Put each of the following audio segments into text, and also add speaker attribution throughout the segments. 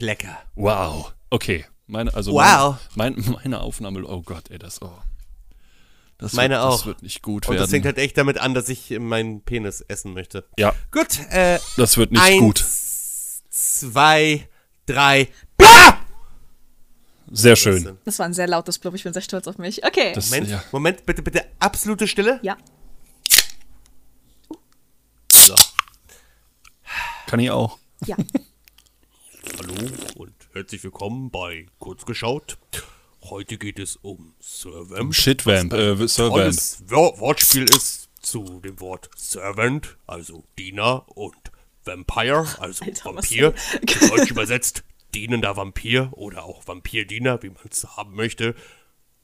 Speaker 1: lecker.
Speaker 2: Wow. Okay. Meine, also
Speaker 1: Wow.
Speaker 2: Mein, mein, meine Aufnahme, oh Gott, ey, das, oh. Das
Speaker 1: Meine
Speaker 2: wird,
Speaker 1: auch.
Speaker 2: Das wird nicht gut
Speaker 1: Und
Speaker 2: werden.
Speaker 1: das fängt halt echt damit an, dass ich äh, meinen Penis essen möchte.
Speaker 2: ja,
Speaker 1: Gut, äh,
Speaker 2: das wird nicht
Speaker 1: eins,
Speaker 2: gut.
Speaker 1: zwei, drei. Ah!
Speaker 2: Sehr schön.
Speaker 1: Moment,
Speaker 3: Das war ein sehr lautes Blub, ich bin sehr stolz auf mich. Okay.
Speaker 2: Das, ja.
Speaker 1: Moment, bitte, bitte, absolute Stille.
Speaker 3: ja.
Speaker 1: So.
Speaker 2: Kann ich auch.
Speaker 3: Ja.
Speaker 1: Hallo und herzlich willkommen bei Kurzgeschaut. Heute geht es um Servamp.
Speaker 2: Shitvamp,
Speaker 1: Oh,
Speaker 2: äh, Servamp.
Speaker 1: Tolles Wo- Wortspiel ist zu dem Wort Servant, also Diener, und Vampire, also
Speaker 3: Alter, was
Speaker 1: Vampir.
Speaker 3: denn?
Speaker 1: Zu Deutsch übersetzt dienender Vampir oder auch Vampirdiener, wie man es haben möchte.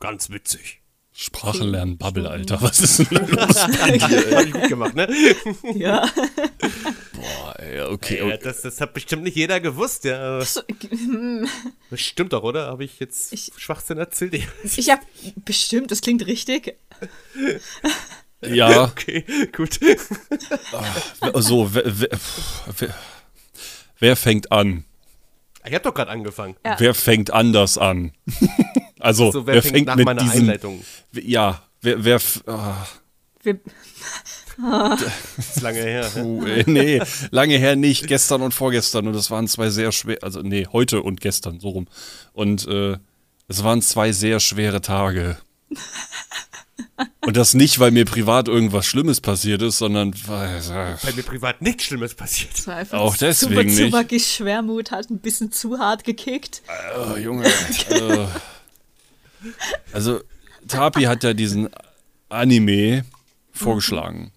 Speaker 1: Ganz witzig.
Speaker 2: Sprache lernen, Bubble, Alter. Was ist denn da los?
Speaker 1: Hab ich gut gemacht, ne?
Speaker 3: ja.
Speaker 2: Boah, ey, okay.
Speaker 1: Ja, das, das hat bestimmt nicht jeder gewusst. Ja. aber Das stimmt doch, oder? Habe ich jetzt
Speaker 3: Ich-
Speaker 1: Schwachsinn erzählt? Ich-
Speaker 3: Ich hab bestimmt, das klingt richtig.
Speaker 2: Ja,
Speaker 1: Okay, gut.
Speaker 2: so, wer, wer, pff, wer, wer fängt an?
Speaker 1: Ich habe doch gerade angefangen.
Speaker 3: Ja.
Speaker 2: Wer fängt anders an? Also,
Speaker 1: So,
Speaker 2: wer, fängt,
Speaker 1: nach
Speaker 2: mit
Speaker 1: meiner
Speaker 2: diesem,
Speaker 1: Einleitung?
Speaker 2: Ja, wer, wer, f- ah,
Speaker 3: Wir,
Speaker 1: Das ist lange her. ne?
Speaker 2: puh, ey, Oh, äh, nee, lange her nicht, gestern und vorgestern und das waren zwei sehr schwer, also nee, heute und gestern, so rum. Und äh, es waren zwei sehr schwere Tage. Und das nicht, weil mir privat irgendwas Schlimmes passiert ist, sondern äh, weil,
Speaker 1: Weil mir privat nichts Schlimmes passiert.
Speaker 3: das war einfach
Speaker 2: Auch deswegen
Speaker 3: Zuba-
Speaker 2: nicht.
Speaker 3: Zubaki Schwermut hat ein bisschen zu hart gekickt.
Speaker 2: Oh, Junge. äh, also, Tapi hat ja diesen Anime vorgeschlagen.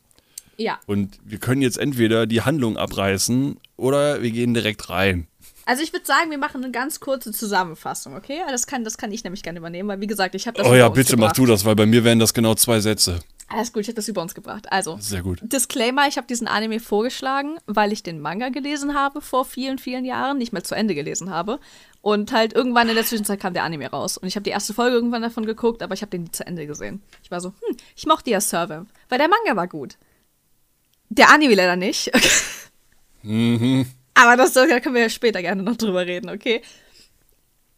Speaker 3: Ja.
Speaker 2: Und wir können jetzt entweder die Handlung abreißen oder wir gehen direkt rein.
Speaker 3: Also ich würde sagen, wir machen eine ganz kurze Zusammenfassung, okay? Das kann, das kann ich nämlich gerne übernehmen, weil wie gesagt, ich habe das
Speaker 2: oh
Speaker 3: über
Speaker 2: ja,
Speaker 3: uns
Speaker 2: bitte mach
Speaker 3: gebracht.
Speaker 2: du das, weil bei mir wären das genau zwei Sätze.
Speaker 3: Alles gut, ich habe das über uns gebracht. Also,
Speaker 2: Sehr gut.
Speaker 3: Disclaimer, ich habe diesen Anime vorgeschlagen, weil ich den Manga gelesen habe vor vielen, vielen Jahren, nicht mal zu Ende gelesen habe. Und halt irgendwann in der Zwischenzeit kam der Anime raus. Und ich habe die erste Folge irgendwann davon geguckt, aber ich habe den nie zu Ende gesehen. Ich war so, hm, ich mochte ja Servamp, weil der Manga war gut. Der Anime leider nicht. Aber das, da können wir ja später gerne noch drüber reden, okay?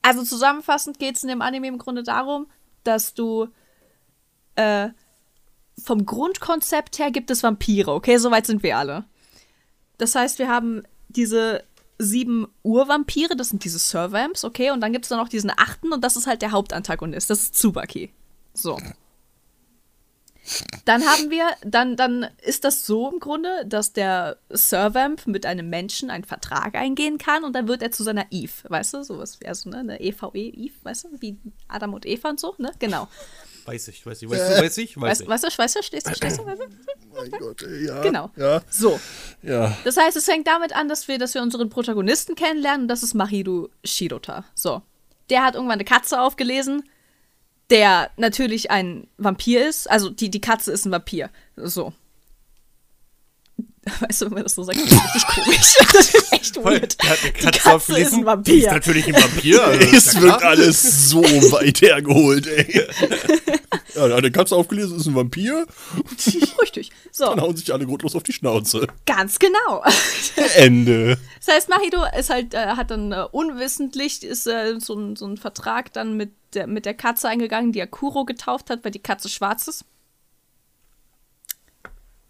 Speaker 3: Also zusammenfassend geht es in dem Anime im Grunde darum, dass du äh, vom Grundkonzept her gibt es Vampire, okay? Soweit sind wir alle. Das heißt, wir haben diese sieben Urvampire, das sind diese Servamps, okay? Und dann gibt es dann noch diesen achten und das ist halt der Hauptantagonist, das ist Tsubaki. So. Dann haben wir, dann, dann ist das so im Grunde, dass der Servamp mit einem Menschen einen Vertrag eingehen kann und dann wird er zu seiner Eve, weißt du? Sowas wie, also, ne? Eine EVE, Eve, weißt du? Wie Adam und Eva und so, ne? Genau.
Speaker 1: Weiß ich, weiß ich, weiß ich, weiß ich, weiß
Speaker 3: Äh, Weißt
Speaker 1: ich.
Speaker 3: du, weißt du, weißt du, stehst du, stehst du? Weißt du?
Speaker 2: Mein Gott, ja.
Speaker 3: Genau.
Speaker 2: Ja.
Speaker 3: So.
Speaker 2: Ja.
Speaker 3: Das heißt, es fängt damit an, dass wir, dass wir unseren Protagonisten kennenlernen und das ist Mahiru Shirota. So. Der hat irgendwann eine Katze aufgelesen, der natürlich ein Vampir ist. Also die, die Katze ist ein Vampir. So. Weißt du, wenn man das so sagt, das ist richtig komisch. Das ist echt
Speaker 1: Voll,
Speaker 3: weird.
Speaker 1: der hat eine
Speaker 3: Die
Speaker 1: Katze
Speaker 3: Katze
Speaker 1: aufgelesen,
Speaker 3: ist ein Vampir.
Speaker 1: Die ist natürlich ein Vampir. also ist ja
Speaker 2: Es wird
Speaker 1: klar.
Speaker 2: alles so weit hergeholt, ey. Ja, der Katze aufgelesen ist ein Vampir,
Speaker 3: Oh. Richtig.
Speaker 1: genau.
Speaker 2: dann
Speaker 3: So,
Speaker 2: hauen sich alle grundlos auf die Schnauze.
Speaker 3: ganz genau.
Speaker 2: Ende.
Speaker 3: Das heißt, Mahido ist halt, äh, hat dann äh, unwissentlich ist, äh, so, ein, so ein Vertrag dann mit der, mit der Katze eingegangen, die er Kuro getauft hat, weil die Katze schwarz ist.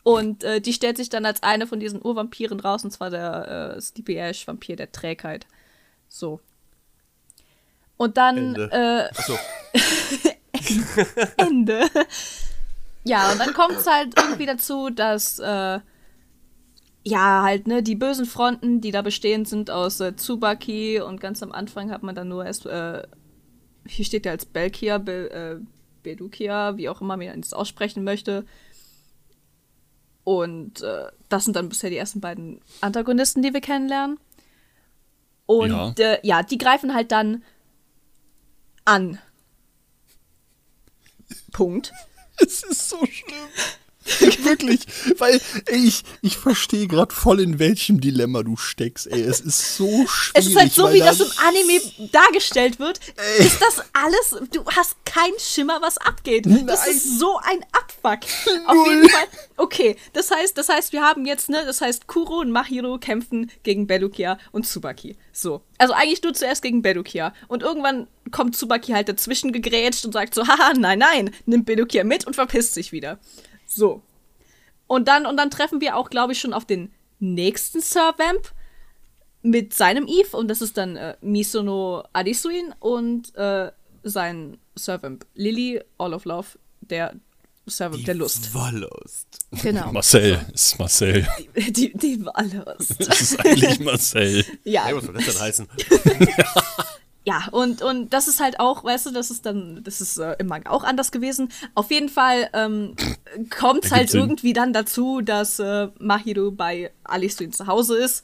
Speaker 3: Und äh, die stellt sich dann als eine von diesen Urvampiren raus, und zwar der äh, Sleepy Ash, Vampir der Trägheit. So. Und dann
Speaker 1: Ende.
Speaker 3: Äh,
Speaker 1: Achso,
Speaker 3: Ende. Ja, und dann kommt es halt irgendwie dazu, dass äh, ja halt ne die bösen Fronten, die da bestehend sind aus äh, Tsubaki und ganz am Anfang hat man dann nur erst äh, hier steht ja als Belkia, Be äh, Bedukia, wie auch immer man es aussprechen möchte. Und äh, das sind dann bisher die ersten beiden Antagonisten, die wir kennenlernen. Und
Speaker 2: Ja.
Speaker 3: ja, äh, ja die greifen halt dann an. Punkt.
Speaker 2: Es ist so schlimm.
Speaker 4: Wirklich, weil ey, ich, ich verstehe gerade voll, in welchem Dilemma du steckst. Ey, es ist so schwierig.
Speaker 3: Es ist halt so,
Speaker 4: weil Äh.
Speaker 3: wie
Speaker 4: da-
Speaker 3: das im Anime dargestellt wird. Ist das alles? Du hast keinen Schimmer, was abgeht. Das
Speaker 4: Nein.
Speaker 3: ist so ein Abfuck. Auf jeden Fall. Okay, das heißt, das heißt, wir haben jetzt, ne, das heißt, Kuro und Mahiro kämpfen gegen Bellukia und Tsubaki. So. Also eigentlich nur zuerst gegen Bellukia. Und irgendwann kommt Tsubaki halt dazwischen gegrätscht und sagt so, haha, nein, nein, nimmt Bellukia mit und verpisst sich wieder. So. Und dann, und dann treffen wir auch, glaube ich, schon auf den nächsten Servamp mit seinem Eve und das ist dann äh, Misono Adisuin und äh, sein Servamp Lily All of Love, der Servamp der Lust.
Speaker 1: Wollust.
Speaker 3: Genau.
Speaker 2: Marcel ist Marcel.
Speaker 3: Die, die Wallust.
Speaker 2: Das ist eigentlich Marcel.
Speaker 3: ja.
Speaker 1: Hey, was soll das denn heißen?
Speaker 3: Ja, und, und das ist halt auch, weißt du, das ist dann, das ist äh, im Manga auch anders gewesen. Auf jeden Fall ähm, kommt
Speaker 2: Ergibt
Speaker 3: es halt
Speaker 2: Sinn.
Speaker 3: irgendwie dann dazu, dass äh, Mahiro bei Alistuin zu Hause ist.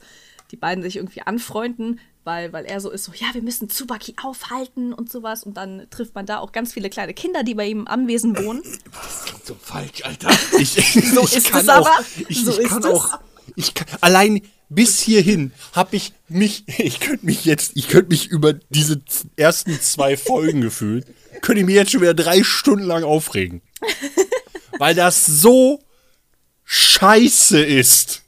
Speaker 3: Die beiden sich irgendwie anfreunden, weil, weil er so ist, so, ja, wir müssen Tsubaki aufhalten und sowas. Und dann trifft man da auch ganz viele kleine Kinder, die bei ihm im Anwesen wohnen.
Speaker 1: So falsch, Alter.
Speaker 4: Ich, so
Speaker 3: ist es aber.
Speaker 4: Ich,
Speaker 3: So
Speaker 4: ich
Speaker 3: ist
Speaker 4: kann
Speaker 3: es.
Speaker 4: auch. Ich kann, allein bis hierhin habe ich mich. Ich könnte mich jetzt. Ich könnte mich über diese z- ersten zwei Folgen gefühlt. Könnte ich mir jetzt schon wieder drei Stunden lang aufregen. Weil das so scheiße ist.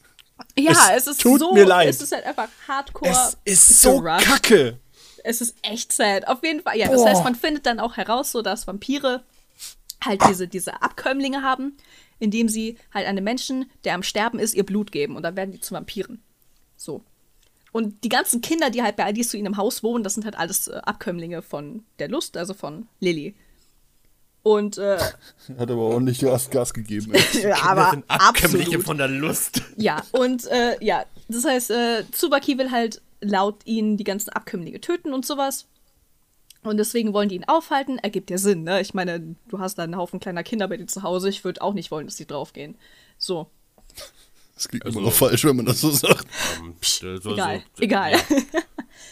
Speaker 3: Ja, es,
Speaker 4: Es
Speaker 3: ist
Speaker 4: tut
Speaker 3: so,
Speaker 4: mir leid.
Speaker 3: es ist halt einfach hardcore.
Speaker 4: Es ist so
Speaker 3: gerusht.
Speaker 4: kacke.
Speaker 3: Es ist echt sad. Auf jeden Fall. Ja, das
Speaker 4: Boah.
Speaker 3: heißt, man findet dann auch heraus, so dass Vampire halt diese, diese Abkömmlinge haben, indem sie halt einem Menschen, der am Sterben ist, ihr Blut geben. Und dann werden die zu Vampiren. So. Und die ganzen Kinder, die halt bei Alice zu ihnen im Haus wohnen, das sind halt alles äh, Abkömmlinge von der Lust, also von Lily. Und, äh,
Speaker 4: Hat aber ordentlich Gas, Gas gegeben.
Speaker 3: ja,
Speaker 1: das
Speaker 3: aber
Speaker 1: sind Abkömmliche
Speaker 3: absolut.
Speaker 1: von der Lust.
Speaker 3: Ja, und äh, ja, das heißt, äh, Tsubaki will halt laut ihnen die ganzen Abkömmlinge töten und sowas. Und deswegen wollen die ihn aufhalten. Ergibt ja Sinn, ne? Ich meine, du hast da einen Haufen kleiner Kinder bei dir zu Hause. Ich würde auch nicht wollen, dass die draufgehen. So,
Speaker 4: Das klingt immer noch falsch, wenn man das so sagt.
Speaker 1: Ähm, äh, so-
Speaker 3: egal,
Speaker 1: so-
Speaker 3: egal.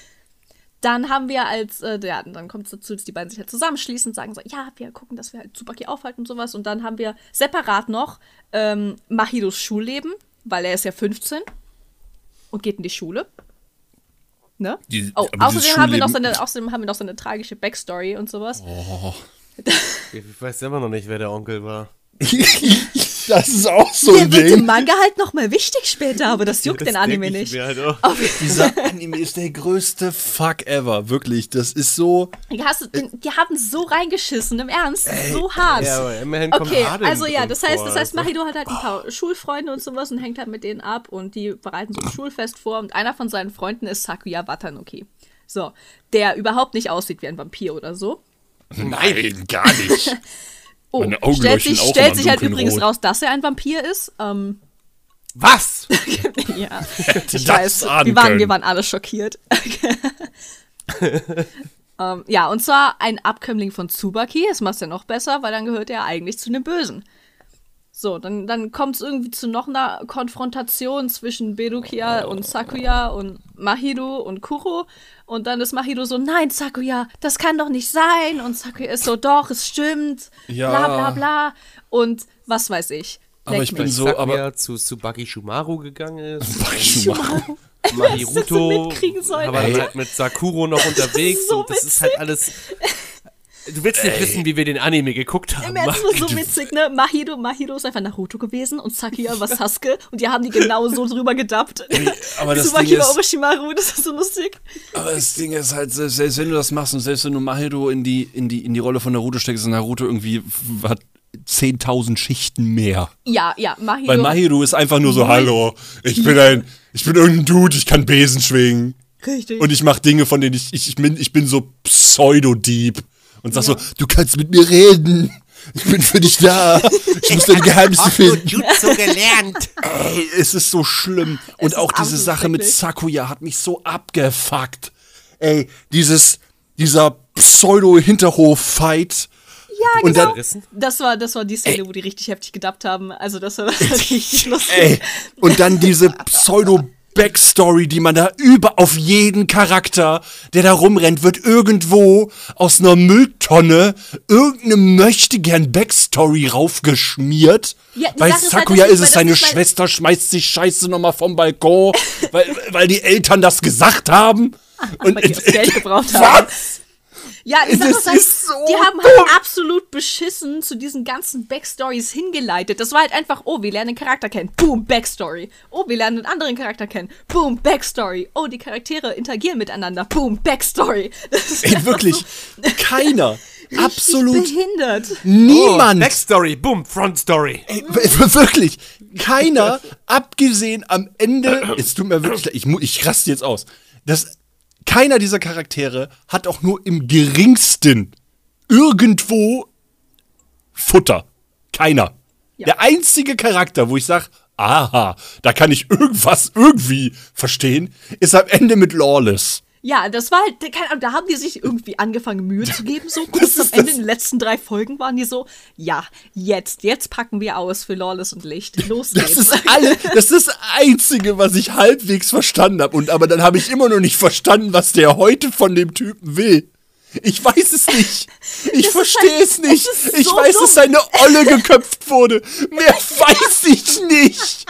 Speaker 3: dann haben wir als, äh, ja, dann kommt es dazu, dass die beiden sich halt zusammenschließen und sagen so, ja, wir gucken, dass wir halt Tsubaki aufhalten und sowas. Und dann haben wir separat noch ähm, Mahiros Schulleben, weil er ist ja 15 und geht in die Schule. Ne?
Speaker 4: Die-
Speaker 3: oh,
Speaker 4: aber dieses
Speaker 3: außerdem haben, wir noch
Speaker 4: Schulleben-
Speaker 3: seine, außerdem haben wir noch seine tragische Backstory und sowas.
Speaker 1: Oh. Ich weiß immer noch nicht, wer der Onkel war.
Speaker 4: das ist auch so
Speaker 3: Der
Speaker 4: ein
Speaker 3: wird im
Speaker 4: Ding.
Speaker 3: Manga halt nochmal wichtig später, aber das juckt
Speaker 1: Das
Speaker 3: den Anime
Speaker 1: denk ich
Speaker 3: nicht.
Speaker 1: mir halt auch.
Speaker 3: Auf,
Speaker 4: Dieser Anime ist der größte Fuck ever. Wirklich, das ist so.
Speaker 3: Die, hast, du- den, die haben so reingeschissen, im Ernst. so hart.
Speaker 1: ja, aber immerhin kommt
Speaker 3: okay,
Speaker 1: Adeln
Speaker 3: also ja,
Speaker 1: drin
Speaker 3: das heißt,
Speaker 1: vor,
Speaker 3: das heißt,
Speaker 1: also.
Speaker 3: Mahido hat halt ein paar Schulfreunde und sowas und hängt halt mit denen ab und die bereiten so ein Schulfest vor und einer von seinen Freunden ist Sakuya Watanoki. So, der überhaupt nicht aussieht wie ein Vampir oder so.
Speaker 2: Nein, gar nicht.
Speaker 3: Oh,
Speaker 2: Meine Augen
Speaker 3: stellt
Speaker 2: leuchten
Speaker 3: sich,
Speaker 2: auch
Speaker 3: stellt
Speaker 2: immer
Speaker 3: sich halt
Speaker 2: dunkelrot.
Speaker 3: übrigens raus, dass er ein Vampir ist. Ähm,
Speaker 1: Was?
Speaker 3: ja, ich
Speaker 2: das
Speaker 3: weiß,
Speaker 2: ahnen
Speaker 3: wir waren, wir
Speaker 2: können.
Speaker 3: waren alle schockiert. Ähm, ja, und zwar ein Abkömmling von Tsubaki. Das macht's ja noch besser, weil dann gehört er eigentlich zu den Bösen. So, dann, dann kommt es irgendwie zu noch einer Konfrontation zwischen Berukia und Sakuya und Mahiro und Kuro. Und dann ist Mahiro so, nein, Sakuya, das kann doch nicht sein. Und Sakuya ist so, doch, es stimmt.
Speaker 2: Ja.
Speaker 3: Bla bla bla. Und was weiß ich.
Speaker 2: Aber
Speaker 3: Leck
Speaker 2: ich
Speaker 3: mich.
Speaker 2: bin so,
Speaker 1: Sakuya
Speaker 2: aber.
Speaker 1: zu Tsubaki Shumaru gegangen ist.
Speaker 2: Schumacher.
Speaker 3: Hättest du
Speaker 1: Mahiruto
Speaker 3: mitkriegen sollen,
Speaker 1: aber dann
Speaker 2: Alter.
Speaker 1: halt mit Sakuro noch unterwegs
Speaker 3: so
Speaker 1: und das ist halt alles. Du willst nicht wissen, wie wir den Anime geguckt haben.
Speaker 3: Im Ernst, das war so witzig, ne? Mahiro, Mahiro ist einfach Naruto gewesen und Sakuya war Sasuke und die haben die genau so drüber gedappt.
Speaker 2: aber das
Speaker 3: Tsubaki
Speaker 2: Ding
Speaker 3: war
Speaker 2: ist-
Speaker 3: Orochimaru, das ist so lustig.
Speaker 2: Aber das Ding ist halt, selbst, selbst wenn du das machst und selbst wenn du Mahiro in die, in die, in die Rolle von Naruto steckst, Naruto irgendwie f- hat 10.000 Schichten mehr.
Speaker 3: Ja, ja, Mahiro.
Speaker 2: Weil Mahiro ist einfach nur so, hallo, ich bin ein, ich bin irgendein Dude, ich kann Besen schwingen.
Speaker 3: Richtig.
Speaker 2: Und ich mache Dinge, von denen ich, ich, ich bin, ich bin so Pseudo-Deep. Und sag so, du kannst mit mir reden. Ich bin für dich da. Ich muss deine Geheimnisse finden.
Speaker 1: Jutsu gelernt.
Speaker 2: Ey, es ist so schlimm. Und
Speaker 3: ist
Speaker 2: auch diese
Speaker 3: absolut
Speaker 2: Sache mit
Speaker 3: schrecklich.
Speaker 2: Sakuya hat mich so abgefuckt. Ey, dieses, dieser Pseudo-Hinterhof-Fight.
Speaker 3: ja,
Speaker 2: und
Speaker 3: genau.
Speaker 1: dann-
Speaker 3: das, war, das war die Szene, wo die richtig heftig gedappt haben. Also, das war richtig lustig.
Speaker 2: Ey, und dann diese pseudo
Speaker 4: Backstory, die man da über auf jeden Charakter, der da rumrennt, wird irgendwo aus einer Mülltonne irgendeine möchte gern Backstory raufgeschmiert.
Speaker 3: Ja, die
Speaker 4: weil
Speaker 3: Sache ist halt,
Speaker 4: Sakuya
Speaker 3: das ist-
Speaker 4: ist es,
Speaker 3: weil
Speaker 4: seine
Speaker 3: das ist, weil-
Speaker 4: Schwester schmeißt sich Scheiße nochmal vom Balkon, weil, weil die Eltern das gesagt haben. Und,
Speaker 3: weil Ah, die das Geld gebraucht haben.
Speaker 4: was?
Speaker 3: Ja, ich sag
Speaker 4: Das
Speaker 3: was, halt,
Speaker 4: ist so
Speaker 3: die haben
Speaker 4: dumm.
Speaker 3: halt absolut beschissen zu diesen ganzen Backstories hingeleitet. Das war halt einfach, oh, wir lernen einen Charakter kennen, boom, Backstory. Oh, wir lernen einen anderen Charakter kennen, boom, Backstory. Oh, die Charaktere interagieren miteinander, boom, Backstory. Das ist
Speaker 4: Ey,
Speaker 3: einfach
Speaker 4: wirklich,
Speaker 3: so
Speaker 4: keiner.
Speaker 3: richtig
Speaker 4: Absolut
Speaker 3: behindert.
Speaker 5: Oh,
Speaker 4: niemand.
Speaker 1: Backstory, boom, Frontstory.
Speaker 4: Ey, w- wirklich, keiner, abgesehen am Ende, es tut mir wirklich leid, ich, mu- ich raste jetzt aus, dass keiner dieser Charaktere hat auch nur im geringsten irgendwo Futter. Keiner.
Speaker 3: Ja.
Speaker 4: Der einzige Charakter, wo ich sage, aha, da kann ich irgendwas irgendwie verstehen, ist am Ende mit Lawless.
Speaker 3: Ja, das war halt, keine Ahnung, da haben die sich irgendwie angefangen, Mühe zu geben. So kurz
Speaker 4: Das
Speaker 3: am
Speaker 4: ist
Speaker 3: Ende,
Speaker 4: das-
Speaker 3: in den letzten drei Folgen waren die so, ja, jetzt, jetzt packen wir aus für Lawless und Licht. Los
Speaker 4: Das
Speaker 3: geht's.
Speaker 4: ist alle, das ist das Einzige, was ich halbwegs verstanden habe. Und aber dann habe ich immer noch nicht verstanden, was der heute von dem Typen will. Ich weiß es nicht. Ich
Speaker 3: Das ist
Speaker 4: verstehe
Speaker 3: halt-
Speaker 4: es nicht.
Speaker 3: es ist
Speaker 4: ich
Speaker 3: so
Speaker 4: weiß,
Speaker 3: dumm.
Speaker 4: dass seine Olle geköpft wurde. Mehr weiß ich nicht.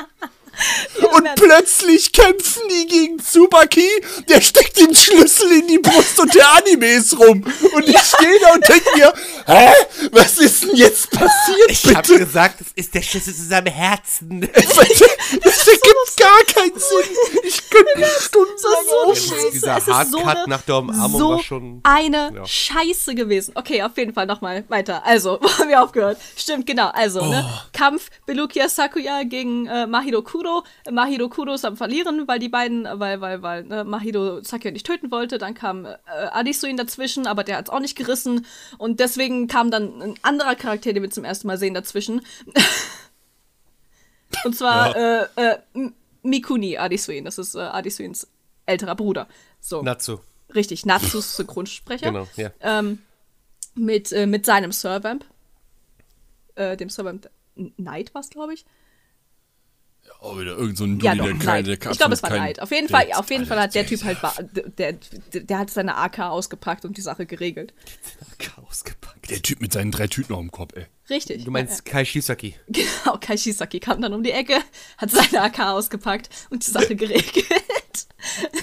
Speaker 4: und
Speaker 3: Mann.
Speaker 4: plötzlich kämpfen die gegen Tsubaki. Der steckt ihm Schlüssel in die Brust und der Anime ist rum. Und ich stehe da und denke mir, hä? Was ist denn jetzt passiert?
Speaker 5: Ich habe gesagt, es ist der Schlüssel zu seinem Herzen.
Speaker 4: Das ergibt gar keinen Sinn. Ich könnte mich
Speaker 3: Das ist
Speaker 4: stundenlang
Speaker 3: so
Speaker 4: so
Speaker 3: eine Scheiße.
Speaker 5: Oh, Dieser
Speaker 3: es ist so
Speaker 5: Hardcut
Speaker 3: eine,
Speaker 5: nach der Umarmung
Speaker 3: so
Speaker 5: war schon-
Speaker 3: eine
Speaker 5: ja.
Speaker 3: Scheiße gewesen. Okay, auf jeden Fall nochmal weiter. Also, wo haben wir aufgehört? Stimmt, genau. Also, ne?
Speaker 5: Oh.
Speaker 3: Kampf Belukia Sakuya gegen äh, Mahiro Kuro. Mahiro Kuro ist am Verlieren, weil die beiden, äh, weil, weil, weil ne, Mahiro Sakuya nicht töten wollte. Dann kam äh, Adisuin dazwischen, aber der hat es auch nicht gerissen. Und deswegen kam dann ein anderer Charakter, den wir zum ersten Mal sehen, dazwischen. Und zwar äh, äh, M- Mikuni Adisuin. Das ist äh, Adisuins älterer Bruder. So.
Speaker 5: Natsu.
Speaker 3: Richtig, Natsus Synchronsprecher.
Speaker 5: Genau, ja.
Speaker 3: Ähm, mit, äh, mit seinem Servamp. Äh, dem Servamp Knight war es, glaube ich.
Speaker 2: Oh, wieder irgend so ein
Speaker 3: Ja,
Speaker 2: Dulli,
Speaker 3: doch,
Speaker 2: der
Speaker 3: Knight.
Speaker 2: keine der
Speaker 3: Ich glaube, es war
Speaker 2: kein-
Speaker 3: Knight. Auf jeden
Speaker 2: der-
Speaker 3: Fall, auf jeden Fall hat der Typ halt, wa- der, der, der hat seine AK ausgepackt und die Sache geregelt.
Speaker 5: Ausgepackt.
Speaker 2: Der Typ mit seinen drei Tüten auf dem Kopf, ey.
Speaker 3: Richtig.
Speaker 5: Du meinst Kai Shisaki.
Speaker 3: Genau, Kaishisaki kam dann um die Ecke, hat seine AK ausgepackt und die Sache geregelt.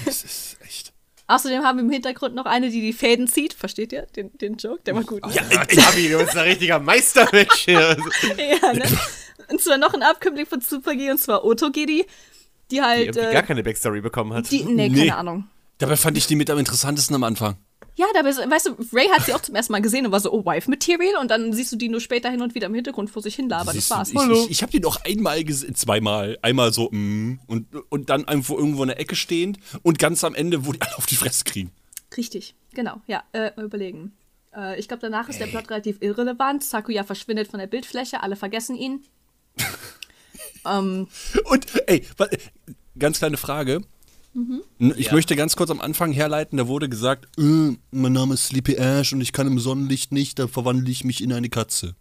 Speaker 2: Das ist echt.
Speaker 3: Außerdem haben wir im Hintergrund noch eine, die die Fäden zieht. Versteht ihr den, den Joke? Der war gut. ne?
Speaker 5: Ah, Tabi, du bist ein richtiger Meistermensch hier.
Speaker 3: Ja, ne? Und zwar noch ein Abkömmling von Super G, und zwar Otogiri, die
Speaker 5: Die
Speaker 3: halt.
Speaker 5: irgendwie
Speaker 3: äh,
Speaker 5: gar keine Backstory bekommen hat.
Speaker 3: die, nee,
Speaker 2: Nee.
Speaker 3: keine Ahnung.
Speaker 2: Dabei fand ich die mit am interessantesten am Anfang.
Speaker 3: Ja, dabei, ist- weißt du, Ray hat sie auch zum ersten Mal gesehen und war so, oh, Wife-Material. Und dann siehst du die nur später hin und wieder im Hintergrund vor sich hinlabern.
Speaker 2: Siehst
Speaker 3: Das war's.
Speaker 2: du, Ich, ich, ich habe den auch einmal gesehen, zweimal. Einmal so, mm, und, und dann irgendwo, irgendwo in der Ecke stehend und ganz am Ende, wo die alle auf die Fresse kriegen.
Speaker 3: Richtig, genau. Ja, äh, mal überlegen. Äh, ich glaube, danach ist der Plot relativ irrelevant. Sakuya verschwindet von der Bildfläche, alle vergessen ihn. ähm,
Speaker 2: Und ey, wa- ganz kleine Frage. N- Ich möchte ganz kurz am Anfang herleiten, da wurde gesagt, äh, mein Name ist Sleepy Ash und ich kann im Sonnenlicht nicht, da verwandle ich mich in eine Katze.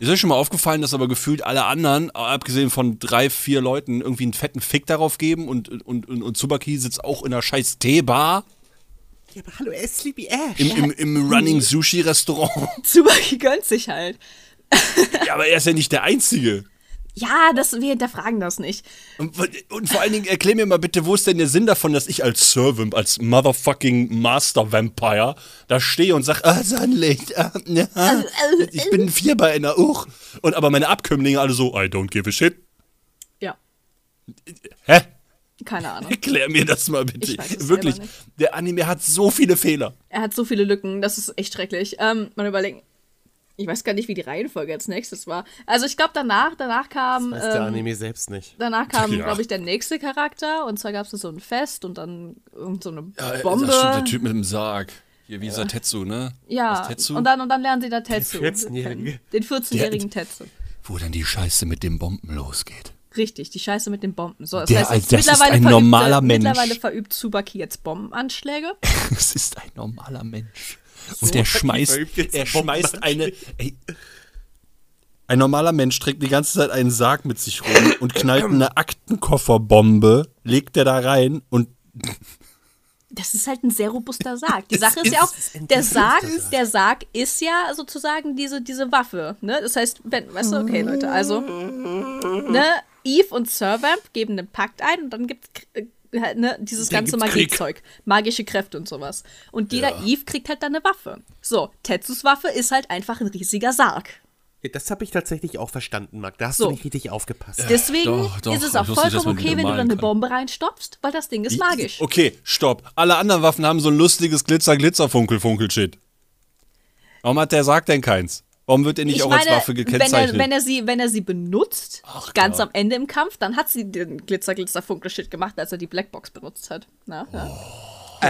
Speaker 2: Ist euch schon mal aufgefallen, dass aber gefühlt alle anderen, abgesehen von drei, vier Leuten, irgendwie einen fetten Fick darauf geben und, und, und, und Tsubaki sitzt auch in einer scheiß Teebar
Speaker 5: Ja, aber hallo, er ist Sleepy Ash.
Speaker 2: im, im, im Running Sushi Restaurant.
Speaker 3: Tsubaki gönnt sich halt.
Speaker 2: ja, aber er ist ja nicht der Einzige.
Speaker 3: Ja, das, wir hinterfragen das nicht.
Speaker 2: Und, und vor allen Dingen erklär mir mal bitte, wo ist denn der Sinn davon, dass ich als Servant, als motherfucking Master Vampire da stehe und sag, ah, Sonnenlicht, ah, ne, ah, ich bin ein Vierbeiner, in der Uch. Und aber meine Abkömmlinge alle so, I don't give a shit.
Speaker 3: Ja,
Speaker 2: Hä?
Speaker 3: keine Ahnung.
Speaker 2: Erklär mir das mal bitte.
Speaker 3: Ich weiß es
Speaker 2: Wirklich,
Speaker 3: selber nicht.
Speaker 2: der Anime hat so viele Fehler.
Speaker 3: Er hat so viele Lücken, das ist echt schrecklich. Ähm, mal überlegen. Ich weiß gar nicht, wie die Reihenfolge als nächstes war. Also ich glaube danach, danach kam,
Speaker 5: Weiß der
Speaker 3: ähm,
Speaker 5: Anime selbst nicht.
Speaker 3: danach kam,
Speaker 2: Ja.
Speaker 3: glaube ich, der nächste Charakter. Und zwar gab es so ein Fest und dann irgend so eine
Speaker 2: äh, der
Speaker 3: Bombe.
Speaker 2: Typ mit dem Sarg. Hier, wie dieser Tetsu, ne?
Speaker 3: Ja,
Speaker 2: Tetsu?
Speaker 3: und dann und dann lernen sie da Tetsu.
Speaker 5: 14-Jährige.
Speaker 3: kennen. Den 14-jährigen Tetsu.
Speaker 2: Wo dann die Scheiße mit den Bomben losgeht.
Speaker 3: Richtig, die Scheiße mit den Bomben. So, das
Speaker 2: Der-
Speaker 3: heißt,
Speaker 2: also das ist ein
Speaker 3: verübt, äh,
Speaker 2: normaler Mensch.
Speaker 3: Mittlerweile verübt Tsubaki jetzt Bombenanschläge.
Speaker 2: Es ist ein normaler Mensch. Und er schmeißt,
Speaker 5: verübt jetzt
Speaker 2: er schmeißt eine. Ey,
Speaker 4: Ein normaler Mensch trägt die ganze Zeit einen Sarg mit sich rum und knallt eine Aktenkofferbombe, legt er da rein und
Speaker 3: Das ist halt ein sehr robuster Sarg. Die Sache ist, ja auch, der Sarg, der Sarg ist ja sozusagen diese, diese Waffe. Ne? Das heißt, wenn, weißt du, okay, Leute, also, ne, Eve und Servamp geben einen Pakt ein und dann gibt's äh, halt, ne, dieses
Speaker 1: Dann
Speaker 3: ganze
Speaker 1: gibt's Krieg.
Speaker 3: Magiezeug, magische Kräfte und sowas. Und jeder Eve kriegt halt dann eine Waffe. So, Tetsus Waffe ist halt einfach ein riesiger Sarg.
Speaker 5: Ja, Das habe ich tatsächlich auch verstanden, Marc. Da hast
Speaker 3: So.
Speaker 5: du nicht richtig aufgepasst.
Speaker 3: Deswegen
Speaker 2: Äh, doch, doch,
Speaker 3: ist es
Speaker 2: ich
Speaker 3: auch
Speaker 2: wusste nicht, dass
Speaker 3: vollkommen
Speaker 2: man die
Speaker 3: okay, wenn du
Speaker 2: normalen
Speaker 3: dann eine
Speaker 2: kann.
Speaker 3: Bombe reinstopfst, weil das Ding ist magisch.
Speaker 2: Okay, stopp. Alle anderen Waffen haben so ein lustiges Glitzer-Glitzer-Funkel-Funkel-Shit. Warum hat der Sarg denn keins? Warum wird er nicht
Speaker 3: ich
Speaker 2: auch
Speaker 3: meine,
Speaker 2: als Waffe gekennzeichnet?
Speaker 3: Wenn er, wenn er, sie, wenn er sie benutzt, ganz am Ende im Kampf, dann hat sie den Glitzer, Glitzer, Funkel, Shit gemacht, als er die Blackbox benutzt hat. Na,
Speaker 2: Oh,
Speaker 3: ja.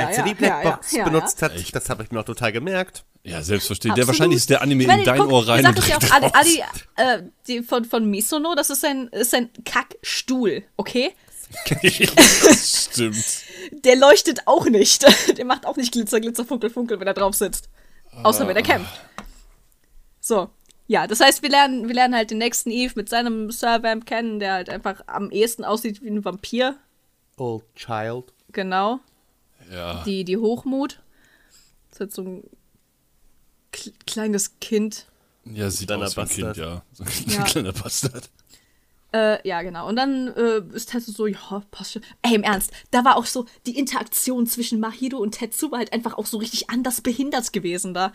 Speaker 5: Als
Speaker 3: Ja,
Speaker 5: er
Speaker 3: ja,
Speaker 5: die Äh, Blackbox
Speaker 3: ja, ja.
Speaker 5: benutzt hat, das habe ich mir auch total gemerkt.
Speaker 2: ja, selbstverständlich.
Speaker 3: Absolut.
Speaker 2: Der wahrscheinlich ist der Anime
Speaker 3: Ich meine,
Speaker 2: in dein
Speaker 3: guck,
Speaker 2: Ohr rein
Speaker 3: Die
Speaker 2: und
Speaker 3: Sache ist ja auch,
Speaker 2: direkt raus.
Speaker 3: Ali, Ali, äh, die von, von Misono, das ist ein, ist ein Kackstuhl, okay?
Speaker 2: Stimmt.
Speaker 3: Der leuchtet auch nicht. Der macht auch nicht Glitzer, Glitzer, Funkel, Funkel, wenn er drauf sitzt. Außer
Speaker 2: Ah.
Speaker 3: wenn er kämpft. So. Ja, das heißt, wir lernen, wir lernen halt den nächsten Eve mit seinem Servamp kennen, der halt einfach am ehesten aussieht wie ein Vampir.
Speaker 5: Old Child.
Speaker 3: Genau.
Speaker 2: Ja.
Speaker 3: Die, die Hochmut. Das ist halt so ein kl kleines Kind.
Speaker 2: Ja, sieht
Speaker 5: Kleiner
Speaker 2: aus wie ein Kind,
Speaker 5: Bastard.
Speaker 2: ja. So ein
Speaker 3: Ja.
Speaker 2: kleiner Bastard.
Speaker 3: Äh, ja, genau. Und dann äh, ist Tetsu so, ja, passt schon. Ey, im Ernst, da war auch so, die Interaktion zwischen Mahiro und Tetsu war halt einfach auch so richtig anders behindert gewesen da.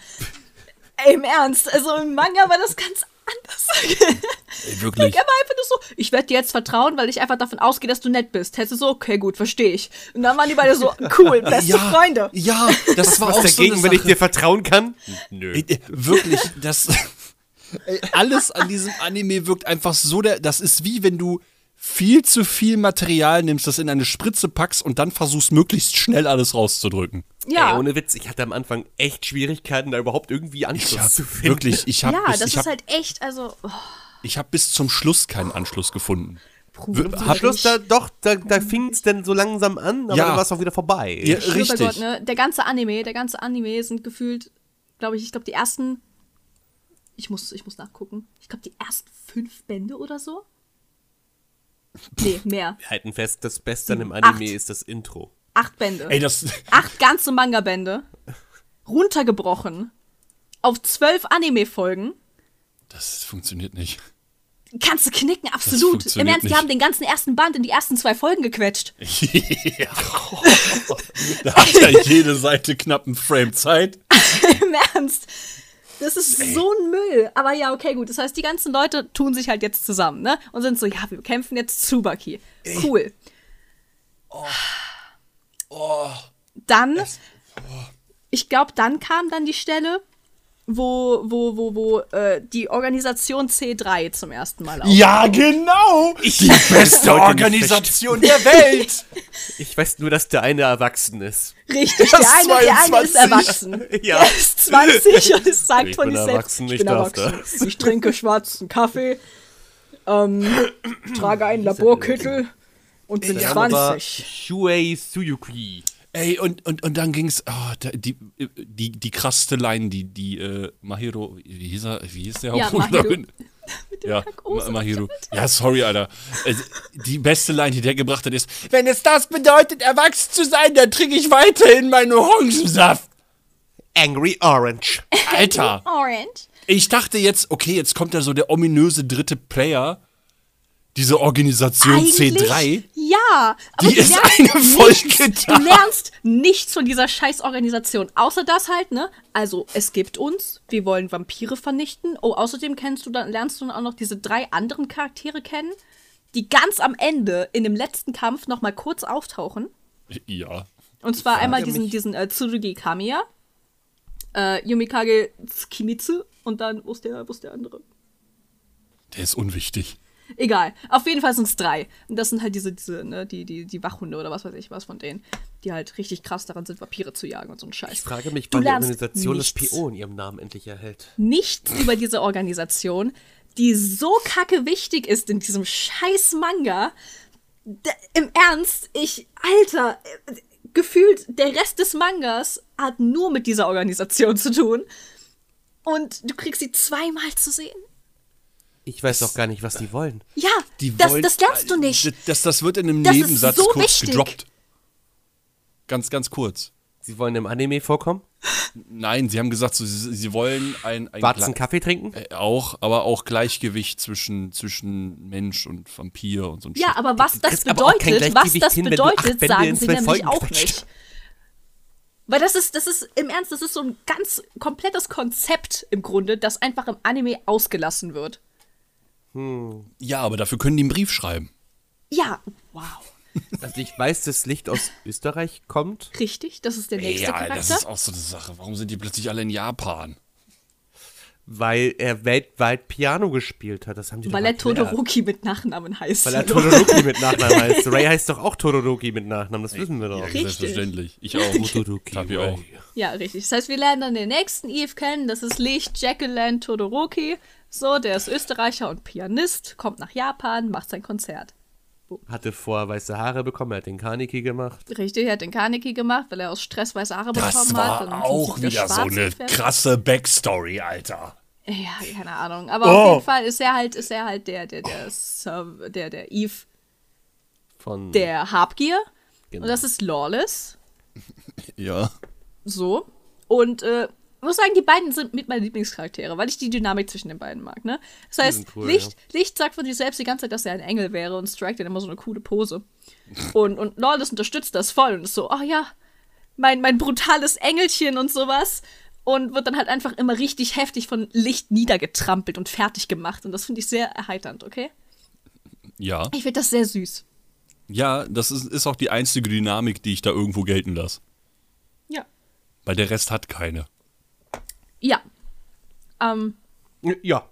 Speaker 3: Ey, im Ernst, also im Manga war das ganz anders.
Speaker 2: Ey,
Speaker 3: Like,
Speaker 2: wirklich.
Speaker 3: er war einfach nur so, ich werde dir jetzt vertrauen, weil ich einfach davon ausgehe, dass du nett bist. Tetsu so, okay, gut, verstehe ich. Und dann waren die beide so, cool, beste Freunde.
Speaker 2: Ja, das war
Speaker 5: Was
Speaker 2: auch so
Speaker 5: dagegen,
Speaker 2: eine
Speaker 5: wenn ich
Speaker 2: Sache.
Speaker 5: dir vertrauen kann? Nö.
Speaker 2: Ey, Wirklich, das. Ey, Alles an diesem Anime wirkt einfach so. Der, das ist wie wenn du viel zu viel Material nimmst, das in eine Spritze packst und dann versuchst, möglichst schnell alles rauszudrücken.
Speaker 3: Ja.
Speaker 5: Ey, ohne Witz, ich hatte am Anfang echt Schwierigkeiten, da überhaupt irgendwie Anschluss
Speaker 2: Ich hab,
Speaker 5: zu finden.
Speaker 2: wirklich, ich habe
Speaker 3: ja,
Speaker 2: bis,
Speaker 3: das
Speaker 2: ich
Speaker 3: ist
Speaker 2: hab,
Speaker 3: halt echt, also, oh,
Speaker 2: ich hab bis zum Schluss keinen Anschluss gefunden.
Speaker 3: Bruder,
Speaker 5: Am Schluss, da, doch, da, da fing es dann so langsam an, aber
Speaker 2: Ja.
Speaker 5: dann war es auch wieder vorbei.
Speaker 2: Ja,
Speaker 3: Schwör bei
Speaker 2: richtig.
Speaker 3: Gott, ne? Der ganze Anime, der ganze Anime sind gefühlt, glaube ich, ich glaube die ersten, ich muss, ich muss nachgucken, ich glaube die ersten fünf Bände oder so. Nee, mehr.
Speaker 5: Wir halten fest, das Beste an dem
Speaker 3: Acht.
Speaker 5: Anime ist das Intro.
Speaker 3: Acht Bände.
Speaker 2: Ey, das.
Speaker 3: Acht ganze Manga-Bände. Runtergebrochen. Auf zwölf Anime-Folgen.
Speaker 2: Das funktioniert nicht.
Speaker 3: Kannst du knicken, absolut. Im
Speaker 2: funktioniert
Speaker 3: Ernst, die
Speaker 2: nicht.
Speaker 3: haben den ganzen ersten Band in die ersten zwei Folgen gequetscht.
Speaker 2: Da hat ja jede Seite knapp einen Frame Zeit.
Speaker 3: Im Ernst. Das ist so ein Müll. Aber ja, okay, gut. Das heißt, die ganzen Leute tun sich halt jetzt zusammen, ne? Und sind so, ja, wir kämpfen jetzt Tsubaki. Cool. Dann, ich glaube, dann kam dann die Stelle, wo, wo, wo, wo äh, die Organisation C3 zum ersten Mal auf.
Speaker 4: Ja, genau! Die beste
Speaker 5: Leute, nicht
Speaker 4: Organisation der Welt!
Speaker 5: Ich weiß nur, dass der eine erwachsen ist.
Speaker 3: Richtig, der eine, der eine ist
Speaker 4: 22.
Speaker 3: erwachsen.
Speaker 5: Ja.
Speaker 3: Der ist 20 und es sagt
Speaker 5: Ich
Speaker 3: von
Speaker 5: bin
Speaker 3: sich selbst,
Speaker 5: erwachsen,
Speaker 3: ich
Speaker 5: ich
Speaker 3: bin
Speaker 5: darf
Speaker 3: erwachsen. Ich trinke schwarzen Kaffee, ähm, trage einen Laborkittel und bin
Speaker 5: Der andere war
Speaker 3: 20.
Speaker 5: Shuei Tsuyuki.
Speaker 2: Ey, und, und, und dann ging's, oh, da, die, die, die krasseste Line, die, die äh, Mahiro, wie hieß er, wie hieß der
Speaker 3: Ja,
Speaker 2: Hauptprotagonist? Ja,
Speaker 3: Kakao-Saft,
Speaker 2: Ma- Mahiro. Ja, sorry, Alter. Also, die beste Line, die der gebracht hat, ist, wenn es das bedeutet, erwachsen zu sein, dann trinke ich weiterhin meinen Orangensaft.
Speaker 5: Angry Orange. Ah.
Speaker 2: Alter,
Speaker 3: Orange.
Speaker 2: ich dachte jetzt, okay, jetzt kommt da so der ominöse dritte Player, diese Organisation C3.
Speaker 3: Ja, aber
Speaker 2: Die
Speaker 3: du
Speaker 2: ist
Speaker 3: lernst
Speaker 2: eine
Speaker 3: nichts,
Speaker 2: Folge
Speaker 3: Du
Speaker 2: da.
Speaker 3: lernst nichts von dieser scheiß Organisation. Außer das halt, ne? Also, es gibt uns, wir wollen Vampire vernichten. Oh, außerdem kennst du dann, lernst du dann auch noch diese drei anderen Charaktere kennen, die ganz am Ende in dem letzten Kampf nochmal kurz auftauchen.
Speaker 2: Ja.
Speaker 3: Und zwar einmal diesen, diesen äh, Tsurugi Kamiya, äh, Yumikage Tsukimitsu und dann, wo ist der, wo ist der andere?
Speaker 2: Der ist unwichtig.
Speaker 3: Egal. Auf jeden Fall sind es drei. Und das sind halt diese, diese, ne, die, die, die Wachhunde oder was weiß ich was von denen, die halt richtig krass daran sind, Vampire zu jagen und so ein Scheiß.
Speaker 5: Ich frage mich,
Speaker 3: Du
Speaker 5: wann die
Speaker 3: lernst
Speaker 5: Organisation das
Speaker 3: nichts.
Speaker 5: PO in ihrem Namen endlich erhält.
Speaker 3: nichts über diese Organisation, die so kacke wichtig ist in diesem scheiß Manga. D Im Ernst, ich, Alter, äh, gefühlt der Rest des Mangas hat nur mit dieser Organisation zu tun. Und du kriegst sie zweimal zu sehen.
Speaker 1: Ich weiß auch gar nicht, was die wollen.
Speaker 3: Ja,
Speaker 2: Die
Speaker 3: das,
Speaker 2: wollen- Äh,
Speaker 3: das lernst du nicht.
Speaker 2: Das, das wird in einem
Speaker 3: Das ist
Speaker 2: Nebensatz
Speaker 3: so
Speaker 2: kurz
Speaker 3: wichtig.
Speaker 2: gedroppt. Ganz, ganz kurz.
Speaker 1: Sie wollen im Anime vorkommen?
Speaker 2: Nein, sie haben gesagt, so, sie, sie wollen ein, ein
Speaker 1: Batzen
Speaker 2: Glei-
Speaker 1: Kaffee trinken?
Speaker 2: äh, auch, aber auch Gleichgewicht zwischen, zwischen Mensch und Vampir und so ein
Speaker 3: Ja,
Speaker 2: Shit.
Speaker 3: aber was das
Speaker 1: kriegst aber auch kein
Speaker 3: bedeutet, was
Speaker 1: Gleichgewicht
Speaker 3: das
Speaker 1: hin, wenn du acht
Speaker 3: bedeutet,
Speaker 1: Bände
Speaker 3: sagen
Speaker 1: in
Speaker 3: sie
Speaker 1: zwölf
Speaker 3: nämlich
Speaker 1: Folgen
Speaker 3: auch
Speaker 1: quetscht.
Speaker 3: nicht. Weil das ist, das ist im Ernst, das ist so ein ganz komplettes Konzept im Grunde, das einfach im Anime ausgelassen wird.
Speaker 2: ja, aber dafür können die einen Brief schreiben.
Speaker 3: Ja, wow.
Speaker 1: Also ich weiß, dass Licht aus Österreich kommt.
Speaker 3: Richtig, das ist der nächste
Speaker 2: Ja, das ist
Speaker 3: Charakter.
Speaker 2: auch so eine Sache. Warum sind die plötzlich alle in Japan?
Speaker 1: Weil er weltweit Piano gespielt hat. Das haben die
Speaker 3: Weil
Speaker 1: doch
Speaker 3: er
Speaker 1: erklärt.
Speaker 3: Todoroki mit Nachnamen heißt.
Speaker 1: Weil er Todoroki mit Nachnamen heißt. Ray heißt doch auch Todoroki mit Nachnamen, das wissen wir doch.
Speaker 2: Ja,
Speaker 3: Richtig.
Speaker 2: selbstverständlich. Ich auch. Tapi auch.
Speaker 3: Ja, richtig. Das heißt, wir lernen dann den nächsten Eve kennen. Das ist Licht Jacqueline Todoroki. So, der ist Österreicher und Pianist, kommt nach Japan, macht sein Konzert.
Speaker 1: Hatte vorher weiße Haare bekommen, er hat den Kaneki gemacht.
Speaker 3: Richtig, er hat den Kaneki gemacht, weil er aus Stress weiße Haare
Speaker 2: Das
Speaker 3: bekommen hat. und
Speaker 2: war
Speaker 3: dann
Speaker 2: auch
Speaker 3: sich
Speaker 2: wieder
Speaker 3: das
Speaker 2: so
Speaker 3: schwarze
Speaker 2: eine
Speaker 3: gefärbt.
Speaker 2: krasse Backstory, Alter.
Speaker 3: Ja, keine Ahnung. Aber auf jeden Fall ist er halt, ist er halt der, der, der, Serv- der, der Eve
Speaker 1: Von
Speaker 3: der Habgier.
Speaker 1: Genau.
Speaker 3: Und das ist Lawless.
Speaker 2: Ja.
Speaker 3: So. Und äh, ich muss sagen, die beiden sind mit meine Lieblingscharaktere, weil ich die Dynamik zwischen den beiden mag. Ne? Das heißt,
Speaker 1: sind cool,
Speaker 3: Licht, Licht sagt von sich selbst die ganze Zeit, dass er ein Engel wäre und Strike dann immer so eine coole Pose. Und, und Lawless unterstützt das voll und ist so, ach ja, mein, mein brutales Engelchen und sowas. Und wird dann halt einfach immer richtig heftig von Licht niedergetrampelt und fertig gemacht. Und das finde ich sehr erheiternd, okay?
Speaker 2: Ja.
Speaker 3: Ich finde das sehr süß.
Speaker 2: Ja, das ist, ist auch die einzige Dynamik, die ich da irgendwo gelten lasse.
Speaker 3: Ja.
Speaker 2: Weil der Rest hat keine.
Speaker 3: Ja. Ähm,
Speaker 1: Ja,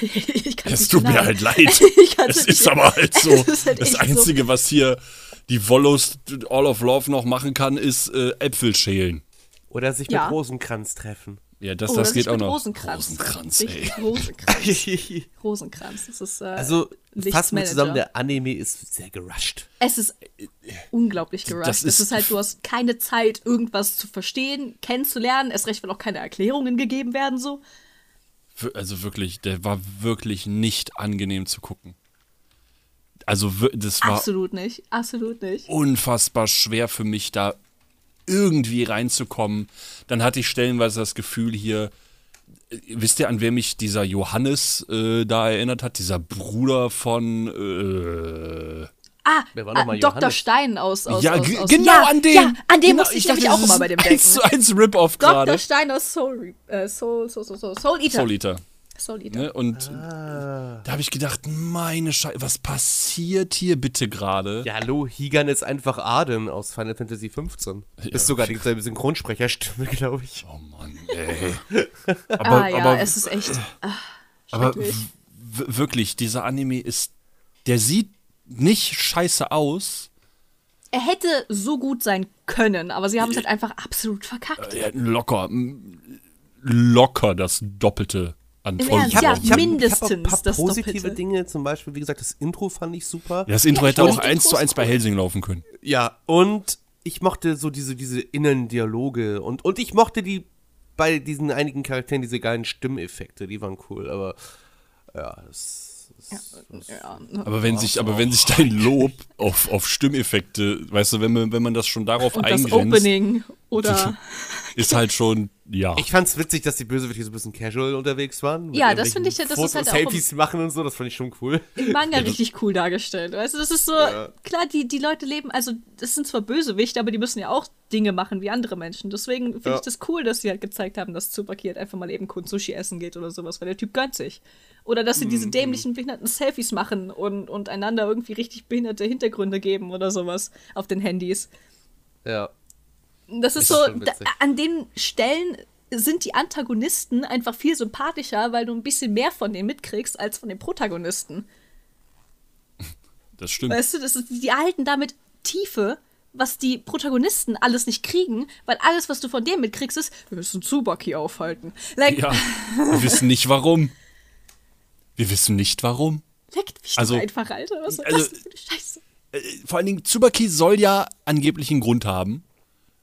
Speaker 3: ich kann genau
Speaker 2: Es tut mir halt leid.
Speaker 3: Ich kann's
Speaker 2: es
Speaker 3: nicht
Speaker 2: ist
Speaker 3: sagen.
Speaker 2: aber halt so.
Speaker 3: Es ist halt
Speaker 2: das
Speaker 3: echt
Speaker 2: Einzige, was hier die Wollos All of Love noch machen kann, ist äh, Äpfel schälen.
Speaker 1: oder sich
Speaker 3: Ja.
Speaker 1: mit Rosenkranz treffen.
Speaker 2: Ja, das,
Speaker 3: Oh,
Speaker 2: das
Speaker 3: ist
Speaker 2: geht auch
Speaker 3: mit
Speaker 2: noch.
Speaker 3: Rosenkranz.
Speaker 2: Rosenkranz, ey.
Speaker 3: Richtig, Rosenkranz. Äh, Rosenkranz. Das ist, äh,
Speaker 1: also fassen wir
Speaker 3: Lichtmanager.
Speaker 1: zusammen, der Anime ist sehr gerusht.
Speaker 3: Es ist unglaublich gerusht.
Speaker 2: Das
Speaker 3: Das
Speaker 2: ist-
Speaker 3: ist, halt, du hast keine Zeit, irgendwas zu verstehen, kennenzulernen. Erst recht, weil auch keine Erklärungen gegeben werden, so.
Speaker 2: Wir- Also wirklich, der war wirklich nicht angenehm zu gucken. Also wir- das war
Speaker 3: Absolut nicht. Absolut
Speaker 1: Oh,
Speaker 3: nicht.
Speaker 2: unfassbar schwer für mich, da irgendwie reinzukommen. Dann hatte ich stellenweise das Gefühl hier, äh, wisst ihr, an wer mich dieser Johannes äh, da erinnert hat? Dieser Bruder von. Äh,
Speaker 3: Ah,
Speaker 1: Wer war noch
Speaker 3: ah
Speaker 1: mal
Speaker 3: Dr.
Speaker 1: Johannes?
Speaker 3: Stein aus. aus
Speaker 2: ja,
Speaker 3: aus,
Speaker 2: ge-
Speaker 3: aus,
Speaker 2: genau
Speaker 3: ja,
Speaker 2: an den.
Speaker 3: Ja, an dem
Speaker 2: genau,
Speaker 3: musste ich,
Speaker 2: dachte,
Speaker 3: nämlich auch
Speaker 2: das
Speaker 3: immer
Speaker 2: ist
Speaker 3: bei dem
Speaker 2: Eins zu
Speaker 3: denken.
Speaker 2: eins Rip-Off
Speaker 3: Dr.
Speaker 2: gerade.
Speaker 3: Stein aus Soul, Re- äh, Soul, Soul, Soul, Soul, Soul Eater.
Speaker 2: Soul Eater.
Speaker 3: Soul Eater.
Speaker 2: Ne? Und da habe ich gedacht, meine Scheiße, was passiert hier bitte gerade?
Speaker 1: Ja, hallo, Higan ist einfach Aden aus Final Fantasy 15. Ist sogar dieselbe Synchronsprecherstimme, glaube ich.
Speaker 2: Oh Mann, ey. aber,
Speaker 3: Ah ja,
Speaker 2: aber
Speaker 3: es ist echt. ah,
Speaker 2: Aber
Speaker 3: Schrecklich.
Speaker 2: w- w- wirklich, dieser Anime ist. Der sieht nicht scheiße aus.
Speaker 3: Er hätte so gut sein können, aber sie haben es halt einfach absolut verkackt.
Speaker 2: Der hat locker. m- Locker das Doppelte an
Speaker 3: Im
Speaker 2: Folgen.
Speaker 3: Ernst, ja,
Speaker 2: drauf.
Speaker 3: min-
Speaker 1: ich hab auch ein
Speaker 3: mindestens
Speaker 1: paar
Speaker 3: das
Speaker 1: positive
Speaker 3: Doppelte.
Speaker 1: Dinge, zum Beispiel, wie gesagt, das Intro fand ich super.
Speaker 2: das Intro
Speaker 3: Ja,
Speaker 2: hätte
Speaker 3: stimmt.
Speaker 2: auch eins zu eins bei Helsing laufen können.
Speaker 1: Ja, und ich mochte so diese, diese inneren Dialoge und, und ich mochte die bei diesen einigen Charakteren diese geilen Stimmeffekte, die waren cool, aber ja, das, das,
Speaker 3: Ja.
Speaker 2: Aber wenn sich, aber wenn sich dein Lob auf, auf Stimmeffekte, weißt du, wenn man, wenn man das schon darauf
Speaker 3: Und das
Speaker 2: eingrenzt,
Speaker 3: Opening oder
Speaker 2: ist halt schon, ja.
Speaker 1: Ich fand's witzig, dass die Bösewichte so ein bisschen casual unterwegs waren. mit
Speaker 3: Ja, das
Speaker 1: irgendwelchen
Speaker 3: finde ich ja- das ist
Speaker 1: Fotos,
Speaker 3: halt auch
Speaker 1: Selfies machen und so, das fand ich schon cool.
Speaker 3: im Manga richtig cool dargestellt. Weißt du, das ist so, klar, die, die Leute leben, also das sind zwar Bösewichte, aber die müssen ja auch Dinge machen wie andere Menschen. Deswegen finde ich das cool, dass sie halt gezeigt haben, dass Tsubaki halt einfach mal eben kurz Sushi essen geht oder sowas, weil der Typ gönnt sich. Oder dass sie diese
Speaker 1: Mhm.
Speaker 3: dämlichen, behinderten Selfies machen und, und einander irgendwie richtig behinderte Hintergründe geben oder sowas auf den Handys.
Speaker 1: Ja.
Speaker 3: Das
Speaker 1: Das
Speaker 3: ist,
Speaker 1: ist
Speaker 3: so,
Speaker 1: schon
Speaker 3: da,
Speaker 1: witzig.
Speaker 3: an den Stellen sind die Antagonisten einfach viel sympathischer, weil du ein bisschen mehr von denen mitkriegst als von den Protagonisten.
Speaker 2: Das stimmt.
Speaker 3: Weißt du, das ist, die erhalten damit Tiefe, was die Protagonisten alles nicht kriegen, weil alles, was du von denen mitkriegst, ist, wir müssen Tsubaki aufhalten. Like,
Speaker 2: Ja. Wir wissen nicht warum. Wir wissen nicht warum.
Speaker 3: leckt mich
Speaker 2: Also-
Speaker 3: doch einfach, Alter. Was soll
Speaker 2: also-
Speaker 3: das denn für eine Scheiße?
Speaker 2: vor allen Dingen, Tsubaki soll ja angeblich einen Grund haben.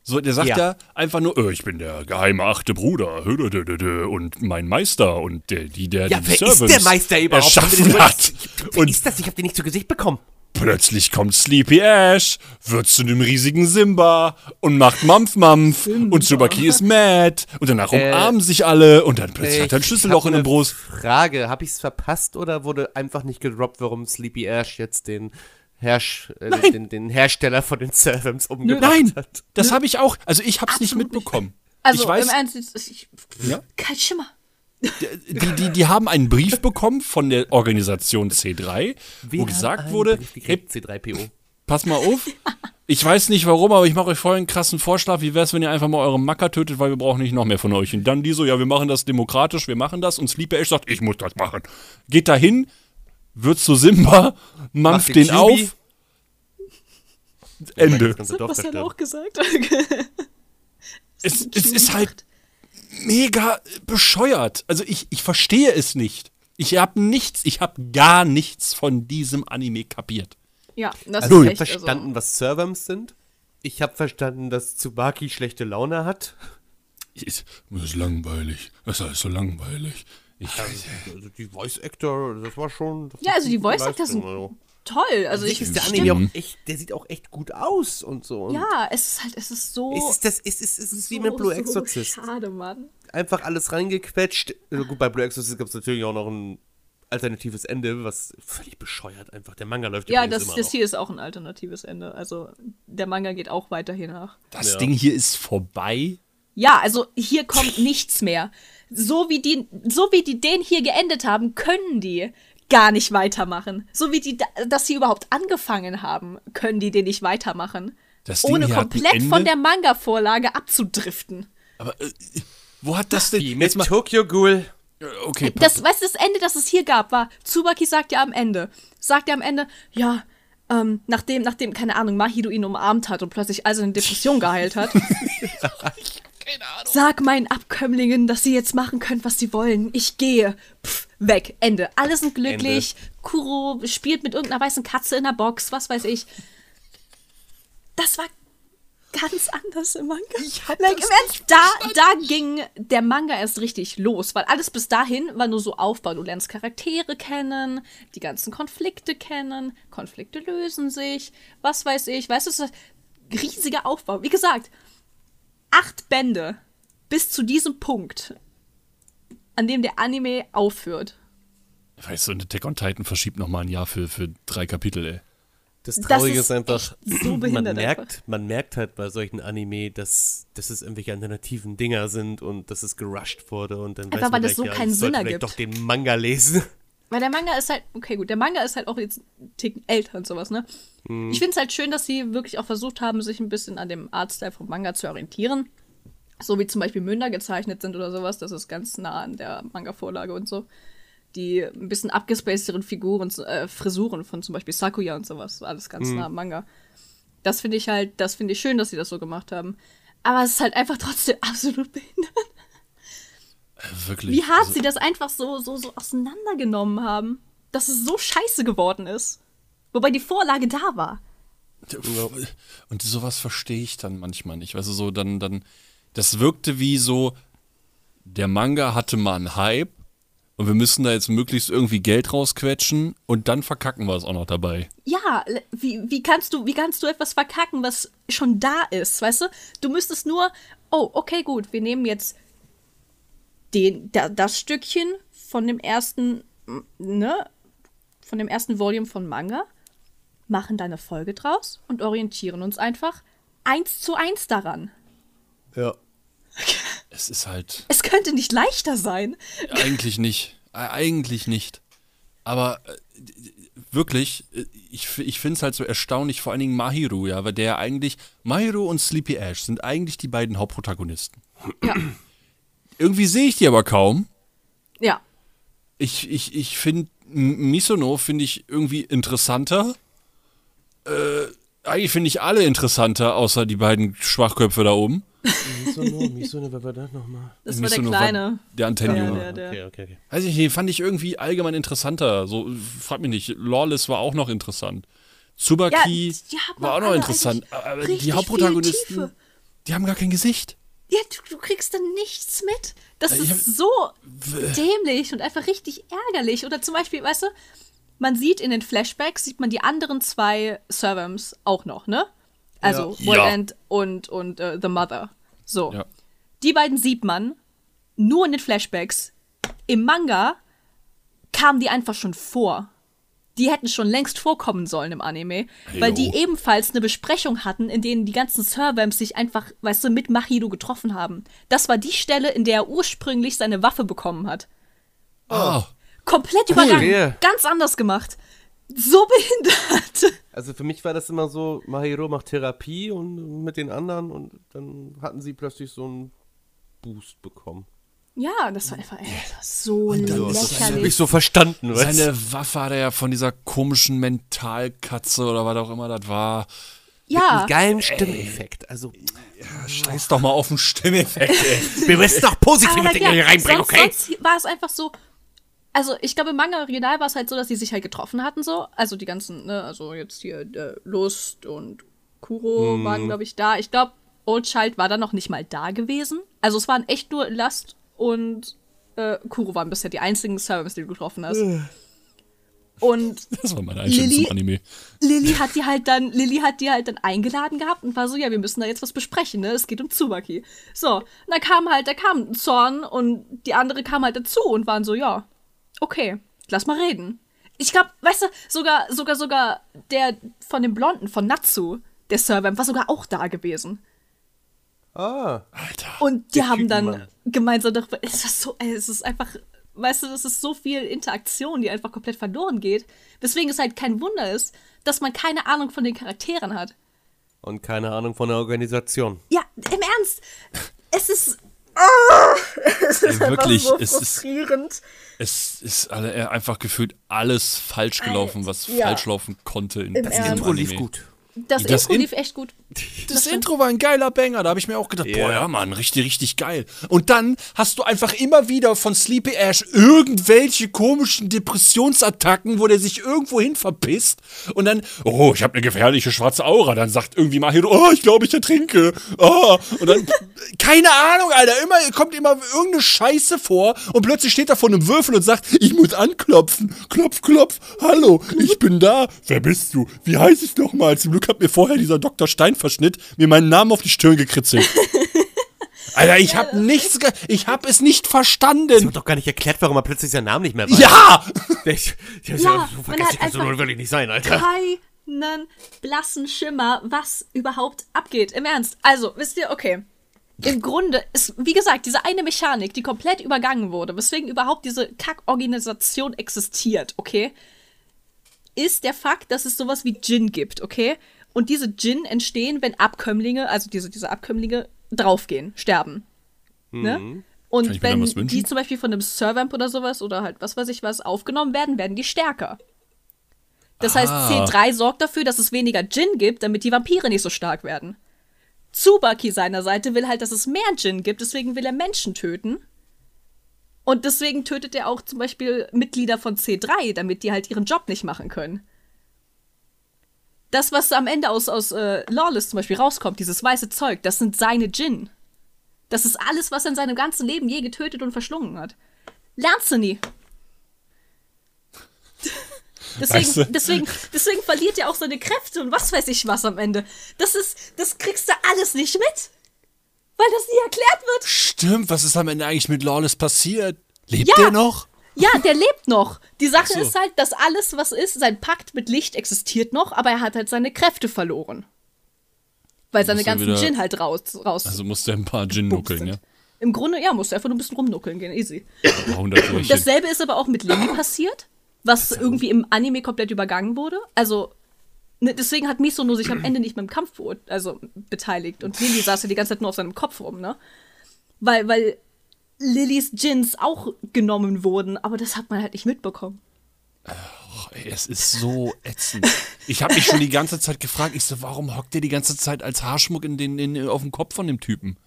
Speaker 2: So, der sagt ja,
Speaker 1: Ja.
Speaker 2: einfach nur, äh, ich bin der geheime achte Bruder hö, dö, dö, dö, und mein Meister und der, die, der
Speaker 1: Ja,
Speaker 2: den
Speaker 1: wer
Speaker 2: Servants
Speaker 1: ist der Meister überhaupt?
Speaker 2: erschaffen hat.
Speaker 1: Wer
Speaker 2: Und
Speaker 1: ist das? Ich habe den nicht zu Gesicht bekommen.
Speaker 2: Plötzlich kommt Sleepy Ash, wird zu dem riesigen Simba und macht Mampf Mampf und Subaki ist mad und danach umarmen sich alle und dann plötzlich hat er
Speaker 1: Äh,
Speaker 2: ein
Speaker 1: Ich
Speaker 2: Schlüsselloch
Speaker 1: hab
Speaker 2: in der
Speaker 1: eine
Speaker 2: Brust.
Speaker 1: Frage, habe ich es verpasst oder wurde einfach nicht gedroppt, warum Sleepy Ash jetzt den, Herrsch, äh, den, den Hersteller von den Servams umgebracht
Speaker 2: Nein,
Speaker 1: hat?
Speaker 2: das habe ich auch. Also ich habe es nicht mitbekommen.
Speaker 3: Also
Speaker 2: ich weiß,
Speaker 3: im Ernst, ich, ich,
Speaker 2: Ja?
Speaker 3: kein Schimmer.
Speaker 2: die, die, die haben einen Brief bekommen von der Organisation C3, wo gesagt wurde, hey,
Speaker 1: C3PO.
Speaker 2: pass mal auf, ich weiß nicht warum, aber ich mache euch voll einen krassen Vorschlag, wie wär's, wenn ihr einfach mal euren Macker tötet, weil wir brauchen nicht noch mehr von euch. Und dann die so, ja, wir machen das demokratisch, wir machen das. Und Sleepy Ash sagt, ich muss das machen. Geht dahin, wird zu Simba,
Speaker 1: Macht
Speaker 2: mampft den
Speaker 1: den Chibi.
Speaker 2: auf. Ende.
Speaker 1: Das ganze Dorf
Speaker 3: Was hat er
Speaker 1: zerstören.
Speaker 3: auch gesagt?
Speaker 2: Es, es ist halt mega bescheuert. Also ich, ich verstehe es nicht. Ich habe nichts, ich habe gar nichts von diesem Anime kapiert.
Speaker 3: Ja, das
Speaker 1: Also ich
Speaker 3: ist
Speaker 1: habe
Speaker 3: echt,
Speaker 1: verstanden, was Servams sind. Ich habe verstanden, dass Tsubaki schlechte Laune hat.
Speaker 2: Ich, mir ist langweilig. Es ist alles so langweilig. Ich,
Speaker 1: Also die Voice Actor, das war schon. das
Speaker 3: Ja,
Speaker 1: war
Speaker 3: also die
Speaker 1: gute
Speaker 3: Voice Actor sind-
Speaker 1: Leistung, also.
Speaker 3: Also, toll. Also ich,
Speaker 1: Ich ist der
Speaker 3: stimmt.
Speaker 1: Anime auch echt, der sieht auch echt gut aus und so. Und
Speaker 3: Ja, es ist halt, es ist so.
Speaker 1: Es ist, das, es ist, es ist wie
Speaker 3: so,
Speaker 1: mit Blue
Speaker 3: so
Speaker 1: Exorcist.
Speaker 3: Schade, Mann.
Speaker 1: Einfach alles reingequetscht. Also gut, bei Blue Exorcist gab es natürlich auch noch ein alternatives Ende, was völlig bescheuert einfach. Der Manga läuft
Speaker 3: Ja,
Speaker 1: übrigens
Speaker 3: das,
Speaker 1: immer
Speaker 3: das hier ist auch ein alternatives Ende. Also der Manga geht auch weiter hier nach.
Speaker 2: das Ding hier ist vorbei.
Speaker 3: Ja, also hier kommt nichts mehr. So wie die, so wie die den hier geendet haben, können die gar nicht weitermachen. So wie die, da- dass sie überhaupt angefangen haben, können die den nicht weitermachen.
Speaker 2: Das Ding
Speaker 3: ohne
Speaker 2: hier hat ein
Speaker 3: komplett
Speaker 2: Ende.
Speaker 3: von der Manga-Vorlage abzudriften.
Speaker 2: Aber äh, wo hat das denn?
Speaker 1: noch. Mit Tokyo Ghoul.
Speaker 2: äh, okay, pa-
Speaker 3: Das, weißt du, das Ende, das es hier gab, war, Tsubaki sagt ja am Ende, sagt ja am Ende, ja, ähm, nachdem, nachdem, keine Ahnung, Mahido ihn umarmt hat und plötzlich also eine Depression geheilt hat. Sag meinen Abkömmlingen, dass sie jetzt machen können, was sie wollen. Ich gehe. Pff, weg. Ende. Alle sind glücklich. Kuro spielt mit irgendeiner weißen Katze in der Box, was weiß ich. Das war ganz anders im Manga. Ich hab like, im Ernst, da, da ging der Manga erst richtig los, weil alles bis dahin war nur so Aufbau. Du lernst Charaktere kennen, die ganzen Konflikte kennen, Konflikte lösen sich, was weiß ich. Weißt du, es ist ein riesiger Aufbau. Wie gesagt, acht Bände bis zu diesem Punkt, an dem der Anime aufhört.
Speaker 2: weißt du, Attack on Titan verschiebt noch mal ein Jahr für, für drei Kapitel, ey.
Speaker 1: Das
Speaker 3: Das
Speaker 1: Traurige
Speaker 3: ist
Speaker 1: ist, einfach,
Speaker 3: echt so
Speaker 1: man,
Speaker 3: behindert einfach.
Speaker 1: merkt, man merkt halt bei solchen Anime, dass, dass es irgendwelche alternativen Dinger sind und dass es gerusht wurde und dann
Speaker 3: Einfach,
Speaker 1: weiß man
Speaker 3: weil es
Speaker 1: gleich,
Speaker 3: so
Speaker 1: ja,
Speaker 3: keinen
Speaker 1: ich sollte
Speaker 3: Sinn
Speaker 1: vielleicht
Speaker 3: ergibt.
Speaker 1: doch den Manga lesen.
Speaker 3: Weil der Manga ist halt, okay, gut, der Manga ist halt auch jetzt einen Ticken älter und sowas, ne? Ich finde es halt schön, dass sie wirklich auch versucht haben, sich ein bisschen an dem Artstyle vom Manga zu orientieren. So wie zum Beispiel Münder gezeichnet sind oder sowas, das ist ganz nah an der Manga-Vorlage und so. Die ein bisschen abgespacederen Figuren, äh, Frisuren von zum Beispiel Sakuya und sowas, alles ganz nah am Manga. Das finde ich halt, das finde ich schön, dass sie das so gemacht haben. Aber es ist halt einfach trotzdem absolut behindert.
Speaker 2: Äh, Wirklich.
Speaker 3: Wie hart sie das einfach so, so, so auseinandergenommen haben, dass es so scheiße geworden ist. Wobei die Vorlage da war.
Speaker 2: Und sowas verstehe ich dann manchmal nicht. Weißt du, so dann, dann, das wirkte wie so, der Manga hatte mal einen Hype und wir müssen da jetzt möglichst irgendwie Geld rausquetschen und dann verkacken wir es auch noch dabei.
Speaker 3: Ja, l- wie, wie, kannst du, wie kannst du etwas verkacken, was schon da ist, weißt du? Du müsstest nur, oh, okay, gut, wir nehmen jetzt den, da, das Stückchen von dem ersten, m, ne, von dem ersten Volume von Manga, machen da eine Folge draus und orientieren uns einfach eins zu eins daran.
Speaker 1: Ja.
Speaker 2: Es ist halt
Speaker 3: Es könnte nicht leichter sein.
Speaker 2: eigentlich nicht. Äh, Eigentlich nicht. Aber äh, d- d- wirklich, äh, ich, f- ich finde es halt so erstaunlich, vor allen Dingen Mahiru, ja, weil der eigentlich, Mahiru und Sleepy Ash sind eigentlich die beiden Hauptprotagonisten.
Speaker 3: Ja.
Speaker 2: Irgendwie sehe ich die aber kaum.
Speaker 3: Ja,
Speaker 2: Ich, ich, ich finde Misono finde ich irgendwie interessanter. Äh, eigentlich finde ich alle interessanter, außer die beiden Schwachköpfe da oben.
Speaker 1: Misono, Misono, wer war das nochmal?
Speaker 3: das war der
Speaker 2: Misono
Speaker 3: Kleine.
Speaker 2: der
Speaker 3: Ja,
Speaker 2: Antennenjunge.
Speaker 3: der, der.
Speaker 1: Okay, okay, okay.
Speaker 2: Weiß ich nicht, fand ich irgendwie allgemein interessanter. So, frag mich nicht. Lawless war auch noch interessant.
Speaker 3: Ja,
Speaker 2: Tsubaki
Speaker 3: die haben
Speaker 2: war auch noch
Speaker 3: alle
Speaker 2: interessant.
Speaker 3: eigentlich
Speaker 2: Aber
Speaker 3: richtig
Speaker 2: die
Speaker 3: viel
Speaker 2: Hauptprotagonisten,
Speaker 3: Tiefe.
Speaker 2: Die haben gar kein Gesicht.
Speaker 3: Ja, du, du kriegst dann nichts mit. Das
Speaker 2: Äh, ich hab-
Speaker 3: ist so dämlich und einfach richtig ärgerlich. Oder zum Beispiel, weißt du, man sieht in den Flashbacks, sieht man die anderen zwei Servums auch noch, ne? Also
Speaker 2: Ja. Ja.
Speaker 3: World und, und äh, The Mother. So.
Speaker 2: Ja.
Speaker 3: Die beiden sieht man nur in den Flashbacks. Im Manga kamen die einfach schon vor. Die hätten schon längst vorkommen sollen im Anime, weil die ebenfalls eine Besprechung hatten, in denen die ganzen Servamps sich einfach, weißt du, mit Machido getroffen haben. Das war die Stelle, in der er ursprünglich seine Waffe bekommen hat.
Speaker 2: Ah.
Speaker 3: Komplett übergangen.
Speaker 5: Yeah.
Speaker 3: Ganz anders gemacht. So behindert.
Speaker 5: Also für mich war das immer so, Mahiro macht Therapie und mit den anderen und dann hatten sie plötzlich so einen Boost bekommen.
Speaker 3: Ja, das war einfach ey, das war so lächerlich.
Speaker 5: ich so verstanden,
Speaker 2: Seine Waffe hat er ja von dieser komischen Mentalkatze oder was auch immer das war.
Speaker 3: Ja,
Speaker 5: Geilen Stimmeffekt. Also,
Speaker 2: Scheiß doch mal auf den Stimmeffekt.
Speaker 5: wir müssen doch positive
Speaker 3: aber ja,
Speaker 5: Dinge reinbringen,
Speaker 3: sonst,
Speaker 5: okay?
Speaker 3: sonst war es einfach so. Also, ich glaube, im Manga-Original war es halt so, dass die sich halt getroffen hatten, so. Also, die ganzen, ne, also jetzt hier äh, Lust und Kuro
Speaker 5: Hm.
Speaker 3: waren, glaube ich, da. Ich glaube, Old Child war da noch nicht mal da gewesen. Also, es waren echt nur Lust und äh, Kuro waren bisher die einzigen Service, die du getroffen hast.
Speaker 5: Äh.
Speaker 3: und
Speaker 2: Das war meine Einstellung
Speaker 3: Lilly?
Speaker 2: zum Anime.
Speaker 3: Lilly hat die halt dann, Lilly hat die halt dann eingeladen gehabt und war so, ja, wir müssen da jetzt was besprechen, ne? Es geht um Tsubaki. So, und dann kam halt, da kam Zorn und die andere kam halt dazu und waren so, ja, okay, lass mal reden. Ich glaube, weißt du, sogar, sogar, sogar der von dem Blonden, von Natsu, der Servant, war sogar auch da gewesen.
Speaker 5: Ah,
Speaker 3: Und die
Speaker 5: Der
Speaker 3: haben dann
Speaker 5: Kükenmann.
Speaker 3: gemeinsam darüber. Es ist so, ey, es ist einfach, weißt du, das ist so viel Interaktion, die einfach komplett verloren geht. Weswegen es halt kein Wunder ist, dass man keine Ahnung von den Charakteren hat.
Speaker 5: und keine Ahnung von der Organisation.
Speaker 3: Ja, im Ernst. Es ist. es ist
Speaker 2: einfach wirklich, so es ist-
Speaker 3: frustrierend.
Speaker 2: Es ist alle, äh, einfach gefühlt alles falsch gelaufen, was
Speaker 3: Ja.
Speaker 2: falsch laufen konnte in diesem
Speaker 3: Ernst.
Speaker 2: Anime.
Speaker 3: das
Speaker 2: das
Speaker 3: Intro
Speaker 2: In-
Speaker 3: lief echt gut.
Speaker 2: Das Intro war ein geiler Banger, da habe ich mir auch gedacht, boah, ja, Mann, richtig, richtig geil. Und dann hast du einfach immer wieder von Sleepy Ash irgendwelche komischen Depressionsattacken, wo der sich irgendwo hin verpisst und dann, oh, ich habe eine gefährliche schwarze Aura. Dann sagt irgendwie Mahiro, oh, ich glaube, ich ertrinke. Ah. Und dann, keine Ahnung, Alter, immer kommt immer irgendeine Scheiße vor und plötzlich steht er vor einem Würfel und sagt, ich muss anklopfen. Klopf, klopf, hallo, ich bin da. Wer bist du? Wie heißt ich nochmal? Zum Glück hat mir vorher dieser Dr. Steinverschnitt mir meinen Namen auf die Stirn gekritzelt. Alter, ich hab nichts, ge ich hab es nicht verstanden.
Speaker 5: doch gar nicht erklärt, warum er plötzlich seinen Namen nicht mehr weiß.
Speaker 2: Ja!
Speaker 5: Ich, ich, ich,
Speaker 3: Ja,
Speaker 5: so
Speaker 3: man hat
Speaker 5: vergesslich kannst du
Speaker 3: einfach-
Speaker 5: nun wirklich nicht sein, Alter.
Speaker 3: keinen blassen Schimmer, was überhaupt abgeht. Im Ernst. Also, wisst ihr, okay. Im Grunde ist, wie gesagt, diese eine Mechanik, die komplett übergangen wurde, weswegen überhaupt diese Kackorganisation existiert, okay, ist der Fakt, dass es sowas wie Djinn gibt, okay? Und diese Djinn entstehen, wenn Abkömmlinge, also diese, diese Abkömmlinge, draufgehen, sterben. Ne?
Speaker 2: Kann
Speaker 3: Und
Speaker 2: ich mir da
Speaker 3: wenn
Speaker 2: was wünschen?
Speaker 3: die zum Beispiel von einem Servamp oder sowas oder halt was weiß ich was aufgenommen werden, werden die stärker. Das heißt,
Speaker 2: Ah.
Speaker 3: C3 sorgt dafür, dass es weniger Djinn gibt, damit die Vampire nicht so stark werden. Tsubaki seiner Seite will halt, dass es mehr Djinn gibt, deswegen will er Menschen töten. Und deswegen tötet er auch zum Beispiel Mitglieder von C3, damit die halt ihren Job nicht machen können. Das, was am Ende aus, aus äh, Lawless zum Beispiel rauskommt, dieses weiße Zeug, das sind seine Djinn. Das ist alles, was er in seinem ganzen Leben je getötet und verschlungen hat. Lernst du nie. Deswegen,
Speaker 2: Weißt du?
Speaker 3: deswegen, deswegen verliert er auch seine Kräfte und was weiß ich was am Ende. Das ist, das kriegst du alles nicht mit, weil das nie erklärt wird.
Speaker 2: Stimmt, was ist am Ende eigentlich mit Lawless passiert? Lebt
Speaker 3: Ja.
Speaker 2: der noch?
Speaker 3: Ja, der lebt noch. Die Sache
Speaker 2: Ach so.
Speaker 3: ist halt, dass alles, was ist, sein Pakt mit Licht existiert noch, aber er hat halt seine Kräfte verloren. Weil seine
Speaker 2: muss er
Speaker 3: ganzen
Speaker 2: wieder-
Speaker 3: Gin halt raus. raus
Speaker 2: Also muss der ein paar Gin nuckeln, ja?
Speaker 3: Im Grunde, ja, musst du einfach nur ein bisschen rumnuckeln gehen. Easy.
Speaker 2: 100 Röhrchen.
Speaker 3: Dasselbe ist aber auch mit Lily passiert, was irgendwie im Anime komplett übergangen wurde. Also, ne, deswegen hat Misono sich am Ende nicht mehr im Kampf beurt- also, beteiligt. Und Lily saß ja die ganze Zeit nur auf seinem Kopf rum, ne? Weil, weil Lillys Gins auch genommen wurden, aber das hat man halt nicht mitbekommen.
Speaker 2: Ey, Es ist so ätzend. Ich habe mich schon die ganze Zeit gefragt, ich so, warum hockt der die ganze Zeit als Haarschmuck in den, in, auf dem Kopf von dem Typen?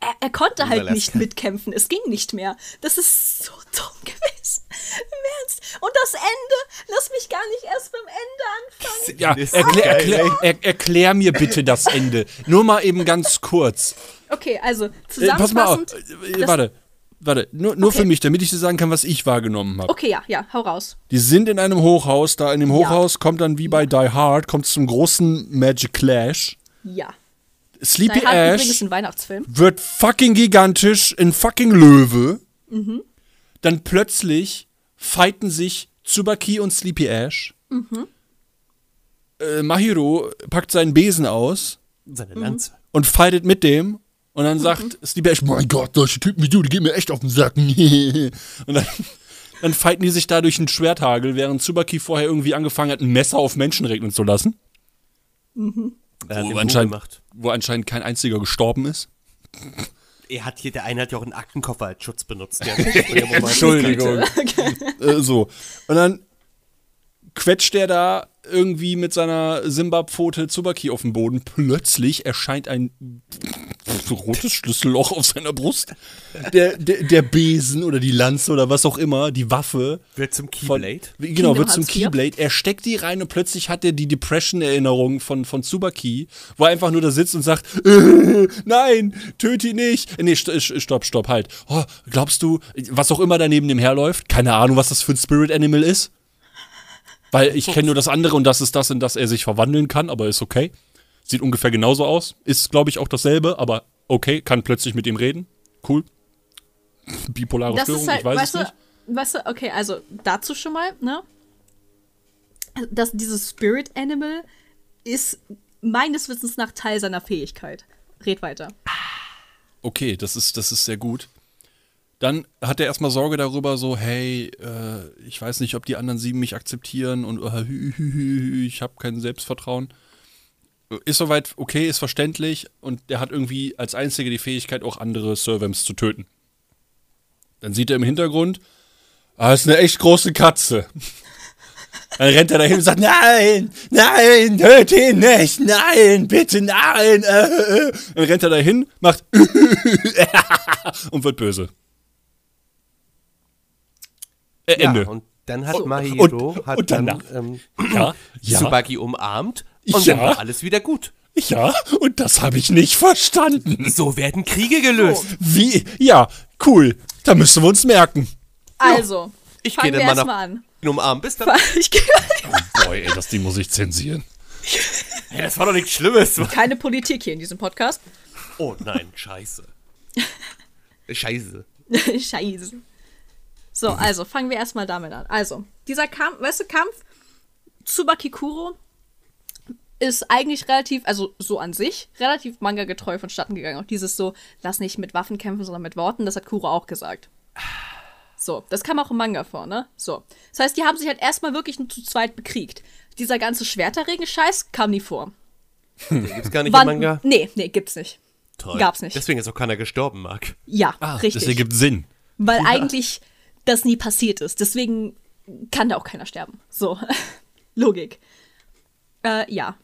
Speaker 3: er, er konnte halt
Speaker 5: Überlassen.
Speaker 3: nicht mitkämpfen. Es ging nicht mehr. Das ist so dumm gewesen. Im Ernst. Und das Ende, lass mich gar nicht erst beim Ende anfangen.
Speaker 2: Ja, erklär, erklär, er, erklär mir bitte das Ende. Nur mal eben ganz kurz.
Speaker 3: Okay, also
Speaker 2: Äh, pass mal auf.
Speaker 3: zusammenfassend.
Speaker 2: Äh,
Speaker 3: das-
Speaker 2: Warte, warte. Nur, nur
Speaker 3: Okay.
Speaker 2: für mich, damit ich dir sagen kann, was ich wahrgenommen habe.
Speaker 3: Okay, ja, ja, hau raus.
Speaker 2: Die sind in einem Hochhaus. Da in dem Hochhaus kommt dann wie bei Die Hard, kommt es zum großen Magic Clash.
Speaker 3: Ja.
Speaker 2: Sleepy
Speaker 3: Dein Hart übrigens
Speaker 2: Ash
Speaker 3: ein Weihnachtsfilm.
Speaker 2: wird fucking gigantisch in fucking Löwe. Dann plötzlich fighten sich Tsubaki und Sleepy Ash. Äh, Mahiro packt seinen Besen aus
Speaker 5: Seine
Speaker 3: Mhm.
Speaker 5: Lanze.
Speaker 2: und fightet mit dem. Und dann sagt Sleepy Ash, mein Gott, solche Typen wie du, die gehen mir echt auf den Sack. und dann, dann fighten die sich da durch einen Schwerthagel, während Tsubaki vorher irgendwie angefangen hat, ein Messer auf Menschen regnen zu lassen.
Speaker 5: Er hat den
Speaker 2: Wo
Speaker 5: Bogen
Speaker 2: anscheinend,
Speaker 5: gemacht.
Speaker 2: wo anscheinend kein einziger gestorben ist.
Speaker 5: Er hat hier, der eine hat ja auch einen Aktenkoffer als Schutz benutzt. Der hat sich in dem Moment-
Speaker 2: Entschuldigung. äh, so. Und dann quetscht er da irgendwie mit seiner Simba-Pfote Tsubaki auf den Boden. Plötzlich erscheint ein rotes Schlüsselloch auf seiner Brust. Der, der, der Besen oder die Lanze oder was auch immer, die Waffe.
Speaker 5: Wird zum
Speaker 2: Von,
Speaker 5: Keyblade.
Speaker 2: Wie- genau, wird
Speaker 3: Kingdom
Speaker 2: zum
Speaker 3: Hearts 4.
Speaker 2: Keyblade. Er steckt die rein und plötzlich hat er die Depression-Erinnerung von, von Tsubaki, wo er einfach nur da sitzt und sagt, "Äh, nein, töte ihn nicht. Äh, Nee, st st- stopp, stopp, halt. Oh, glaubst du, was auch immer da neben dem herläuft, keine Ahnung, was das für ein Spirit-Animal ist? Weil ich kenne nur das andere und das ist das, in das er sich verwandeln kann, aber ist okay. Sieht ungefähr genauso aus. Ist, glaube ich, auch dasselbe, aber okay, kann plötzlich mit ihm reden. Cool. Bipolare
Speaker 3: Das
Speaker 2: Störung,
Speaker 3: ist halt,
Speaker 2: ich weiß
Speaker 3: weißt
Speaker 2: es nicht.
Speaker 3: du, weißt du, okay, also dazu schon mal, ne? Das, dieses Spirit Animal ist meines Wissens nach Teil seiner Fähigkeit. Red weiter.
Speaker 2: Okay, das ist, das ist sehr gut. Dann hat er erstmal Sorge darüber, so, hey, äh, ich weiß nicht, ob die anderen sieben mich akzeptieren und äh, hü, hü, hü, hü, ich habe kein Selbstvertrauen. Ist soweit okay, ist verständlich und er hat irgendwie als einziger die Fähigkeit, auch andere Servants zu töten. Dann sieht er im Hintergrund, ah, ist eine echt große Katze. Dann rennt er dahin und sagt, nein, nein, töte ihn nicht, nein, bitte nein. Äh, äh. äh." Dann rennt er dahin, macht und wird böse. Äh, Ende.
Speaker 5: Ja, und dann hat
Speaker 3: Oh,
Speaker 2: Und-
Speaker 5: Mahiro
Speaker 2: und-
Speaker 5: hat
Speaker 2: und
Speaker 5: dann
Speaker 2: danach-
Speaker 5: ähm,
Speaker 2: ja, ja,
Speaker 5: Tsubaki umarmt
Speaker 2: Ja.
Speaker 5: und dann war alles wieder gut.
Speaker 2: ja, und das habe ich nicht verstanden.
Speaker 5: So werden Kriege gelöst.
Speaker 2: Wie? Ja, cool. Da müssen wir uns merken.
Speaker 3: Also,
Speaker 5: Ich
Speaker 3: fangen
Speaker 5: gehe
Speaker 3: wir
Speaker 5: dann mal nach
Speaker 3: erstmal an.
Speaker 5: umarmen. Bis dann.
Speaker 3: Ich gehe
Speaker 2: Boy, ey, das Ding muss ich zensieren.
Speaker 5: Hey, das war doch nichts Schlimmes.
Speaker 3: keine Politik hier in diesem Podcast.
Speaker 5: Oh nein, scheiße. Scheiße.
Speaker 3: Scheiße. So, also fangen wir erstmal damit an. Also, dieser Kampf, weißt du, Kampf Tsubakikuro ist eigentlich relativ, also so an sich, relativ manga-getreu vonstatten gegangen. Auch dieses so, lass nicht mit Waffen kämpfen, sondern mit Worten, das hat Kuro auch gesagt. So, das kam auch im Manga vor, ne? So. Das heißt, die haben sich halt erstmal wirklich nur zu zweit bekriegt. Dieser ganze Schwerterregen-Scheiß kam nie vor.
Speaker 5: Den gibt's gar nicht
Speaker 3: Wann-
Speaker 5: im Manga.
Speaker 3: Nee, nee, gibt's nicht.
Speaker 5: Toll. Ah,
Speaker 3: Gab's nicht.
Speaker 5: Deswegen ist auch keiner gestorben, Marc.
Speaker 3: Ja, richtig.
Speaker 2: Ah, Das ergibt Sinn.
Speaker 3: weil eigentlich das nie passiert ist. Deswegen kann da auch keiner sterben. So, Logik. Äh, ja.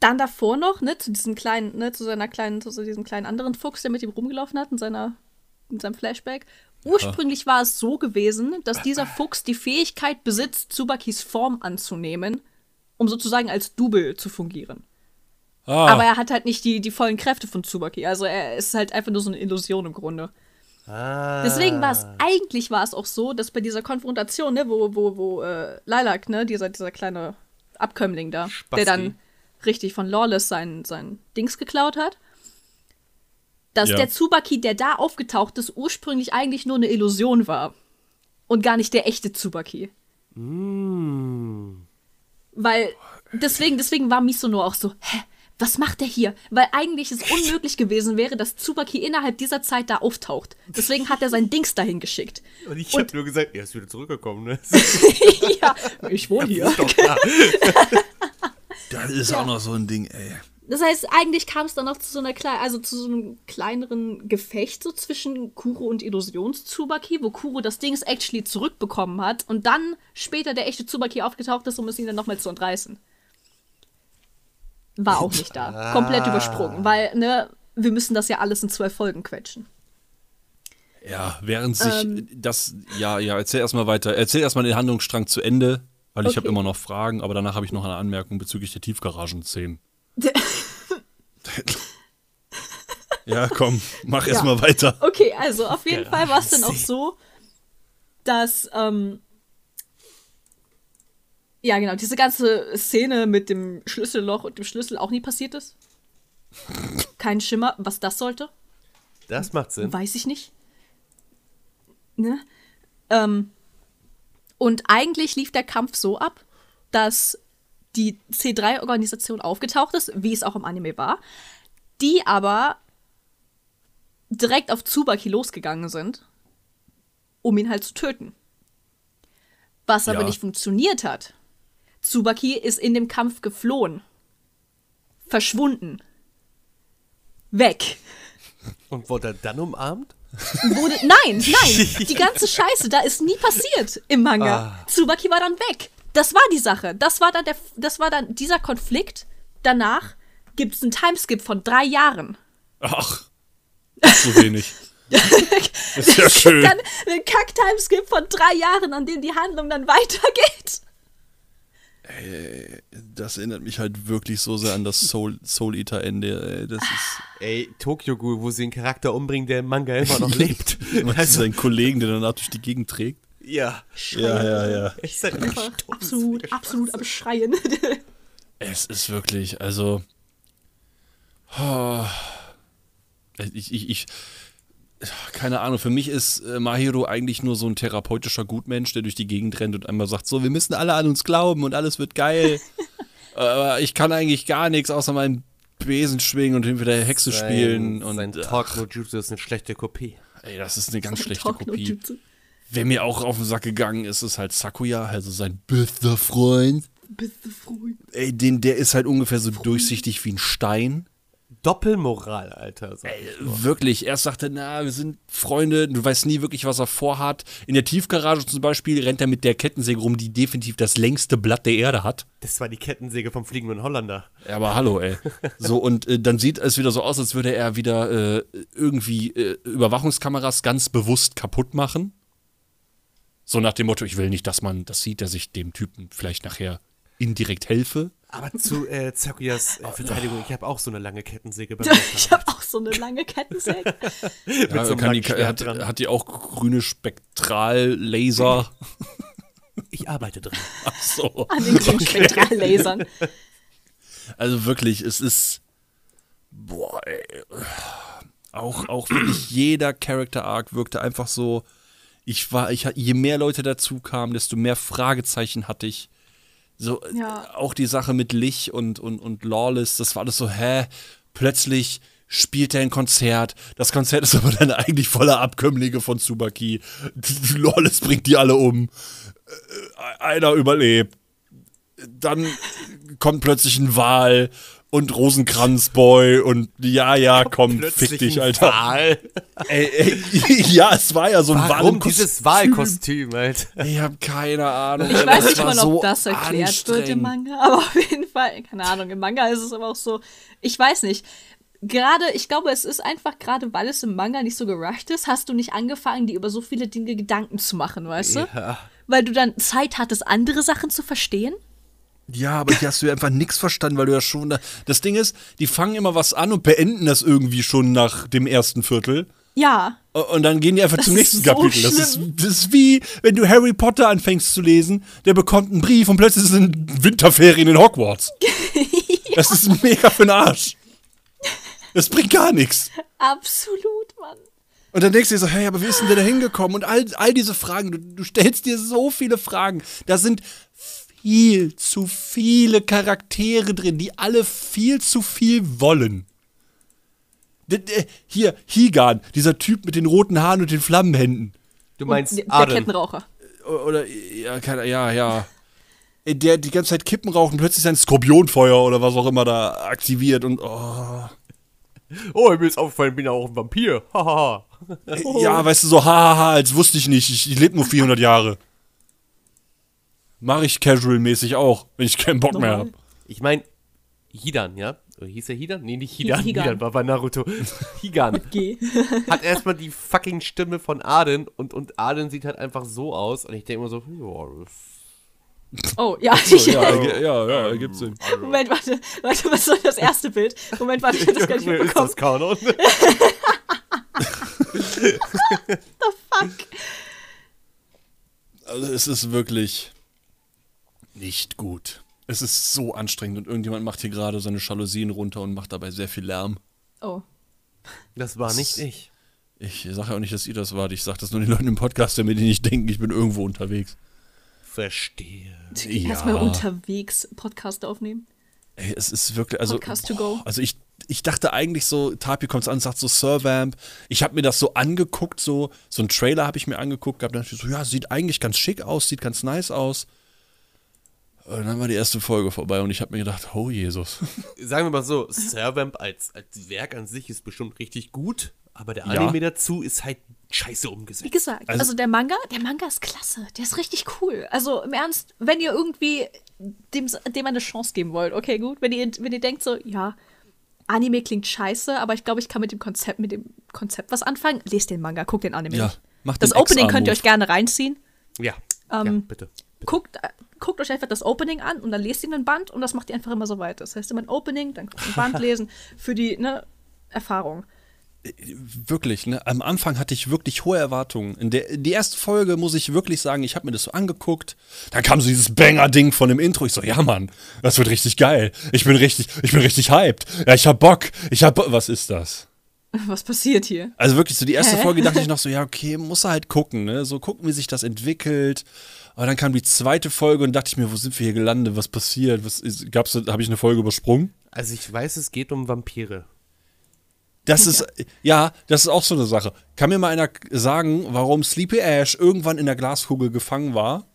Speaker 3: Dann davor noch, ne, zu diesem kleinen, ne, zu seiner kleinen, zu so diesem kleinen anderen Fuchs, der mit ihm rumgelaufen hat, in seiner, in seinem Flashback. Ursprünglich war es so gewesen, dass dieser Fuchs die Fähigkeit besitzt, Tsubakis Form anzunehmen, um sozusagen als Double zu fungieren.
Speaker 2: Ah,
Speaker 3: Aber er hat halt nicht die, die vollen Kräfte von Tsubaki. Also er ist halt einfach nur so eine Illusion im Grunde. Deswegen war es, eigentlich war es auch so, dass bei dieser Konfrontation, ne, wo, wo, wo äh, Lilac, ne, dieser, dieser kleine Abkömmling da,
Speaker 5: Spasti.
Speaker 3: der dann richtig von Lawless sein, sein Dings geklaut hat, dass
Speaker 2: Ja.
Speaker 3: der Tsubaki, der da aufgetaucht ist, ursprünglich eigentlich nur eine Illusion war. Und gar nicht der echte Tsubaki. Weil deswegen, deswegen war Misono auch so, hä, was macht der hier? Weil eigentlich es unmöglich gewesen wäre, dass Tsubaki innerhalb dieser Zeit da auftaucht. Deswegen hat er sein Dings dahin geschickt.
Speaker 5: Und ich hab nur gesagt, er ist wieder zurückgekommen, ne?
Speaker 3: ja, ich wohne hier.
Speaker 2: das ist auch noch so ein Ding, ey.
Speaker 3: Das heißt, eigentlich kam es dann noch zu so einer kleinen, also zu so einem kleineren Gefecht so zwischen Kuro und Illusions-Tsubaki, wo Kuro das Dings actually zurückbekommen hat und dann später der echte Tsubaki aufgetaucht ist, um es ihn dann nochmal zu entreißen. War auch nicht da. Komplett übersprungen, weil, ne, wir müssen das ja alles in zwölf Folgen quetschen.
Speaker 2: Ja, während sich
Speaker 3: Ähm.
Speaker 2: das. Ja, ja, erzähl erstmal weiter. Erzähl erstmal den Handlungsstrang zu Ende, weil ich
Speaker 3: Okay.
Speaker 2: habe immer noch Fragen, aber danach habe ich noch eine Anmerkung bezüglich der Tiefgaragenszenen. ja, komm, mach erst erstmal weiter.
Speaker 3: Okay, also auf jeden Fall war es dann auch so, dass, ähm, ja genau, diese ganze Szene mit dem Schlüsselloch und dem Schlüssel auch nie passiert ist. Kein Schimmer, was das sollte,
Speaker 5: Das macht Sinn.
Speaker 3: weiß ich nicht. Ne? Ähm, und eigentlich lief der Kampf so ab, dass die C3-Organisation aufgetaucht ist, wie es auch im Anime war, die aber direkt auf Tsubaki losgegangen sind, um ihn halt zu töten. Was aber
Speaker 2: Ja.
Speaker 3: nicht funktioniert hat. Tsubaki ist in dem Kampf geflohen. Verschwunden. Weg.
Speaker 5: Und wurde er dann umarmt?
Speaker 3: Wurde, nein, nein, die ganze Scheiße, da ist nie passiert im
Speaker 2: Ah.
Speaker 3: Manga. Tsubaki war dann weg. Das war die Sache. Das war dann, der, das war dann dieser Konflikt. Danach gibt es einen Timeskip von drei Jahren.
Speaker 2: Ach, so wenig. ist ja schön.
Speaker 3: Dann einen Kack-Timeskip von drei Jahren, an dem die Handlung dann weitergeht.
Speaker 2: Das erinnert mich halt wirklich so sehr an das Soul, Soul Eater Ende. Das ist
Speaker 5: Ey, Tokyo Ghoul, wo sie einen Charakter umbringen, der im Manga immer noch lebt.
Speaker 2: also, sein Kollegen, der danach durch die Gegend trägt.
Speaker 5: Ja.
Speaker 2: Ja, ja, ja.
Speaker 5: Ich sag
Speaker 3: Einfach absolut, absolut am Schreien.
Speaker 2: Es ist wirklich, also. oh, Ich, ich, ich, keine Ahnung, für mich ist äh, Mahiro eigentlich nur so ein therapeutischer Gutmensch, der durch die Gegend rennt und einmal sagt: So, wir müssen alle an uns glauben und alles wird geil. Aber ich kann eigentlich gar nichts außer meinen Besen schwingen und hin wieder Hexe spielen. Und äh,
Speaker 5: sein Talk No Jutsu ist eine schlechte Kopie.
Speaker 2: ey, das ist eine ganz schlechte
Speaker 3: Talk no
Speaker 2: Kopie.
Speaker 3: Jutsu.
Speaker 2: Wer mir auch auf den Sack gegangen ist, ist halt Sakuya, also sein bester Freund.
Speaker 3: Bist du froh?
Speaker 2: Ey, den, der ist halt ungefähr so durchsichtig wie ein Stein.
Speaker 5: Doppelmoral, Alter. sag ich.
Speaker 2: Äh, Wirklich, erst sagt er, na, wir sind Freunde, du weißt nie wirklich, was er vorhat. In der Tiefgarage zum Beispiel rennt er mit der Kettensäge rum, die definitiv das längste Blatt der Erde hat.
Speaker 5: Das war die Kettensäge vom fliegenden Holländer.
Speaker 2: Ja, aber hallo, ey. So, und äh, dann sieht es wieder so aus, als würde er wieder äh, irgendwie äh, Überwachungskameras ganz bewusst kaputt machen. So nach dem Motto, ich will nicht, dass man das sieht, dass ich dem Typen vielleicht nachher indirekt helfe.
Speaker 5: Aber zu äh, Zakuyas äh, Verteidigung, ich habe auch so eine lange Kettensäge bei mir.
Speaker 3: Ich habe auch so eine lange Kettensäge.
Speaker 2: Ja,
Speaker 5: so einem
Speaker 2: kann die,
Speaker 5: langen Schwert
Speaker 2: hat,
Speaker 5: dran.
Speaker 2: hat die auch grüne Spektrallaser?
Speaker 5: Ich arbeite dran.
Speaker 2: Ach so.
Speaker 3: An den grünen Spektrallasern.
Speaker 2: Also wirklich, es ist. Boah, ey. Auch, auch wirklich jeder Character Arc wirkte einfach so. Ich war, ich, je mehr Leute dazu kamen, desto mehr Fragezeichen hatte ich. So, äh,
Speaker 3: Ja.
Speaker 2: auch die Sache mit Lich und, und, und Lawless, das war alles so, hä? Plötzlich spielt er ein Konzert. Das Konzert ist aber dann eigentlich voller Abkömmlinge von Tsubaki. Lawless bringt die alle um. Äh, Einer überlebt dann kommt plötzlich ein Wal und Rosenkranzboy und ja, ja, komm, fick dich, Alter. Ey, ey, ja, es war ja so ein Wal.
Speaker 5: Warum
Speaker 2: im
Speaker 5: dieses
Speaker 2: Kostüm.
Speaker 5: Wahlkostüm, Alter?
Speaker 2: Ich habe keine Ahnung.
Speaker 3: Ich weiß nicht mal, ob das erklärt wird im Manga, aber auf jeden Fall, keine Ahnung, im Manga ist es aber auch so, ich weiß nicht. Gerade, ich glaube, es ist einfach gerade, weil es im Manga nicht so gerusht ist, hast du nicht angefangen, dir über so viele Dinge Gedanken zu machen, weißt du?
Speaker 5: Ja.
Speaker 3: Weil du dann Zeit hattest, andere Sachen zu verstehen.
Speaker 2: Ja, aber hier hast du ja einfach nichts verstanden, weil du ja schon da. Das Ding ist, die fangen immer was an und beenden das irgendwie schon nach dem ersten Viertel.
Speaker 3: Ja,
Speaker 2: O- Und dann gehen die einfach zum
Speaker 3: ist
Speaker 2: nächsten
Speaker 3: so
Speaker 2: Kapitel. Das ist,
Speaker 3: schlimm.
Speaker 2: das ist wie, wenn du Harry Potter anfängst zu lesen, der bekommt einen Brief und plötzlich sind Winterferien in Hogwarts. Das ist mega für den Arsch. Das bringt gar nichts.
Speaker 3: absolut, Mann.
Speaker 2: Und dann denkst du dir so, hey, aber wie ist denn der da hingekommen? Und all, all diese Fragen, du, du stellst dir so viele Fragen. Da sind viel zu viele Charaktere drin, die alle viel zu viel wollen. D d- hier, Higan, dieser Typ mit den roten Haaren und den Flammenhänden.
Speaker 5: Du
Speaker 3: Der,
Speaker 5: meinst
Speaker 3: der
Speaker 5: Aden.
Speaker 3: Kettenraucher.
Speaker 2: O- Oder, ja, keine, ja, ja. Äh, Der die ganze Zeit Kippen raucht und plötzlich sein Skorpionfeuer oder was auch immer da aktiviert und, oh.
Speaker 5: Oh, mir ist aufgefallen, ich bin ja auch ein Vampir. Hahaha.
Speaker 2: Äh, Ja, weißt du, so, hahaha, als wusste ich nicht, ich, ich lebe nur 400 Jahre. Mache ich casual-mäßig auch, wenn ich keinen Bock mehr habe.
Speaker 5: ich meine, Hidan, ja? Hieß er Hidan? Nee, nicht Hidan.
Speaker 3: Higan.
Speaker 5: Hidan, war bei Naruto. Higan.
Speaker 3: Geh.
Speaker 5: Hat erstmal die fucking Stimme von Aden und, und Aden sieht halt einfach so aus. Und ich denke immer so, ja, das-
Speaker 3: Oh, ja.
Speaker 2: Ja, genau. ge- ja, ja, ergibt Sinn.
Speaker 3: Moment, warte. Warte, was soll das erste Bild? Moment, warte, ich hab das gar nicht
Speaker 5: Junge, ist
Speaker 3: mitbekommen.
Speaker 5: das Kanon?
Speaker 2: Also es ist wirklich nicht gut. Es ist so anstrengend und irgendjemand macht hier gerade seine Jalousien runter und macht dabei sehr viel Lärm.
Speaker 3: Oh.
Speaker 5: Das war nicht ich.
Speaker 2: Ich sage ja auch nicht, dass ihr das wart. Ich sage das nur den Leuten im Podcast, damit die nicht denken, ich bin irgendwo unterwegs.
Speaker 5: Verstehe.
Speaker 2: Ja.
Speaker 3: Erstmal unterwegs Podcast aufnehmen.
Speaker 2: Ey, es ist wirklich, also,
Speaker 3: Podcast to go.
Speaker 2: boah, also ich, ich dachte eigentlich so, Tapi kommt an und sagt so Survamp. Ich habe mir das so angeguckt, so, so einen Trailer habe ich mir angeguckt, gehabt, dann dachte ich so, ja, sieht eigentlich ganz schick aus, sieht ganz nice aus. Und dann war die erste Folge vorbei und ich habe mir gedacht, oh Jesus.
Speaker 5: Sagen wir mal so, Servamp als, als Werk an sich ist bestimmt richtig gut, aber der Anime dazu ist halt scheiße
Speaker 3: Wie
Speaker 5: umgesetzt.
Speaker 3: gesagt, also, der Manga, der Manga ist klasse. Der ist richtig cool. Also im Ernst, wenn ihr irgendwie dem, dem eine Chance geben wollt, okay, gut. Wenn ihr, wenn ihr denkt so, ja, Anime klingt scheiße, aber ich glaube, ich kann mit dem Konzept, mit dem Konzept was anfangen, lest den Manga, guckt den Anime.
Speaker 2: Ja,
Speaker 3: nicht.
Speaker 2: macht
Speaker 3: das
Speaker 2: den
Speaker 3: Opening könnt
Speaker 2: Ex-Arm-Move.
Speaker 3: ihr euch gerne reinziehen.
Speaker 5: Ja, ja
Speaker 3: Ähm,
Speaker 5: bitte.
Speaker 3: Guckt, äh, guckt euch einfach das Opening an und dann lest ihr den Band und das macht ihr einfach immer so weiter. Das heißt, immer ein Opening, dann ein Band lesen für die ne, Erfahrung.
Speaker 2: Wirklich, ne? Am Anfang hatte ich wirklich hohe Erwartungen. In der in die erste Folge muss ich wirklich sagen, ich habe mir das so angeguckt. Dann kam so dieses Banger-Ding von dem Intro. Ich so, ja Mann, das wird richtig geil. Ich bin richtig, ich bin richtig hyped. Ja, ich hab Bock. Ich hab Bo Was ist das?
Speaker 3: Was passiert hier?
Speaker 2: Also wirklich, so die erste
Speaker 3: Hä?
Speaker 2: Folge dachte ich noch so, ja, okay, muss er halt gucken, ne? So gucken, wie sich das entwickelt. Aber dann kam die zweite Folge und dachte ich mir, wo sind wir hier gelandet? Was passiert? Was ist, gab's, habe ich eine Folge übersprungen?
Speaker 5: Also ich weiß, es geht um Vampire.
Speaker 2: Das ist, ja, das ist auch so eine Sache. Kann mir mal einer sagen, warum Sleepy Ash irgendwann in der Glaskugel gefangen war?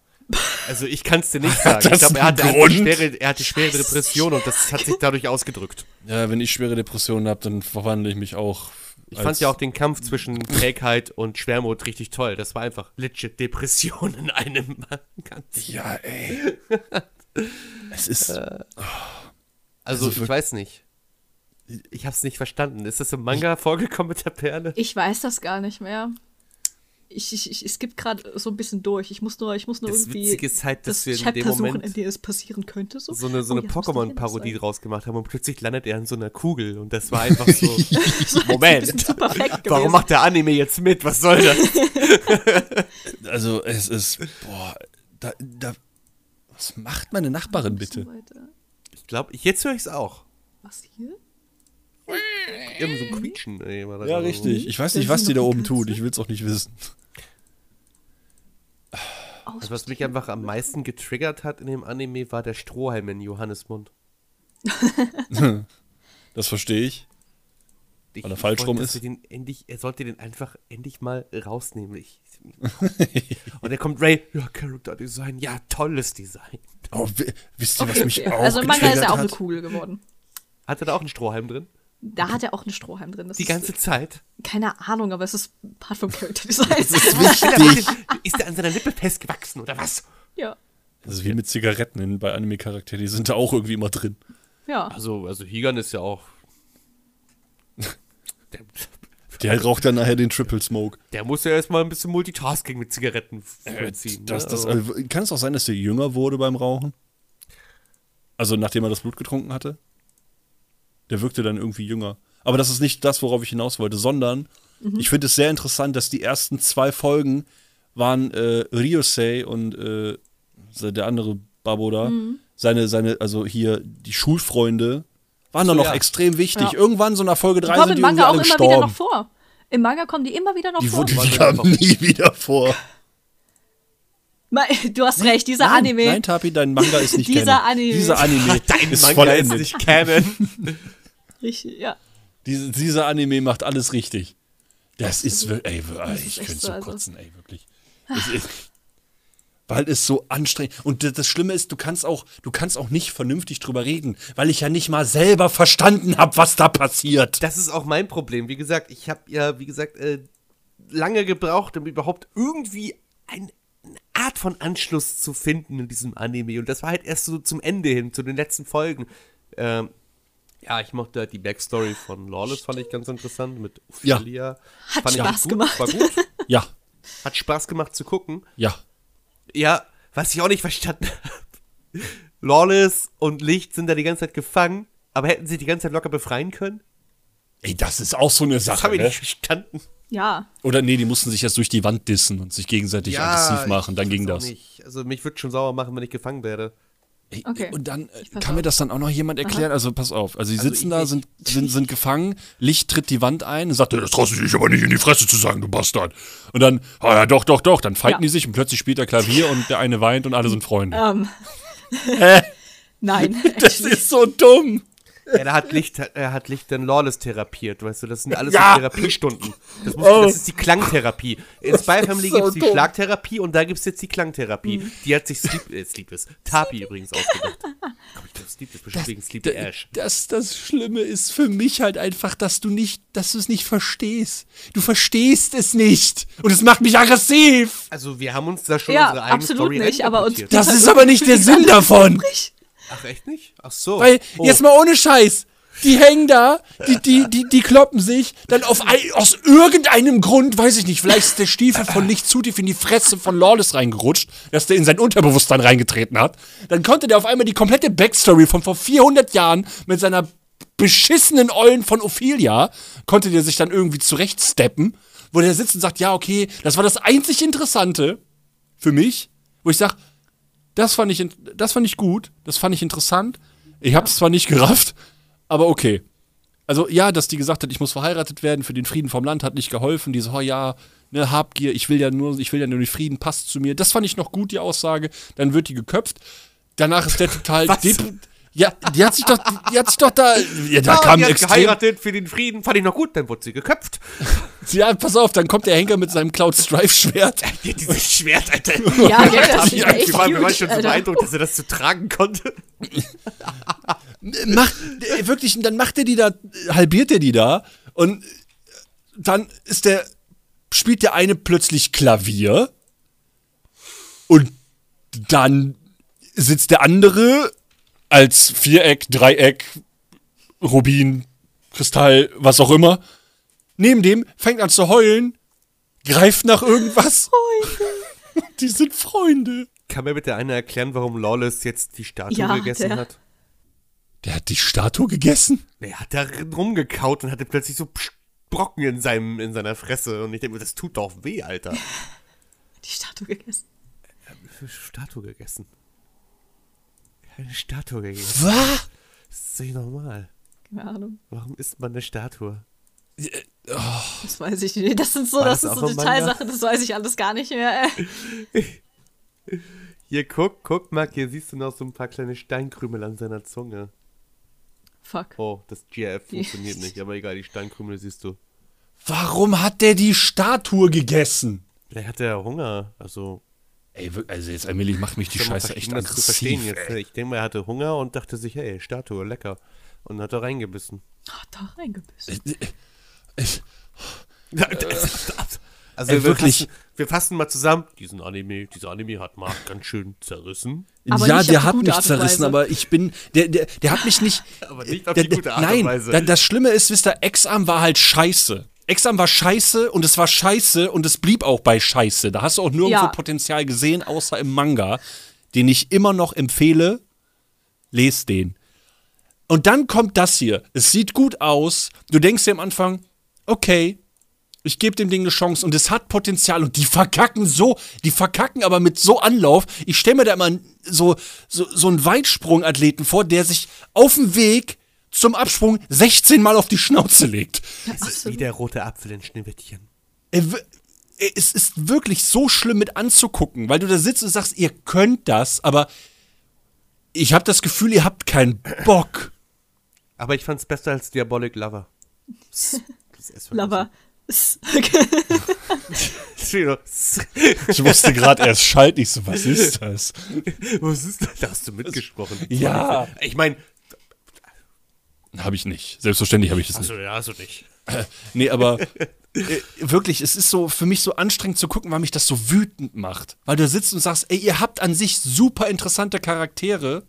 Speaker 5: Also ich kann es dir nicht sagen.
Speaker 2: das
Speaker 5: ich glaube, er
Speaker 2: einen
Speaker 5: hatte, er
Speaker 2: Grund?
Speaker 5: hatte schwere, er hatte schwere Depressionen und das hat sich dadurch ausgedrückt.
Speaker 2: Ja, wenn ich schwere Depressionen habe, dann verwandle ich mich auch.
Speaker 5: Ich fand ja auch den Kampf zwischen Trägheit und Schwermut richtig toll. Das war einfach legit Depression in einem Mann.
Speaker 2: Ja, ey. es ist.
Speaker 3: Äh.
Speaker 5: Also, ich weiß nicht. Ich hab's nicht verstanden. Ist das im Manga vorgekommen mit der Perle?
Speaker 3: Ich weiß das gar nicht mehr. Ich, ich, ich, es gibt gerade so ein bisschen durch. Ich muss nur, ich muss nur
Speaker 5: Das
Speaker 3: irgendwie
Speaker 5: Witzige ist halt, dass
Speaker 3: das
Speaker 5: wir in
Speaker 3: Chapter
Speaker 5: dem
Speaker 3: suchen,
Speaker 5: Moment
Speaker 3: in dem es passieren könnte. So,
Speaker 5: so eine, so
Speaker 3: Oh,
Speaker 5: eine
Speaker 3: jetzt muss das Ende
Speaker 5: Pokémon-Parodie
Speaker 3: sein.
Speaker 5: draus gemacht haben und plötzlich landet er in so einer Kugel und das war einfach so. Moment.
Speaker 3: Das ist ein perfekt
Speaker 5: Warum
Speaker 3: gewesen.
Speaker 5: macht der Anime jetzt mit? Was soll das?
Speaker 2: Also, es ist. Boah, da, da. Was macht meine Nachbarin bitte?
Speaker 3: Weiter.
Speaker 5: Ich glaube, jetzt höre ich's auch.
Speaker 3: Was hier?
Speaker 5: Irgend so ein Quietschen. ey, war das
Speaker 2: Ja,
Speaker 5: aber so.
Speaker 2: richtig. Ich weiß nicht,
Speaker 3: Das
Speaker 2: was
Speaker 3: ist
Speaker 2: die da
Speaker 3: noch
Speaker 2: oben
Speaker 3: eine
Speaker 2: tut.
Speaker 3: Katze.
Speaker 2: Ich will's auch nicht wissen.
Speaker 3: Aus
Speaker 5: Also was mich einfach am meisten getriggert hat in dem Anime, war der Strohhalm in Johannes Mund.
Speaker 2: Das verstehe ich.
Speaker 5: Ich
Speaker 2: Weil er falsch
Speaker 5: wollte,
Speaker 2: rum
Speaker 5: dass
Speaker 2: ist.
Speaker 5: wir Den endlich, er sollte den einfach endlich mal rausnehmen. Ich, und dann kommt Ray, ja, Character Design, ja, tolles Design.
Speaker 2: Oh, wi- wisst ihr, was
Speaker 3: okay,
Speaker 2: mich
Speaker 3: okay.
Speaker 2: auch
Speaker 3: Also im Manga ist
Speaker 2: getriggert
Speaker 3: er auch
Speaker 2: hat?
Speaker 3: eine Kugel geworden.
Speaker 5: Hat er da auch einen Strohhalm drin?
Speaker 3: Da hat er auch einen Strohhalm drin. Das
Speaker 5: Die ganze
Speaker 3: ist,
Speaker 5: Zeit.
Speaker 3: keine Ahnung, aber es ist Part vom Character Design.
Speaker 2: Wichtig.
Speaker 5: Ist er an seiner Lippe festgewachsen oder was?
Speaker 3: ja,
Speaker 2: Das ist wie mit Zigaretten in, bei Anime-Charakteren. Die sind da auch irgendwie immer drin.
Speaker 3: ja.
Speaker 5: Also, also Higan ist ja auch. Der,
Speaker 2: Der raucht dann nachher den Triple Smoke.
Speaker 5: der muss ja erstmal ein bisschen Multitasking mit Zigaretten vollziehen.
Speaker 2: Das,
Speaker 5: ne?
Speaker 2: Äh, das,
Speaker 5: also,
Speaker 2: äh, kann es auch sein, dass der jünger wurde beim Rauchen? Also nachdem er das Blut getrunken hatte? Der wirkte dann irgendwie jünger. Aber das ist nicht das, worauf ich hinaus wollte, sondern
Speaker 3: Mhm.
Speaker 2: ich finde es sehr interessant, dass die ersten zwei Folgen waren äh, Ryosei und äh, der andere Babo da,
Speaker 3: Mhm.
Speaker 2: seine, seine, also hier die Schulfreunde, waren da noch
Speaker 5: ja.
Speaker 2: extrem wichtig.
Speaker 3: Ja.
Speaker 2: Irgendwann so nach Folge
Speaker 3: Die
Speaker 2: 3
Speaker 3: kommen
Speaker 2: sind
Speaker 3: im
Speaker 2: die irgendwie
Speaker 3: Manga auch
Speaker 2: alle
Speaker 3: immer wieder noch
Speaker 2: gestorben.
Speaker 3: vor. Im Manga kommen die immer wieder noch
Speaker 2: Die,
Speaker 3: vor.
Speaker 2: wurden- die kamen nie wieder vor.
Speaker 3: Ma- Du hast recht, dieser
Speaker 2: nein,
Speaker 3: Anime.
Speaker 2: Nein, Tapi, dein Manga ist nicht
Speaker 3: Dieser
Speaker 2: canon.
Speaker 3: Anime.
Speaker 2: Dieser Anime
Speaker 5: dein
Speaker 2: ist
Speaker 5: Manga
Speaker 2: vollendet.
Speaker 5: ist nicht Canon.
Speaker 3: Richtig, ja.
Speaker 2: Diese, dieser Anime macht alles richtig. Das ist wirklich, ey, ich
Speaker 3: ist echt
Speaker 2: könnte
Speaker 3: so,
Speaker 2: so
Speaker 3: also-
Speaker 2: kotzen, ey, wirklich. Es ist, weil es so anstrengend und das- das Schlimme ist, du kannst auch, du kannst auch nicht vernünftig drüber reden, weil ich ja nicht mal selber verstanden habe, was da passiert.
Speaker 5: Das ist auch mein Problem. Wie gesagt, ich habe ja, wie gesagt, äh, lange gebraucht, um überhaupt irgendwie ein, eine Art von Anschluss zu finden in diesem Anime. Und das war halt erst so zum Ende hin, zu den letzten Folgen. Ähm, Ja, ich mochte halt die Backstory von Lawless, fand ich ganz interessant, mit Ophelia.
Speaker 3: Hat
Speaker 5: fand ich
Speaker 3: Spaß
Speaker 5: gut,
Speaker 3: gemacht.
Speaker 5: War gut.
Speaker 2: Ja,
Speaker 5: Hat Spaß gemacht zu gucken.
Speaker 2: ja.
Speaker 5: Ja, was ich auch nicht verstanden habe. Lawless und Licht sind da die ganze Zeit gefangen, aber hätten sie die ganze Zeit locker befreien können?
Speaker 2: Ey, das ist auch so eine
Speaker 5: Das
Speaker 2: Sache.
Speaker 5: habe ich
Speaker 2: ne?
Speaker 5: nicht verstanden.
Speaker 3: Ja.
Speaker 2: Oder nee, die mussten sich erst durch die Wand dissen und sich gegenseitig aggressiv machen. Dann
Speaker 5: ich
Speaker 2: ging
Speaker 5: weiß auch
Speaker 2: das.
Speaker 5: Nicht. Also mich würde schon sauer machen, wenn ich gefangen werde.
Speaker 2: Ey,
Speaker 3: Okay.
Speaker 2: Und dann äh,
Speaker 3: pass
Speaker 2: kann
Speaker 3: auf.
Speaker 2: mir das dann auch noch jemand erklären. Also pass auf. Also die sitzen
Speaker 5: ich-
Speaker 2: da,
Speaker 5: ich-
Speaker 2: sind, sind, sind gefangen, Licht tritt die Wand ein und sagt, das traust du dich aber nicht in die Fresse zu sagen, du Bastard. Und dann, ah, ja, doch, doch, doch. Dann fighten
Speaker 3: Ja. Ah.
Speaker 2: die sich und plötzlich spielt er Klavier und der eine weint und alle sind Freunde.
Speaker 3: Ähm. Nein.
Speaker 2: das ist so dumm.
Speaker 5: Ja, da hat Licht, er hat Licht dann Lawless therapiert, weißt du, das sind alles
Speaker 2: Ja. Oh.
Speaker 5: so Therapiestunden. Das, muss, das ist die Klangtherapie. In Spy Family gibt's die Schlagtherapie und da gibt's jetzt die Klangtherapie. Die hat sich Sleep, äh, Sleepless, Tapi übrigens ausgedacht. Komm, ich glaube, Sleepless bestimmt wegen Sleepy Ash.
Speaker 2: Das, das Schlimme ist für mich halt einfach, dass du nicht, dass du es nicht verstehst. Du verstehst es nicht. Und es macht mich aggressiv.
Speaker 5: Also wir haben uns da schon
Speaker 3: Ja,
Speaker 5: unsere eigene
Speaker 3: absolut
Speaker 5: Story
Speaker 3: nicht, aber uns-
Speaker 5: reininterpretiert.
Speaker 2: Das ist aber nicht der Sinn davon.
Speaker 5: Ach, echt nicht? Ach so.
Speaker 2: Weil,
Speaker 5: Oh.
Speaker 2: jetzt mal ohne Scheiß. Die hängen da, die, die, die, die kloppen sich, dann auf ei- aus irgendeinem Grund, weiß ich nicht, vielleicht ist der Stiefel von nicht zu tief in die Fresse von Lawless reingerutscht, dass der in sein Unterbewusstsein reingetreten hat. Dann konnte der auf einmal die komplette Backstory von vor 400 Jahren mit seiner beschissenen Eulen von Ophelia, konnte der sich dann irgendwie zurechtsteppen, wo der sitzt und sagt, ja, okay, das war das einzig Interessante für mich, wo ich sage, das fand ich, in- das fand ich gut, das fand ich interessant. Ich hab's zwar nicht gerafft, aber okay. Also ja, dass die gesagt hat, ich muss verheiratet werden für den Frieden vom Land, hat nicht geholfen. Diese, oh ja, ne, Habgier, ich will ja nur, ich will ja nur den Frieden, passt zu mir. Das fand ich noch gut, die Aussage. Dann wird die geköpft. Danach ist der total dep- Ja, die hat sich doch, die hat sich doch da, ja, da
Speaker 5: Ah,
Speaker 2: kam
Speaker 5: die hat
Speaker 2: extrem,
Speaker 5: geheiratet für den Frieden, fand ich noch gut, dann wurde sie geköpft.
Speaker 2: ja, pass auf, dann kommt der Henker mit seinem Cloud-Strife-Schwert.
Speaker 5: Ja, dieses Schwert, Alter.
Speaker 3: Ja, gell, das ist
Speaker 2: Ja,
Speaker 3: echt
Speaker 5: Ich war, mir war
Speaker 3: huge,
Speaker 5: schon so
Speaker 3: Alter.
Speaker 5: beeindruckt, dass er das so tragen konnte.
Speaker 2: macht äh, wirklich, und dann macht er die da, halbiert er die da und dann ist der, spielt der eine plötzlich Klavier und dann sitzt der andere als Viereck, Dreieck, Rubin, Kristall, was auch immer, neben dem, fängt an zu heulen, greift nach irgendwas. Die sind Freunde.
Speaker 5: Kann mir bitte einer erklären, warum Lawless jetzt die Statue
Speaker 3: Ja,
Speaker 5: gegessen
Speaker 3: der-
Speaker 5: hat?
Speaker 2: Der hat die Statue gegessen?
Speaker 5: Er hat da rumgekaut und hatte plötzlich so Psch- Brocken in, seinem, in seiner Fresse. Und ich denke mir, das tut doch weh, Alter.
Speaker 3: Die Statue gegessen.
Speaker 5: Für Statue gegessen. Keine Statue gegessen.
Speaker 2: Was?
Speaker 5: Das ist nicht normal.
Speaker 3: Keine Ahnung.
Speaker 5: Warum isst man eine Statue?
Speaker 3: Das weiß ich nicht. Das sind so,
Speaker 5: War
Speaker 3: das,
Speaker 5: das
Speaker 3: ist
Speaker 5: auch
Speaker 3: so
Speaker 5: im
Speaker 3: Detailsache, das weiß ich alles gar nicht mehr. Äh, ey.
Speaker 5: Hier, guck, guck, Marc, hier siehst du noch so ein paar kleine Steinkrümel an seiner Zunge.
Speaker 3: Fuck.
Speaker 5: Oh, das GRF funktioniert nicht, aber egal, die Steinkrümel siehst du.
Speaker 2: Warum hat der die Statue gegessen?
Speaker 5: Vielleicht hat er Hunger. Also,
Speaker 2: Ey, wir- also jetzt allmählich macht mich die
Speaker 5: kann man
Speaker 2: Scheiße echt
Speaker 5: verstehen, das zu verstehen
Speaker 2: aggressiv.
Speaker 5: jetzt. ne? Ich denke mal, er hatte Hunger und dachte sich, hey, Statue, lecker. Und hat da reingebissen.
Speaker 3: Oh, da
Speaker 2: Äh,
Speaker 3: reingebissen.
Speaker 5: äh, Also
Speaker 2: Ey,
Speaker 5: wir
Speaker 2: wirklich.
Speaker 5: Fassen, wir fassen mal zusammen. Diesen Anime, dieser Anime hat Marc ganz schön zerrissen.
Speaker 3: Aber
Speaker 2: ja,
Speaker 3: nicht auf
Speaker 2: der
Speaker 3: die
Speaker 2: hat
Speaker 3: gute
Speaker 2: mich
Speaker 3: Art und
Speaker 2: zerrissen,
Speaker 3: Weise.
Speaker 2: aber ich bin, der, der, der hat mich nicht.
Speaker 5: Aber nicht auf
Speaker 2: der,
Speaker 5: die
Speaker 2: der-
Speaker 5: gute Art und
Speaker 2: nein,
Speaker 5: Weise.
Speaker 2: da- das Schlimme ist, wisst ihr, Exam war halt scheiße. Exam war scheiße und es war scheiße und es blieb auch bei scheiße. Da hast du auch nirgendwo
Speaker 3: Ja.
Speaker 2: Potenzial gesehen, außer im Manga, den ich immer noch empfehle. Lest den. Und dann kommt das hier. Es sieht gut aus. Du denkst dir am Anfang, okay, ich gebe dem Ding eine Chance und es hat Potenzial und die verkacken so, die verkacken aber mit so Anlauf. Ich stelle mir da immer so, so, so einen Weitsprung-Athleten vor, der sich auf dem Weg zum Absprung 16 Mal auf die Schnauze legt.
Speaker 3: Ja,
Speaker 5: Das ist wie
Speaker 3: absolut.
Speaker 5: der rote Apfel in Schneewittchen.
Speaker 2: Er w- Es ist wirklich so schlimm mit anzugucken, weil du da sitzt und sagst, ihr könnt das, aber ich habe das Gefühl, ihr habt keinen Bock.
Speaker 5: Aber ich fand's besser als Diabolic Lover. Das ist
Speaker 3: Lover. S-
Speaker 5: Entschuldigung.
Speaker 2: Ich musste gerade erst schalten. Ich so, was ist das?
Speaker 5: Was ist das? Da hast du mitgesprochen.
Speaker 2: Ja.
Speaker 5: Ich meine,
Speaker 2: Habe ich nicht. Selbstverständlich habe ich das nicht.
Speaker 5: also, ja, so nicht.
Speaker 2: Nee, aber äh, wirklich, es ist so für mich so anstrengend zu gucken, weil mich das so wütend macht. Weil du sitzt und sagst, ey, ihr habt an sich super interessante Charaktere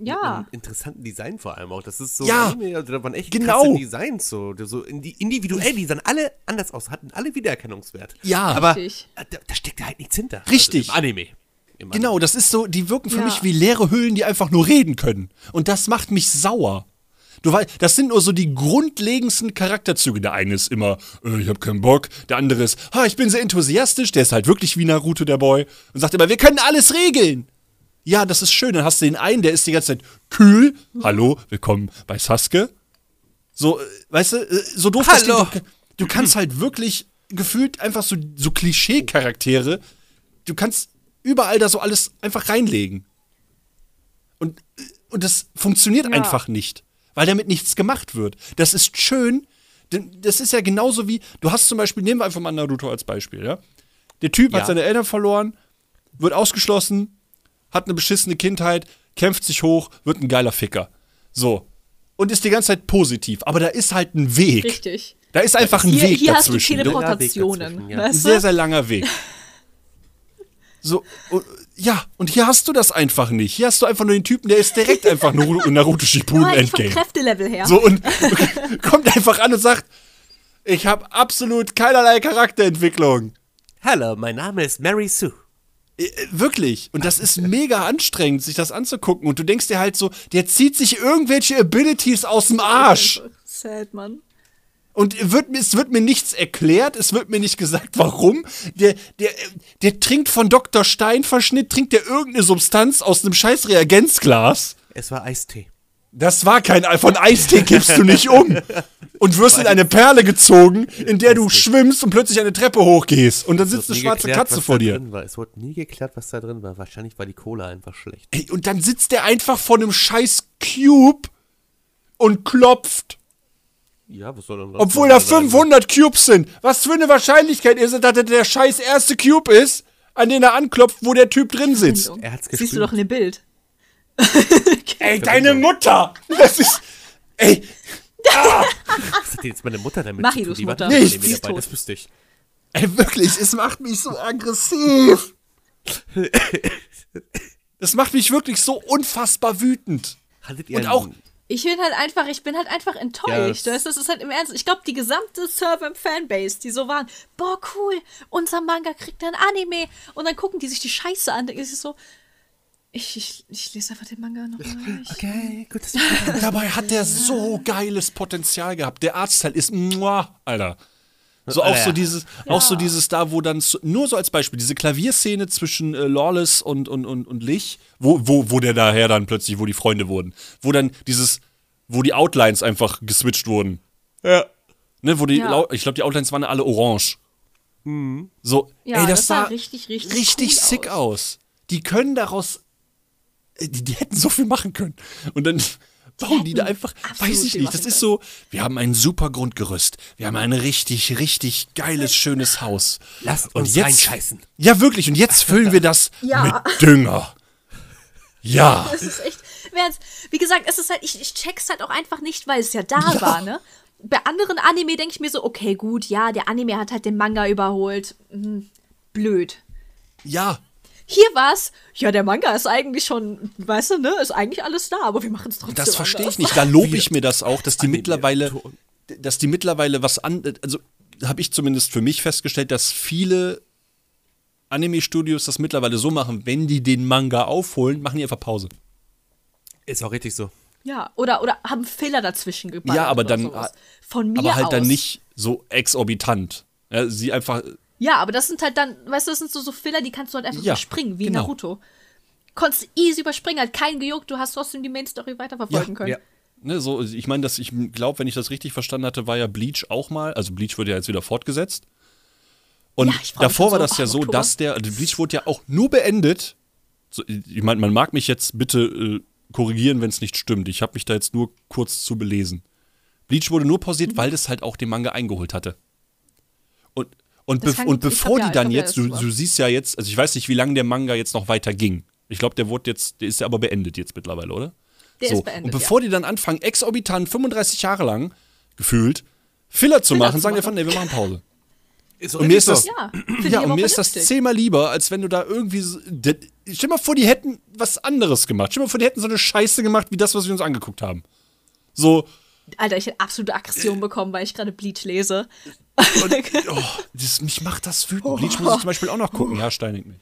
Speaker 3: Ja.
Speaker 5: Mit einem interessanten Design vor allem auch. Das ist so
Speaker 2: Ja.
Speaker 5: Anime, also da waren echt
Speaker 2: Genau.
Speaker 5: krasse Designs so, so indi- individuell, die sahen alle anders aus, hatten alle Wiedererkennungswert.
Speaker 2: Ja.
Speaker 5: aber
Speaker 3: Richtig.
Speaker 5: da, da steckt halt nichts hinter.
Speaker 2: Richtig.
Speaker 5: Also Im Anime. Im Anime.
Speaker 2: Genau, das ist so, die wirken für
Speaker 3: Ja.
Speaker 2: mich wie leere Hüllen, die einfach nur reden können. Und das macht mich sauer. Du weißt, das sind nur so die grundlegendsten Charakterzüge. Der eine ist immer, äh, ich hab keinen Bock. Der andere ist, ha, ich bin sehr enthusiastisch. Der ist halt wirklich wie Naruto, der Boy. Und sagt immer, wir können alles regeln. Ja, das ist schön. Dann hast du den einen, der ist die ganze Zeit kühl. Hallo, willkommen bei Sasuke. So, äh, weißt du, äh, so doof das
Speaker 5: Hallo.
Speaker 2: klingt, du, du kannst halt wirklich gefühlt einfach so, so Klischee-Charaktere, du kannst überall da so alles einfach reinlegen. Und, äh, und das funktioniert einfach nicht, weil damit nichts gemacht wird. Das ist schön, denn das ist ja genauso wie, du hast zum Beispiel, nehmen wir einfach mal Naruto als Beispiel, ja? Der Typ hat
Speaker 5: Ja.
Speaker 2: seine Eltern verloren, wird ausgeschlossen, hat eine beschissene Kindheit, kämpft sich hoch, wird ein geiler Ficker. So. Und ist die ganze Zeit positiv. Aber da ist halt ein Weg.
Speaker 3: Richtig.
Speaker 2: Da ist einfach ein
Speaker 3: Hier,
Speaker 2: Weg
Speaker 3: hier hast du
Speaker 2: dazwischen.
Speaker 3: Teleportationen.
Speaker 5: dazwischen, ja.
Speaker 2: ein
Speaker 3: Weißt
Speaker 2: sehr,
Speaker 3: du?
Speaker 2: sehr langer Weg. So, und, ja, und hier hast du das einfach nicht. Hier hast du einfach nur den Typen, der ist direkt einfach Naruto, Naruto Shippuden
Speaker 3: Aber eigentlich vom
Speaker 2: Endgame.
Speaker 3: Kräftelevel her.
Speaker 2: So und kommt einfach an und sagt, ich habe absolut keinerlei Charakterentwicklung.
Speaker 5: Hallo, mein Name ist Mary Sue.
Speaker 2: Äh, Wirklich. Und das ist mega anstrengend, sich das anzugucken. Und du denkst dir halt so, der zieht sich irgendwelche Abilities aus dem Arsch.
Speaker 3: Sad, Mann.
Speaker 2: Und wird, mir- es wird mir nichts erklärt, es wird mir nicht gesagt, warum. Der, der, äh, der trinkt von Dr. Stein Verschnitt, trinkt der irgendeine Substanz aus einem scheiß Reagenzglas.
Speaker 5: Es war Eistee.
Speaker 2: Das war kein, von Eistee kippst du nicht um. Und wirst in eine Perle gezogen, in der du schwimmst und plötzlich eine Treppe hochgehst. Und dann sitzt
Speaker 5: Wurde
Speaker 2: eine
Speaker 5: nie
Speaker 2: schwarze
Speaker 5: geklärt,
Speaker 2: Katze
Speaker 5: was
Speaker 2: vor
Speaker 5: da
Speaker 2: dir.
Speaker 5: Drin war. Es wurde nie geklärt, was da drin war. Wahrscheinlich war die Cola einfach schlecht.
Speaker 2: Ey, und dann sitzt der einfach vor einem scheiß Cube und klopft.
Speaker 5: Ja, was soll denn sonst
Speaker 2: Obwohl da
Speaker 5: noch sein?
Speaker 2: 500 Cubes sind. Was für eine Wahrscheinlichkeit ist es, dass das der scheiß erste Cube ist, an den er anklopft, wo der Typ drin sitzt?
Speaker 5: Er hat's
Speaker 3: Siehst du
Speaker 5: gespürt.
Speaker 3: doch in dem Bild.
Speaker 2: Ey, deine Mutter! Das ist. Ey, Ah.
Speaker 5: Was hat denn jetzt meine Mutter damit
Speaker 3: Machidus
Speaker 5: Die war
Speaker 3: Mutter.
Speaker 5: nicht bei
Speaker 2: Nichts.
Speaker 5: dem
Speaker 3: Die ist
Speaker 5: dabei,
Speaker 3: tot.
Speaker 5: Das wüsste ich.
Speaker 2: ey, wirklich, es macht mich so aggressiv. Das macht mich wirklich so unfassbar wütend.
Speaker 5: Hattet ihr
Speaker 2: Und
Speaker 5: einen-
Speaker 2: auch-
Speaker 3: Ich bin halt einfach, ich bin halt einfach enttäuscht.
Speaker 5: Ja,
Speaker 3: weißt du, das ist halt im Ernst. Ich glaube, die gesamte Servant-Fanbase, die so waren, boah, cool, unser Manga kriegt ein Anime. Und dann gucken die sich die Scheiße an. Dann ist es so, ich, ich, ich lese einfach den Manga nochmal.
Speaker 5: Okay, gut, dass ich
Speaker 2: Und dabei hat der so geiles Potenzial gehabt. Der Arztteil ist muah, Alter. So auch so
Speaker 5: Ja.
Speaker 2: dieses, auch so dieses da, wo dann zu, nur so als Beispiel diese Klavierszene zwischen äh, Lawless und und und und Lich, wo wo wo der daher dann plötzlich, wo die Freunde wurden, wo dann dieses, wo die Outlines einfach geswitcht wurden. Ja. Ne, wo die,
Speaker 3: Ja.
Speaker 2: Lau- ich glaube, die Outlines waren alle orange. So,
Speaker 3: Ja,
Speaker 2: ey, das,
Speaker 3: das sah
Speaker 2: sah
Speaker 3: richtig, richtig
Speaker 2: richtig
Speaker 3: cool
Speaker 2: sick aus. Die können daraus die, die hätten so viel machen können. Und dann bauen die da
Speaker 3: hätten
Speaker 2: einfach,
Speaker 3: absolut
Speaker 2: weiß ich
Speaker 3: viel
Speaker 2: nicht, das
Speaker 3: machen
Speaker 2: ist so, wir haben ein super Grundgerüst. Wir haben ein richtig, richtig geiles, schönes Haus.
Speaker 5: Lasst
Speaker 2: Und
Speaker 5: uns
Speaker 2: jetzt-
Speaker 5: reinscheißen.
Speaker 2: Ja, wirklich. Und jetzt füllen wir das
Speaker 3: Ja.
Speaker 2: mit Dünger. Ja.
Speaker 3: Es ist echt, wär's- wie gesagt, es ist halt, ich, ich check's halt auch einfach nicht, weil es ja da war, ne? Bei anderen Anime denke ich mir so, okay, gut, ja, der Anime hat halt den Manga überholt. Hm, blöd.
Speaker 2: Ja.
Speaker 3: Hier war's, ja, der Manga ist eigentlich schon, weißt du, ne, ist eigentlich alles da, aber wir machen es trotzdem.
Speaker 2: Das verstehe
Speaker 3: anders.
Speaker 2: ich nicht. Da lobe ich mir das auch, dass die mittlerweile,
Speaker 5: Ton.
Speaker 2: dass die mittlerweile was an, also habe ich zumindest für mich festgestellt, dass viele Anime-Studios das mittlerweile so machen, wenn die den Manga aufholen, machen die einfach Pause.
Speaker 5: Ist auch richtig so.
Speaker 3: Ja, oder, oder haben Fehler dazwischen geballert.
Speaker 2: Ja, aber
Speaker 3: oder
Speaker 2: dann-
Speaker 3: sowas. Von mir
Speaker 2: aber halt
Speaker 3: aus.
Speaker 2: dann nicht so exorbitant. Ja, sie einfach,
Speaker 3: Ja, aber das sind halt dann, weißt du, das sind so, so Fehler, die kannst du halt einfach
Speaker 2: Ja,
Speaker 3: überspringen, wie
Speaker 2: genau.
Speaker 3: Naruto. Konntest du easy überspringen, halt kein gejuckt, du hast trotzdem die Main-Story weiterverfolgen können.
Speaker 5: Ja.
Speaker 2: ne, so, ich meine, dass ich glaube, wenn ich das richtig verstanden hatte, war ja Bleach auch mal, also Bleach wurde ja jetzt wieder fortgesetzt. Und
Speaker 3: Ja, ich freu mich
Speaker 2: davor war
Speaker 3: schon so,
Speaker 2: das ja
Speaker 3: ach,
Speaker 2: so,
Speaker 3: Oktober.
Speaker 2: dass der, also Bleach wurde ja auch nur beendet. So, ich meine, man mag mich jetzt bitte äh, korrigieren, wenn es nicht stimmt. Ich habe mich da jetzt nur kurz zu belesen. Bleach wurde nur pausiert, weil das halt auch den Manga eingeholt hatte. Und, und,
Speaker 3: Das
Speaker 2: bef
Speaker 3: kann
Speaker 2: und
Speaker 3: gut- ich
Speaker 2: bevor
Speaker 3: glaub, ja,
Speaker 2: die
Speaker 3: ich
Speaker 2: dann
Speaker 3: glaub, ja,
Speaker 2: jetzt,
Speaker 3: das
Speaker 2: du,
Speaker 3: war-
Speaker 2: du siehst ja jetzt, also ich weiß nicht, wie lange der Manga jetzt noch weiter ging. Ich glaube, der wurde jetzt, der ist ja aber beendet jetzt mittlerweile, oder?
Speaker 3: Der
Speaker 2: so.
Speaker 3: ist beendet,
Speaker 2: und bevor die dann anfangen, exorbitant 35 Jahre lang gefühlt Filler zu
Speaker 3: Filler
Speaker 2: machen,
Speaker 3: zu
Speaker 2: sagen die
Speaker 3: machen.
Speaker 2: einfach, nee, wir machen Pause.
Speaker 5: Ist
Speaker 2: Und mir ist das,
Speaker 3: Ja,
Speaker 2: ja,
Speaker 3: finde ich
Speaker 2: und
Speaker 3: aber
Speaker 2: mir ist das
Speaker 3: vernünftig.
Speaker 2: zehnmal lieber, als wenn du da irgendwie. So, de- stell dir mal vor, die hätten was anderes gemacht. Stell dir mal vor, die hätten so eine Scheiße gemacht wie das, was wir uns angeguckt haben. So,
Speaker 3: Alter, ich hätte absolute Aggression bekommen, weil ich gerade Bleach lese.
Speaker 2: oh, das, mich macht das
Speaker 3: Oh.
Speaker 2: wütend. Bleach muss ich zum Beispiel auch noch gucken. Ja, steinig mich.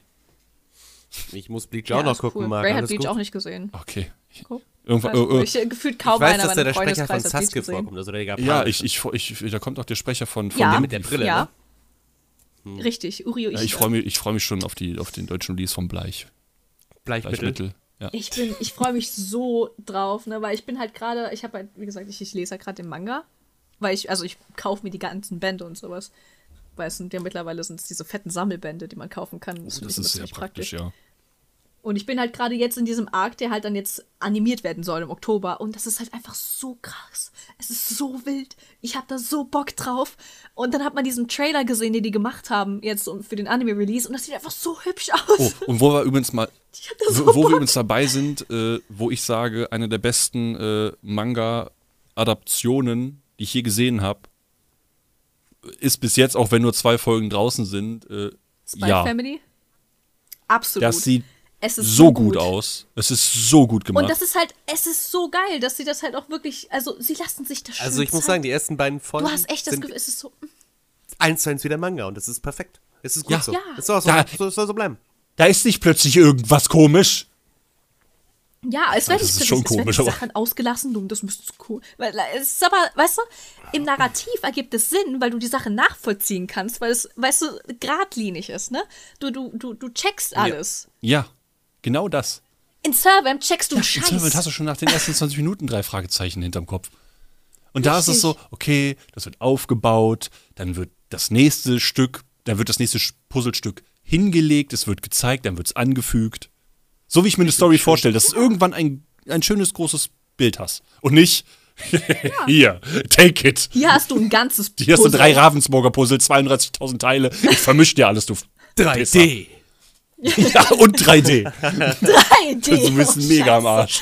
Speaker 5: Ich muss Bleach auch noch
Speaker 3: ist
Speaker 5: gucken,
Speaker 3: cool.
Speaker 5: Marc.
Speaker 3: Ray hat
Speaker 5: Alles
Speaker 3: Bleach
Speaker 5: gut.
Speaker 3: auch nicht gesehen.
Speaker 2: Okay. Ich-
Speaker 3: Guck.
Speaker 2: Irgendwann, äh, äh,
Speaker 3: ich äh, gefühlt
Speaker 5: Ich
Speaker 3: kaum
Speaker 5: weiß,
Speaker 3: einer
Speaker 5: dass da der
Speaker 3: meiner
Speaker 5: Sprecher von
Speaker 3: Freundeskreis hat Bleach
Speaker 5: Sasuke
Speaker 3: gesehen.
Speaker 5: vorkommt, also der Japaner.
Speaker 2: ja, ich, ich, ich, da kommt auch der Sprecher von, von
Speaker 3: Ja,
Speaker 2: dem-
Speaker 5: mit der Brille, ne?
Speaker 3: ja. Richtig, Urio
Speaker 2: Hm. Ja, ich freue mich, ich freu mich schon auf, die, auf den deutschen Release vom Bleich.
Speaker 5: Bleichmittel.
Speaker 2: Bleichmittel. Ja.
Speaker 3: Ich bin, ich freue mich so drauf, ne, weil ich bin halt gerade, ich habe halt, wie gesagt, ich, ich lese ja gerade den Manga, weil ich, also ich kaufe mir die ganzen Bände und sowas. Weil es sind ja mittlerweile sind es diese fetten Sammelbände, die man kaufen kann.
Speaker 2: Oh, Das,
Speaker 3: finde ich immer
Speaker 2: ist sehr
Speaker 3: ziemlich
Speaker 2: praktisch, ja.
Speaker 3: Und ich bin halt gerade jetzt in diesem Arc, der halt dann jetzt animiert werden soll im Oktober. Und das ist halt einfach so krass. Es ist so wild. Ich habe da so Bock drauf. Und dann hat man diesen Trailer gesehen, den die gemacht haben jetzt um- für den Anime-Release. Und das sieht einfach so hübsch aus.
Speaker 2: Oh, und wo wir übrigens mal,
Speaker 3: Ich hab da so
Speaker 2: wo, wo
Speaker 3: Bock.
Speaker 2: wir übrigens dabei sind, äh, wo ich sage, eine der besten äh, Manga-Adaptionen, die ich je gesehen habe, ist bis jetzt, auch wenn nur zwei Folgen draußen sind, äh,
Speaker 3: Spy
Speaker 2: ja,
Speaker 3: Family. Absolut.
Speaker 2: das sieht
Speaker 3: es ist
Speaker 2: so gut aus. ne? Es ist so gut gemacht.
Speaker 3: Und das ist halt, es ist so geil, dass sie das halt auch wirklich, also sie lassen sich das schön
Speaker 5: Also ich muss
Speaker 3: zeigen.
Speaker 5: sagen, die ersten beiden Folgen
Speaker 3: Du hast echt das
Speaker 5: sind
Speaker 3: Gefühl, es ist so.
Speaker 5: eins zu eins wieder Manga und das ist perfekt. Es ist gut
Speaker 2: Ja.
Speaker 5: so.
Speaker 3: Ja.
Speaker 5: Es soll so,
Speaker 2: Da-
Speaker 5: so, soll so bleiben.
Speaker 2: da ist nicht plötzlich irgendwas komisch.
Speaker 3: Ja, es werden
Speaker 2: das ist
Speaker 3: nicht
Speaker 2: schon
Speaker 3: es werden
Speaker 2: komisch,
Speaker 3: die
Speaker 2: aber-
Speaker 3: Sachen ausgelassen, du, das müsstest du cool. Weil, es ist aber, weißt du, im Narrativ ergibt es Sinn, weil du die Sache nachvollziehen kannst, weil es, weißt du, geradlinig ist, ne? Du, du, du, du checkst alles.
Speaker 2: Ja, genau das.
Speaker 3: In Servamp checkst du einen
Speaker 2: Jetzt
Speaker 3: Scheiß.
Speaker 2: hast du schon nach den ersten 20 Minuten drei Fragezeichen hinterm Kopf. Und da ist es
Speaker 3: Richtig.
Speaker 2: so, okay, das wird aufgebaut, dann wird das nächste Stück, dann wird das nächste Sch- Puzzlestück hingelegt, es wird gezeigt, dann wird es angefügt. So wie ich mir eine Story vorstelle, dass du irgendwann ein, ein schönes, großes Bild hast. Und nicht, hier, take it.
Speaker 3: Hier hast du ein ganzes
Speaker 2: Hier hast du
Speaker 3: Puzzle.
Speaker 2: drei Ravensburger Puzzle, 32.000 Teile. Ich vermisch dir alles, du 3D. Ja, und 3D.
Speaker 3: 3D.
Speaker 2: Du bist
Speaker 3: oh,
Speaker 2: mega am
Speaker 3: Scheiße.
Speaker 2: Arsch.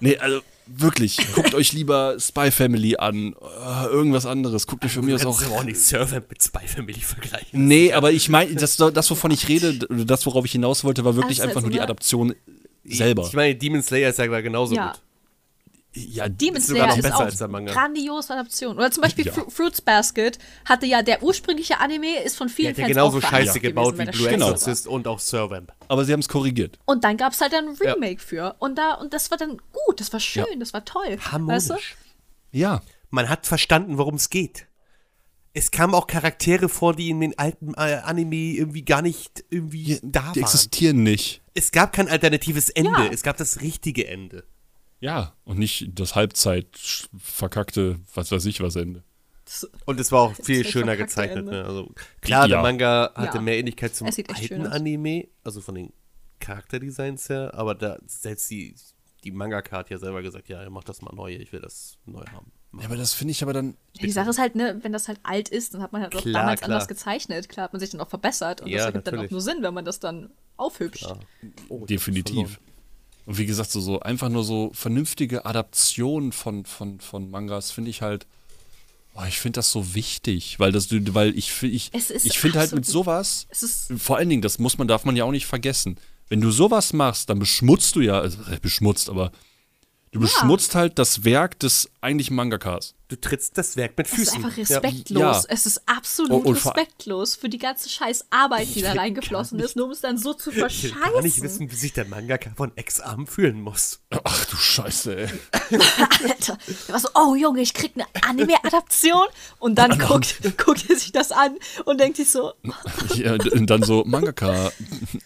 Speaker 2: Nee, also wirklich, guckt euch lieber Spy Family an. Äh, irgendwas anderes. Guckt euch von mir aus auch.
Speaker 5: Kannst du aber auch nicht Servant oh, mit Spy Family vergleichen.
Speaker 2: Nee, aber ich meine, das, das, wovon ich rede, das, worauf ich hinaus wollte, war wirklich
Speaker 3: Also,
Speaker 2: einfach nur
Speaker 3: also,
Speaker 2: die
Speaker 3: ne?
Speaker 2: Adaption selber.
Speaker 5: Ich meine, Demon Slayer ist ja genauso
Speaker 3: Ja.
Speaker 5: gut.
Speaker 2: Ja,
Speaker 3: Demon
Speaker 5: Ist
Speaker 3: Slayer
Speaker 5: sogar noch
Speaker 3: ist
Speaker 5: besser
Speaker 3: auch
Speaker 5: als der Manga.
Speaker 3: grandiose Adaption. Oder zum Beispiel
Speaker 2: Ja.
Speaker 3: Fru Fruits Basket hatte ja der ursprüngliche Anime, ist von
Speaker 5: Der
Speaker 3: vielen
Speaker 5: hat ja
Speaker 3: Fans
Speaker 5: genauso
Speaker 3: auch
Speaker 5: scheiße
Speaker 3: verhasst
Speaker 5: gebaut
Speaker 3: gewesen,
Speaker 5: wie
Speaker 3: weil er
Speaker 5: Blue
Speaker 3: scheiße
Speaker 2: Genau.
Speaker 3: war.
Speaker 5: Exorcist und auch Servant.
Speaker 2: aber sie haben es korrigiert.
Speaker 3: Und dann gab es halt dann ein Remake für. Und da und das war dann gut, das war schön,
Speaker 2: Ja.
Speaker 3: das war toll.
Speaker 5: Harmonisch.
Speaker 3: Weißt
Speaker 2: Ja.
Speaker 5: Man hat verstanden, worum es geht. Es kamen auch Charaktere vor, die in den alten äh, Anime irgendwie gar nicht irgendwie da
Speaker 2: die
Speaker 5: waren.
Speaker 2: existieren nicht.
Speaker 5: Es gab kein alternatives Ende.
Speaker 3: Ja.
Speaker 5: Es gab das richtige Ende.
Speaker 2: Ja. Und nicht das Halbzeit verkackte, was weiß ich, was Ende.
Speaker 3: du?
Speaker 5: Und es war auch viel
Speaker 3: ist echt
Speaker 5: schöner
Speaker 3: verkackte
Speaker 5: gezeichnet.
Speaker 3: Ende.
Speaker 5: Ne? Also, klar, der
Speaker 2: Ja.
Speaker 5: Manga hatte
Speaker 3: Ja.
Speaker 5: mehr Ähnlichkeit zum
Speaker 3: Es sieht echt schön
Speaker 5: alten
Speaker 3: aus.
Speaker 5: Anime, also von den Charakterdesigns her, aber da selbst die, die Manga-Card hat ja selber gesagt, ja, mach das mal neu, ich will das neu haben.
Speaker 2: Ja, aber das finde ich aber dann.
Speaker 3: Die Sache ist halt, ne, wenn das halt alt ist, dann hat man halt auch
Speaker 5: Klar,
Speaker 3: damals
Speaker 5: klar.
Speaker 3: anders gezeichnet. Klar hat man sich dann auch verbessert und
Speaker 5: Ja,
Speaker 3: das ergibt dann
Speaker 5: natürlich.
Speaker 3: auch nur Sinn, wenn man das dann aufhübscht.
Speaker 2: Definitiv. Und wie gesagt, so, so einfach nur so vernünftige Adaptionen von, von, von Mangas finde ich halt, boah, ich finde das so wichtig, weil das, weil ich, fi- ich,
Speaker 3: Es ist
Speaker 2: ich finde halt mit
Speaker 3: absolut-
Speaker 2: sowas,
Speaker 3: Es ist-
Speaker 2: vor allen Dingen, das muss man, darf man ja auch nicht vergessen. Wenn du sowas machst, dann beschmutzt du ja, also äh, beschmutzt, aber du beschmutzt halt das Werk des eigentlichen Mangakas.
Speaker 5: Du trittst das Werk mit
Speaker 3: Es ist
Speaker 5: Füßen.
Speaker 3: einfach
Speaker 5: Ja.
Speaker 3: respektlos.
Speaker 2: Ja.
Speaker 3: Es ist absolut
Speaker 2: Und- und vor-
Speaker 3: respektlos für die ganze scheiß Arbeit, die da reingeflossen ist, nur um es dann so zu
Speaker 5: Ich will gar nicht
Speaker 3: verscheißen.
Speaker 5: wissen, wie sich der Mangaka von Ex-Arm fühlen muss.
Speaker 2: Ach du Scheiße, ey.
Speaker 3: Alter, der war so, oh Junge, ich krieg eine Anime-Adaption. Und dann guckt, guckt er sich das an und denkt sich so,
Speaker 2: Ja, und äh, dann so, Mangaka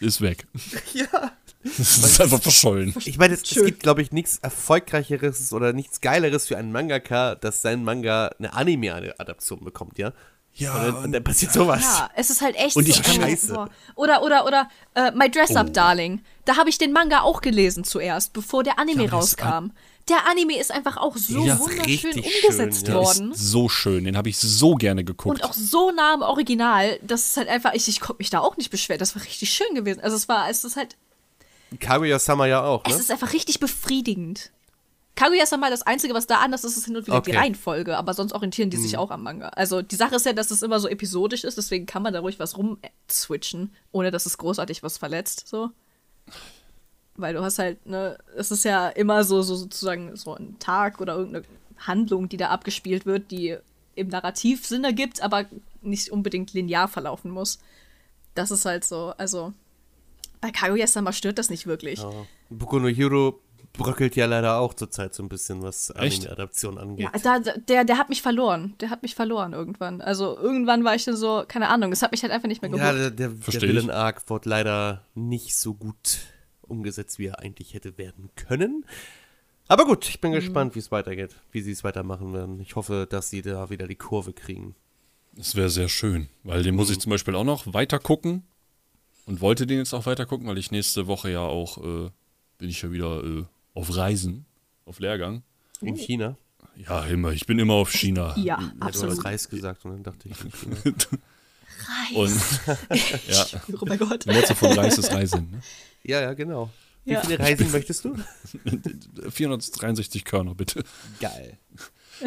Speaker 2: ist weg.
Speaker 5: Ja.
Speaker 2: Das ist einfach verschollen.
Speaker 5: Ich meine, es, es gibt, glaube ich, nichts Erfolgreicheres oder nichts Geileres für einen Mangaka, dass sein Manga eine Anime-Adaption bekommt, ja?
Speaker 2: Ja,
Speaker 5: Und dann, und dann passiert sowas.
Speaker 3: Ja, es ist halt echt
Speaker 2: Und
Speaker 3: so.
Speaker 2: ich kann-
Speaker 3: oh,
Speaker 5: Scheiße.
Speaker 3: boah. Oder, oder, oder äh, My Dress Up Darling. Da habe ich den Manga auch gelesen zuerst, bevor der Anime
Speaker 2: das
Speaker 3: rauskam. Der Anime ist einfach auch so
Speaker 2: Ja,
Speaker 3: wunderschön
Speaker 5: richtig
Speaker 3: umgesetzt
Speaker 5: schön, ja.
Speaker 3: worden.
Speaker 2: Ist so schön, den habe ich so gerne geguckt.
Speaker 3: Und auch so nah am Original, das ist halt einfach, ich, ich konnte mich da auch nicht beschweren. Das war richtig schön gewesen. Also es war, es ist halt,
Speaker 5: Kaguya-sama ja auch,
Speaker 3: es
Speaker 5: ne?
Speaker 3: ist einfach richtig befriedigend. Kaguya ist einmal das Einzige, was da anders ist, ist hin und wieder die
Speaker 5: Okay. Mhm.
Speaker 3: Reihenfolge, aber sonst orientieren die sich auch am Manga. Also die Sache ist ja, dass es immer so episodisch ist, deswegen kann man da ruhig was rumswitchen, ohne dass es großartig was verletzt. So. Weil du hast halt, ne, es ist ja immer so, so sozusagen so ein Tag oder irgendeine Handlung, die da abgespielt wird, die im Narrativ Sinn ergibt, aber nicht unbedingt linear verlaufen muss. Das ist halt so, also bei Kaguya-sama stört das nicht wirklich.
Speaker 5: Ja. Boku no Hero bröckelt ja leider auch zurzeit so ein bisschen, was
Speaker 2: Echt?
Speaker 5: Anime-Adaption angeht.
Speaker 3: Ja, da, da- der, der hat mich verloren. Der hat mich verloren irgendwann. Also irgendwann war ich dann so, keine Ahnung, es hat mich halt einfach nicht mehr geholt.
Speaker 5: Ja, der, der, der
Speaker 2: Versteh ich.
Speaker 5: Villain Arc wurde leider nicht so gut umgesetzt, wie er eigentlich hätte werden können. Aber gut, ich
Speaker 3: Mhm.
Speaker 5: bin gespannt, wie es weitergeht, wie sie es weitermachen werden. Ich hoffe, dass sie da wieder die Kurve kriegen.
Speaker 2: Das wäre sehr schön, weil den muss ich zum Beispiel auch noch weiter gucken und wollte den jetzt auch weiter gucken, weil ich nächste Woche ja auch äh, bin ich ja wieder äh, auf Reisen, auf Lehrgang.
Speaker 3: Oh.
Speaker 5: In China.
Speaker 2: Ja, immer. Ich bin immer auf China.
Speaker 3: Ja,
Speaker 5: Hätte man
Speaker 3: absolut.
Speaker 5: das Reis gesagt und dann ne? dachte ich, in China.
Speaker 2: Und ja,
Speaker 3: Oh mein Gott.
Speaker 2: die Wurzel von Reis ist Reisen. Ne?
Speaker 5: ja, ja, genau. Wie
Speaker 3: Ja.
Speaker 5: viele Reisen möchtest du?
Speaker 2: 463 Körner bitte.
Speaker 5: Geil.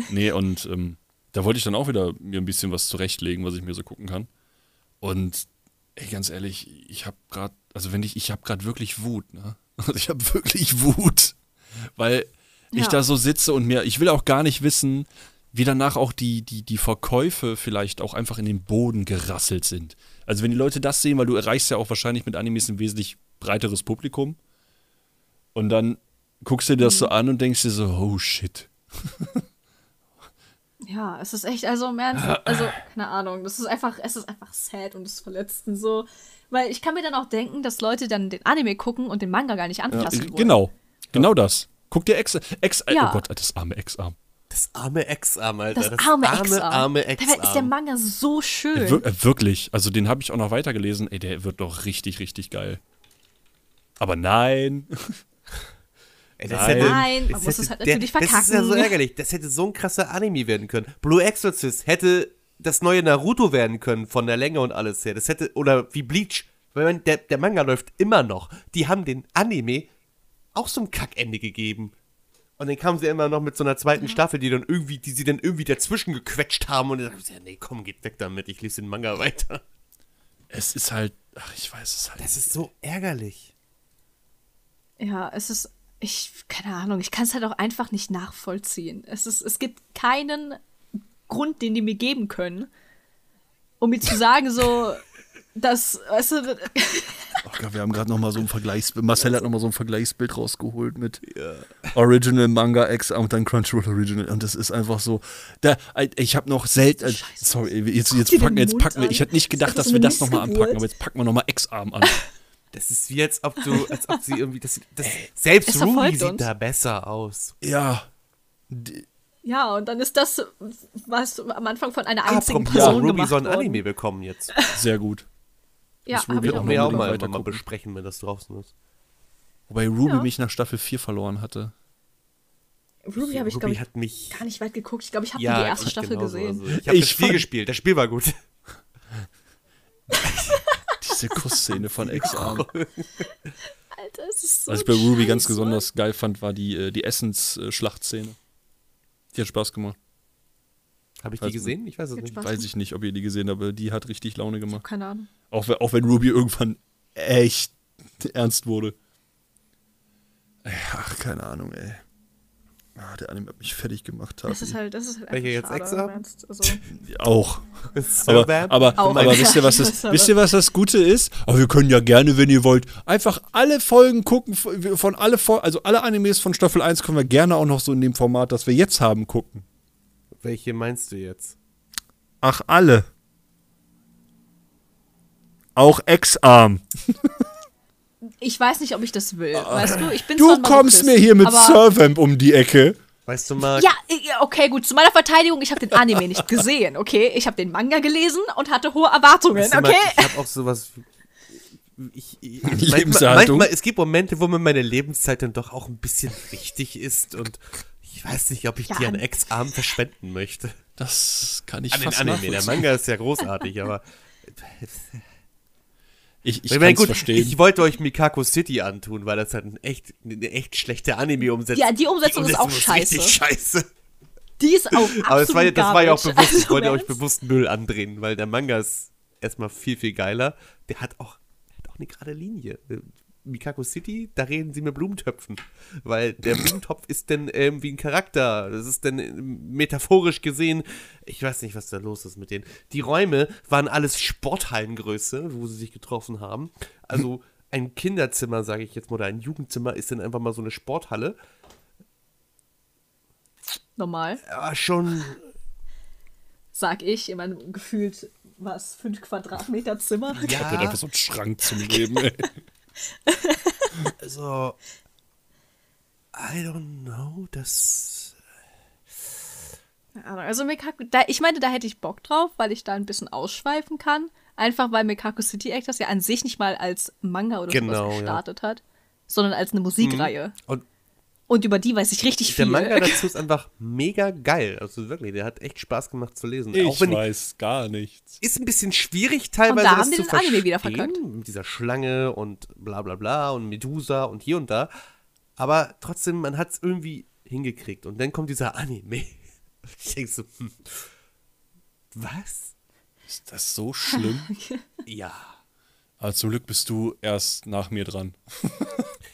Speaker 2: Nee, und ähm, da wollte ich dann auch wieder mir ein bisschen was zurechtlegen, was ich mir so gucken kann. Und ey, ganz ehrlich, ich habe gerade, also wenn ich, ich habe gerade wirklich Wut, ne? Also ich habe wirklich Wut, weil ich
Speaker 3: Ja.
Speaker 2: da so sitze und mir, ich will auch gar nicht wissen, wie danach auch die, die, die Verkäufe vielleicht auch einfach in den Boden gerasselt sind. Also wenn die Leute das sehen, weil du erreichst ja auch wahrscheinlich mit Animes ein wesentlich breiteres Publikum. Und dann guckst du dir das so an und denkst dir so, oh shit.
Speaker 3: Ja, es ist echt, also im Ernst, also keine Ahnung, das ist einfach, es ist einfach sad und es verletzt und so. Weil ich kann mir dann auch denken, dass Leute dann den Anime gucken und den Manga gar nicht
Speaker 2: Ja,
Speaker 3: anfassen wollen.
Speaker 2: genau, genau das. Guck dir Ex, Ex,
Speaker 3: Ja.
Speaker 2: oh Gott, das arme Ex-Arm.
Speaker 5: Das arme Ex-Arm, Alter.
Speaker 3: Das, arme,
Speaker 5: arme,
Speaker 3: Ex-Arm.
Speaker 5: arme
Speaker 3: Dabei ist der
Speaker 5: Ex-Arm.
Speaker 3: Manga so schön.
Speaker 2: Wir, äh, wirklich, also den habe ich auch noch weitergelesen. Ey, der wird doch richtig, richtig geil. Aber nein.
Speaker 5: Ey, das
Speaker 2: Nein.
Speaker 3: Nein, man muss es halt natürlich
Speaker 5: Das ist ja so
Speaker 3: verkacken.
Speaker 5: ärgerlich. Das hätte so ein krasser Anime werden können. Blue Exorcist hätte das neue Naruto werden können, von der Länge und alles her. Das hätte, oder wie Bleach. Weil man, der, der Manga läuft immer noch. Die haben den Anime auch so ein Kackende gegeben. Und dann kamen sie immer noch mit so einer zweiten Staffel, die dann irgendwie, die sie dann irgendwie dazwischen gequetscht haben und dann dachte ich, ja, nee, komm, geht weg damit, ich lese den Manga weiter.
Speaker 2: Es ist halt, ach, ich weiß es halt.
Speaker 5: Das ist so ärgerlich.
Speaker 3: Ja, es ist, ich, keine Ahnung, ich kann es halt auch einfach nicht nachvollziehen. Es ist, es gibt keinen Grund, den die mir geben können, um mir zu sagen, so, dass, weißt du,
Speaker 4: Oh Gott, wir haben gerade noch mal so ein Vergleichsbild. Marcel hat noch mal so ein Vergleichsbild rausgeholt mit Original Manga X und dann Crunchyroll Original und das ist einfach so. Da, halt, ich habe noch selten. Sorry, jetzt, jetzt
Speaker 3: dir den
Speaker 2: packen, jetzt
Speaker 3: Mund
Speaker 2: packen wir.
Speaker 3: an.
Speaker 2: Ich hätte nicht gedacht, dass
Speaker 3: Das ist
Speaker 2: wir
Speaker 3: einfach
Speaker 2: das
Speaker 3: so eine
Speaker 2: nochmal anpacken, aber
Speaker 3: Missgeburt.
Speaker 2: jetzt packen wir nochmal Ex-Arm an.
Speaker 5: Das ist wie als ob du, als ob sie irgendwie, das, das, selbst
Speaker 3: es
Speaker 5: Ruby
Speaker 3: verfolgt
Speaker 5: sieht
Speaker 3: uns.
Speaker 5: da besser aus.
Speaker 2: Ja,
Speaker 3: ja, und dann ist das, was am Anfang von einer einzigen
Speaker 5: Apropos,
Speaker 3: Person
Speaker 5: Ruby
Speaker 3: gemacht
Speaker 5: soll ein
Speaker 3: worden.
Speaker 5: Anime bekommen jetzt.
Speaker 2: sehr gut.
Speaker 3: Ja,
Speaker 2: Muss Ruby
Speaker 3: hab ich
Speaker 2: auch
Speaker 3: auch
Speaker 5: Können
Speaker 2: noch
Speaker 5: wir ja auch
Speaker 2: unbedingt
Speaker 5: mal,
Speaker 2: weiter
Speaker 5: mal
Speaker 2: gucken.
Speaker 5: besprechen, wenn das draußen ist.
Speaker 2: Wobei Ruby
Speaker 3: Ja.
Speaker 2: mich nach Staffel 4 verloren hatte.
Speaker 3: Ruby habe ich, glaube
Speaker 5: Ruby
Speaker 3: ich,
Speaker 5: hat mich.
Speaker 3: gar nicht weit geguckt. Ich glaube, ich habe nur die erste
Speaker 5: ich
Speaker 3: Staffel
Speaker 2: genau
Speaker 5: genauso.
Speaker 3: gesehen.
Speaker 5: Also, ich habe das
Speaker 2: Ich
Speaker 5: Spiel
Speaker 2: fand-
Speaker 5: gespielt. Das Spiel war gut.
Speaker 2: Diese Kussszene von Ex-Arm.
Speaker 3: Alter, es ist so
Speaker 2: Was Also ich bei Ruby ganz
Speaker 3: Oh, scheiße.
Speaker 2: besonders geil fand, war die, äh, die Essensschlachtszene. Die hat Spaß gemacht.
Speaker 5: Habe ich
Speaker 2: Weiß
Speaker 5: die
Speaker 2: nicht.
Speaker 5: gesehen? Ich weiß es
Speaker 3: Viel
Speaker 5: nicht.
Speaker 3: Spaß.
Speaker 2: Weiß ich nicht, ob ihr die gesehen habt, aber die hat richtig Laune gemacht.
Speaker 3: Keine Ahnung.
Speaker 2: Auch, we- auch wenn Ruby irgendwann echt ernst wurde.
Speaker 4: Ach, keine Ahnung, ey. Ah, der Anime hat mich fertig gemacht.
Speaker 3: Das ist halt, das ist halt
Speaker 5: Welche
Speaker 3: einfach
Speaker 5: jetzt
Speaker 3: schade,
Speaker 5: Exa?
Speaker 3: im Ernst. Also,
Speaker 2: Auch.
Speaker 5: Servant?
Speaker 2: Aber, aber,
Speaker 3: Auch.
Speaker 2: aber wisst, ihr, was das, wisst ihr, was das Gute ist? Aber wir können ja gerne, wenn ihr wollt, einfach alle Folgen gucken, von von alle, Fol- also alle Animes von Staffel 1 können wir gerne auch noch so in dem Format, das wir jetzt haben, gucken.
Speaker 5: Welche meinst du jetzt?
Speaker 4: Ach, alle. Auch Ex-Arm.
Speaker 3: ich weiß nicht, ob ich das will. Weißt du, ich bin zwar
Speaker 2: Ah. Du
Speaker 3: ein
Speaker 2: kommst
Speaker 3: Masochist,
Speaker 2: mir hier mit
Speaker 3: aber-
Speaker 2: Servamp um die Ecke.
Speaker 5: Weißt du, Marc?
Speaker 3: Ja, äh, ja, okay, gut. Zu meiner Verteidigung, ich habe den Anime nicht gesehen, okay? Ich habe den Manga gelesen und hatte hohe Erwartungen,
Speaker 5: Weißt du, Marc,
Speaker 3: okay?
Speaker 5: ich habe auch sowas. wie- Ich, ich, manchmal,
Speaker 2: Lebenshaltung.
Speaker 5: manchmal, es gibt Momente, wo mir meine Lebenszeit dann doch auch ein bisschen wichtig ist und ich weiß nicht, ob ich
Speaker 3: Ja,
Speaker 5: die an
Speaker 3: an-
Speaker 5: Ex-Arm verschwenden möchte.
Speaker 2: Das kann ich
Speaker 5: An den
Speaker 2: fast
Speaker 5: Anime. Der
Speaker 2: nachvollziehen.
Speaker 5: Manga ist ja großartig, aber
Speaker 2: Ich, ich
Speaker 5: Ich,
Speaker 2: kann
Speaker 5: meine,
Speaker 2: es
Speaker 5: gut,
Speaker 2: verstehen.
Speaker 5: ich wollte euch Mikako City antun, weil das halt ein echt, eine echt schlechte Anime-Umsetzung
Speaker 3: Ja, die Umsetzung ist auch
Speaker 5: Richtig
Speaker 3: scheiße.
Speaker 5: scheiße.
Speaker 3: Die ist auch absolut
Speaker 5: Aber das war, ja- das war ja auch
Speaker 3: garbage. Also
Speaker 5: bewusst. ich wollte
Speaker 3: im
Speaker 5: euch
Speaker 3: Ernst?
Speaker 5: bewusst Müll andrehen, weil der Manga ist erstmal viel, viel geiler. Der hat auch, der hat auch eine gerade Linie. Mikako City, da reden sie mit Blumentöpfen. Weil der Blumentopf ist dann irgendwie ein Charakter. Das ist dann metaphorisch gesehen, ich weiß nicht, was da los ist mit denen. Die Räume waren alles Sporthallengröße, wo sie sich getroffen haben. Also ein Kinderzimmer, sage ich jetzt mal, oder ein Jugendzimmer ist dann einfach mal so eine Sporthalle.
Speaker 3: Normal,
Speaker 5: Aber schon
Speaker 3: sag ich, in meinem gefühlt was, 5 Quadratmeter Zimmer.
Speaker 2: Ich hab
Speaker 5: Ja.
Speaker 2: dir einfach so einen Schrank zum Leben, ey.
Speaker 5: Also, I don't know, das.
Speaker 3: Keine Ahnung. Also Mekako, da, ich meine, da hätte ich Bock drauf, weil ich da ein bisschen ausschweifen kann. Einfach weil Mekako City Act das ja an sich nicht mal als Manga oder
Speaker 5: Genau,
Speaker 3: sowas
Speaker 5: ja.
Speaker 3: gestartet hat, sondern als eine Musikreihe.
Speaker 2: Mhm.
Speaker 5: Und
Speaker 3: Und über die weiß ich richtig
Speaker 5: der
Speaker 3: viel.
Speaker 5: Manga dazu ist einfach mega geil. Also wirklich, der hat echt Spaß gemacht zu lesen.
Speaker 2: Ich
Speaker 5: Auch wenn die,
Speaker 2: weiß gar nichts.
Speaker 5: ist ein bisschen schwierig teilweise.
Speaker 3: Und da haben
Speaker 5: das
Speaker 3: die
Speaker 5: zu
Speaker 3: den Anime wieder
Speaker 5: verstehen,
Speaker 3: verkackt.
Speaker 5: Mit dieser Schlange und bla bla bla und Medusa und hier und da. Aber trotzdem, man hat es irgendwie hingekriegt. Und dann kommt dieser Anime. Ich denke so, hm, was?
Speaker 2: Ist das so schlimm?
Speaker 5: Ja.
Speaker 2: Aber zum Glück bist du erst nach mir dran.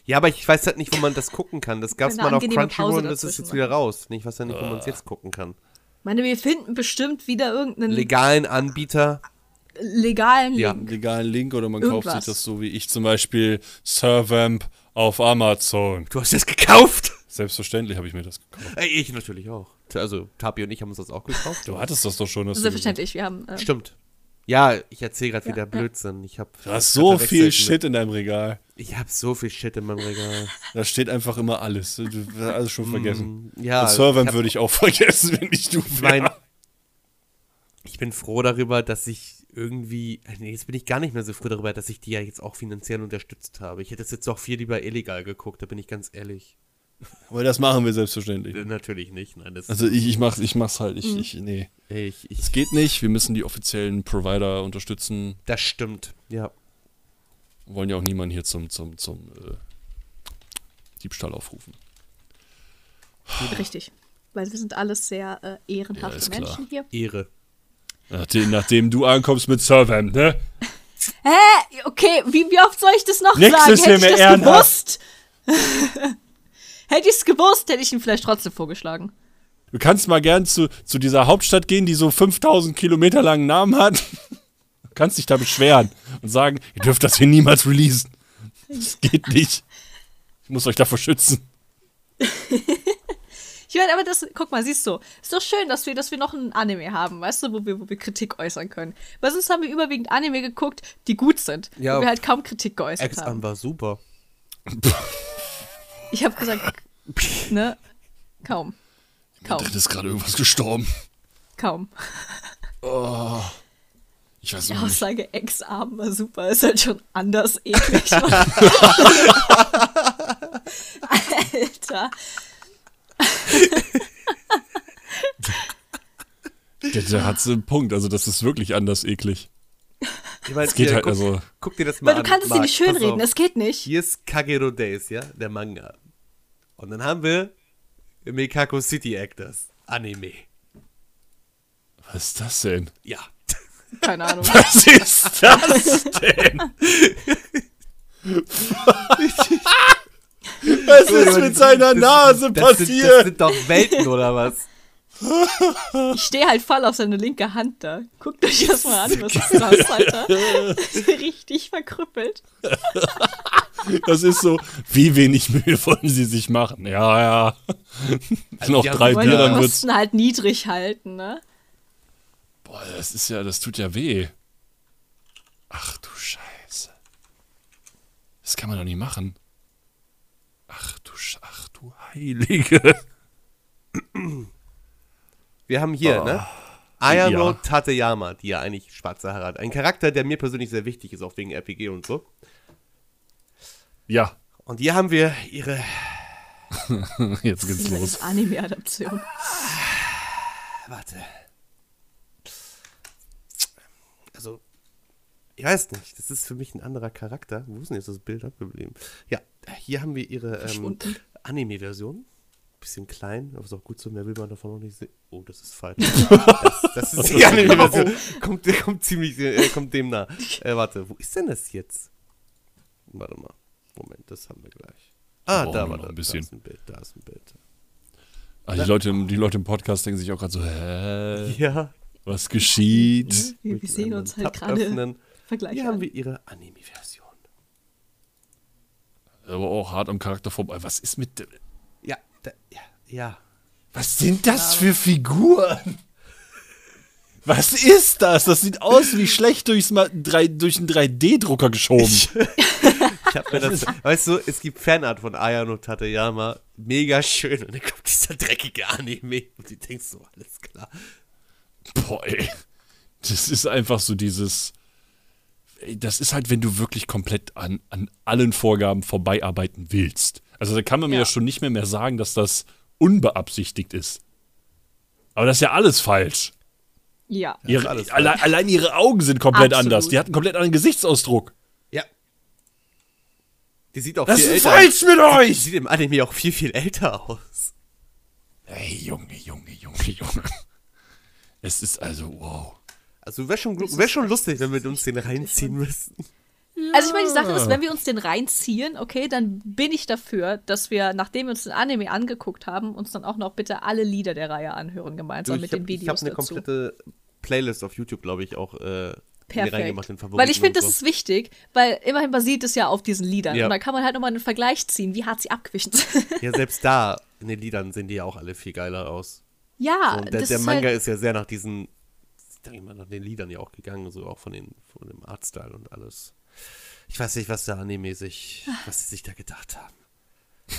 Speaker 5: Ja, aber ich weiß halt nicht, wo man das gucken kann. Das gab es
Speaker 3: Eine
Speaker 5: mal auf
Speaker 3: angenehme
Speaker 5: Crunchyroll
Speaker 3: Pause
Speaker 5: und das ist
Speaker 3: dazwischen
Speaker 5: jetzt wieder raus. Ich weiß ja nicht, wo man es
Speaker 2: Ah.
Speaker 5: jetzt gucken kann.
Speaker 3: Ich meine, wir finden bestimmt wieder irgendeinen
Speaker 5: legalen Anbieter.
Speaker 3: legalen
Speaker 5: Ja.
Speaker 3: Link.
Speaker 2: Legalen Link oder man kauft sich
Speaker 3: Irgendwas.
Speaker 2: das so wie ich zum Beispiel Servamp auf Amazon.
Speaker 5: Du hast das gekauft?
Speaker 2: Selbstverständlich habe ich mir das gekauft.
Speaker 5: Ey, ich natürlich auch. Also, Tapi und ich haben uns das auch gekauft.
Speaker 2: Du hattest das doch schon. hast du
Speaker 3: Selbstverständlich, wir haben. Äh,
Speaker 5: Stimmt. Ja, ich erzähle gerade wieder Blödsinn. Ich hab,
Speaker 2: gesagt. Du hast so viel
Speaker 5: verwechselt mit-
Speaker 2: Shit in deinem Regal.
Speaker 5: Ich hab so viel Shit in meinem Regal.
Speaker 2: Da steht einfach immer alles. Du hast alles schon vergessen.
Speaker 5: Mm, Ja,
Speaker 2: das
Speaker 5: ich,
Speaker 2: Servamp
Speaker 5: hab-
Speaker 2: würde ich auch vergessen, wenn ich du
Speaker 5: mein-
Speaker 2: wär.
Speaker 5: ich bin froh darüber, dass ich irgendwie. äh, Nee, jetzt bin ich gar nicht mehr so froh darüber, dass ich die ja jetzt auch finanziell unterstützt habe. Ich hätte es jetzt auch viel lieber illegal geguckt, da bin ich ganz ehrlich.
Speaker 2: Aber das machen wir selbstverständlich.
Speaker 5: Äh, Natürlich nicht. Nein, das
Speaker 2: Also ich, ich, mach's, ich mach's halt. Ich,
Speaker 3: Mm.
Speaker 2: ich, nee.
Speaker 5: Ey, ich,
Speaker 2: Es
Speaker 5: ich,
Speaker 2: geht nicht. Wir müssen die offiziellen Provider unterstützen.
Speaker 5: das stimmt. Ja.
Speaker 2: wollen ja auch niemanden hier zum, zum, zum äh, Diebstahl aufrufen.
Speaker 3: Richtig. Weil wir sind alles sehr äh,
Speaker 2: Ja,
Speaker 3: ehrenhafte
Speaker 2: ist klar.
Speaker 3: Menschen hier.
Speaker 5: Ehre.
Speaker 2: Nachdem, nachdem du ankommst mit Servant, ne?
Speaker 3: Hä? Okay, wie, wie oft soll ich das noch
Speaker 2: Nix
Speaker 3: sagen?
Speaker 2: ist
Speaker 3: Hätte
Speaker 2: hier
Speaker 3: ich
Speaker 2: mehr
Speaker 3: das
Speaker 2: ehrenhaft.
Speaker 3: gewusst? hätte ich es gewusst, hätte ich ihn vielleicht trotzdem vorgeschlagen.
Speaker 2: Du kannst mal gern zu, zu dieser Hauptstadt gehen, die so 5000 Kilometer langen Namen hat. Du kannst dich da beschweren und sagen, ihr dürft das hier niemals releasen. Das geht nicht. Ich muss euch davor schützen.
Speaker 3: Ich meine, aber das, guck mal, siehst du, ist doch schön, dass wir, dass wir noch einen Anime haben, weißt du, wo wir, wo wir Kritik äußern können. Weil sonst haben wir überwiegend Anime geguckt, die gut sind,
Speaker 5: Ja. ähm.
Speaker 3: wo wir halt kaum Kritik geäußert
Speaker 5: Ex-Am
Speaker 3: haben.
Speaker 5: war super.
Speaker 3: Ich habe gesagt, ne, kaum, kaum,
Speaker 2: Drin ist gerade irgendwas gestorben.
Speaker 3: kaum.
Speaker 2: Ich weiß
Speaker 3: Die
Speaker 2: noch nicht.
Speaker 3: Aussage Ex-Arm war super, ist halt schon anders eklig. Alter,
Speaker 2: Der, der hat einen Punkt. Also, das ist wirklich anders eklig.
Speaker 5: Ich mein, es
Speaker 2: geht halt, also-
Speaker 5: Guck dir das mal
Speaker 3: weil
Speaker 5: an.
Speaker 3: du kannst es dir
Speaker 5: Marc,
Speaker 3: nicht
Speaker 5: pass
Speaker 3: schönreden,
Speaker 5: auf.
Speaker 3: es geht nicht.
Speaker 5: Hier ist Kagero Days, ja, der Manga. Und dann haben wir Mekako City Actors, Anime.
Speaker 2: Was ist das denn?
Speaker 5: Ja.
Speaker 3: Keine Ahnung.
Speaker 2: Was ist das denn? Was ist mit seiner Nase
Speaker 5: Das sind, das
Speaker 2: passiert?
Speaker 5: sind doch Welten oder was?
Speaker 3: Ich stehe halt voll auf seine linke Hand da. Guckt euch das mal an, was ist das, Alter? Richtig verkrüppelt.
Speaker 2: Das ist so, wie wenig Mühe wollen sie sich machen? Ja, ja. Noch
Speaker 5: ja,
Speaker 2: drei
Speaker 5: sie
Speaker 3: Wollen Also die
Speaker 2: Bier, dann wird's.
Speaker 3: Kosten halt niedrig halten, ne?
Speaker 2: Boah, das ist ja, das tut ja weh. Ach du Scheiße. Das kann man doch nicht machen. Ach du Sch ach du Heilige.
Speaker 5: Wir haben hier, ne? Ayano
Speaker 2: Oh. Ja.
Speaker 5: Tateyama, die ja eigentlich schwarze Haare hat. Ein Charakter, der mir persönlich sehr wichtig ist, auch wegen RPG und so.
Speaker 2: Ja,
Speaker 5: Und hier haben wir ihre
Speaker 2: jetzt geht's
Speaker 3: Das
Speaker 2: los.
Speaker 3: ist Anime-Adaption.
Speaker 5: Warte. Also, ich weiß nicht. Das ist für mich ein anderer Charakter. Wo ist denn jetzt das Bild abgeblieben? Ja, hier haben wir ihre ähm,
Speaker 3: Verschwunden.
Speaker 5: Anime-Version. Bisschen klein, aber ist auch gut so. Mehr will man davon auch nicht sehen. Oh, das ist falsch. das, das ist die Anime-Version. Kommt, kommt ziemlich, äh, kommt dem nah. Äh, warte, wo ist denn das jetzt? Warte mal. Moment, das haben wir gleich. Ah,
Speaker 2: brauchen
Speaker 5: da
Speaker 2: wir
Speaker 5: war
Speaker 2: Oh, noch
Speaker 5: das.
Speaker 2: ein bisschen.
Speaker 5: Da ist ein Bild, da ist ein Bild.
Speaker 2: Ah, die, Leute, im- die Leute im Podcast denken sich auch gerade so, hä,
Speaker 5: Ja,
Speaker 2: was geschieht?
Speaker 5: Mhm.
Speaker 3: Wir, wir sehen uns halt gerade
Speaker 5: Öffnen.
Speaker 3: Vergleich
Speaker 5: Hier haben
Speaker 3: an.
Speaker 5: wir ihre Anime-Version.
Speaker 2: Aber auch hart am Charakter vorbei. Was ist mit,
Speaker 5: Ja, da, ja, ja.
Speaker 2: was sind das für Figuren? Was ist das? Das sieht aus wie schlecht durchs Ma drei, durch einen 3D-Drucker geschoben.
Speaker 5: Ich hab mir das, weißt du, es gibt Fanart von Ayano Tateyama, mega schön, und dann kommt dieser dreckige Anime, und du denkst so, alles klar.
Speaker 2: Boah, ey. Das ist einfach so dieses. Ey, Das ist halt, wenn du wirklich komplett an, an allen Vorgaben vorbeiarbeiten willst. Also da kann man mir ja
Speaker 3: Ja.
Speaker 2: schon nicht mehr, mehr sagen, dass das unbeabsichtigt ist. Aber das ist ja alles falsch.
Speaker 3: Ja.
Speaker 2: Ihre,
Speaker 5: alles falsch.
Speaker 2: alle, Allein ihre Augen sind komplett
Speaker 3: Absolut.
Speaker 2: anders. Die hatten komplett anderen Gesichtsausdruck.
Speaker 5: Ja. Die sieht auch
Speaker 2: Das
Speaker 5: viel
Speaker 2: ist
Speaker 5: älter
Speaker 2: falsch mit
Speaker 5: Die
Speaker 2: euch!
Speaker 5: sieht im Anime auch viel, viel älter aus.
Speaker 2: Ey, Junge, Junge, Junge, Junge. Es ist also, wow.
Speaker 5: Also wäre schon, wär schon lustig, wenn wir uns den reinziehen müssten.
Speaker 3: Also ich meine, die Sache ist, wenn wir uns den reinziehen, okay, dann bin ich dafür, dass wir, nachdem wir uns den Anime angeguckt haben, uns dann auch noch bitte alle Lieder der Reihe anhören, gemeinsam
Speaker 5: Du,
Speaker 3: mit
Speaker 5: ich hab-
Speaker 3: den
Speaker 5: Ich
Speaker 3: Videos
Speaker 5: habe eine
Speaker 3: dazu.
Speaker 5: komplette Playlist auf YouTube, glaube ich, auch äh, reingemacht. Den
Speaker 3: Perfekt.
Speaker 5: Favoriten
Speaker 3: Weil ich finde, das
Speaker 5: und so.
Speaker 3: ist wichtig, weil immerhin basiert es ja auf diesen Liedern.
Speaker 5: Ja.
Speaker 3: Und da kann man halt nochmal einen Vergleich ziehen, wie hart sie abgewichen sind.
Speaker 5: Ja, selbst da in den Liedern sehen die ja auch alle viel geiler aus.
Speaker 3: ja,
Speaker 5: Und der,
Speaker 3: das
Speaker 5: der
Speaker 3: ist
Speaker 5: Manga
Speaker 3: halt,
Speaker 5: Ah, ist ja sehr nach diesen, sag ich mal, nach den Liedern ja auch gegangen, so auch von, den, von dem Artstyle und alles. Ich weiß nicht, was der Anime sich, was sie sich da gedacht haben.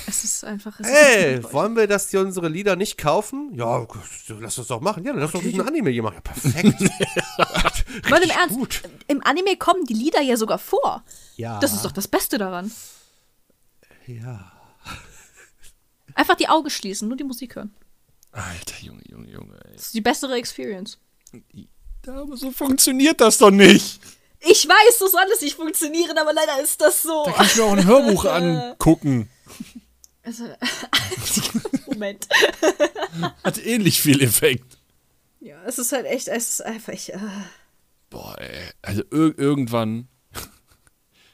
Speaker 3: es ist einfach. Es
Speaker 5: Ey,
Speaker 3: ist ein
Speaker 5: wollen wir, dass die unsere Lieder nicht kaufen? Ja, lass das doch machen. Ja, dann lass doch diesen Anime hier machen. Ja, perfekt.
Speaker 3: Weil im Ernst,
Speaker 5: gut.
Speaker 3: im Anime kommen die Lieder ja sogar vor.
Speaker 5: Ja.
Speaker 3: Das ist doch das Beste daran.
Speaker 5: ja.
Speaker 3: Einfach die Augen schließen, nur die Musik hören.
Speaker 2: Alter, Junge, Junge, Junge, ey.
Speaker 3: Das ist die bessere Experience.
Speaker 2: Aber so funktioniert das doch nicht.
Speaker 3: Ich weiß, das alles nicht funktionieren, aber leider ist das so.
Speaker 2: Da kann ich mir auch ein Hörbuch angucken.
Speaker 3: Also, Moment.
Speaker 2: Hat ähnlich viel Effekt.
Speaker 3: Ja, es ist halt echt, es ist einfach. Ich, äh,
Speaker 2: Boah, ey. Also ir irgendwann.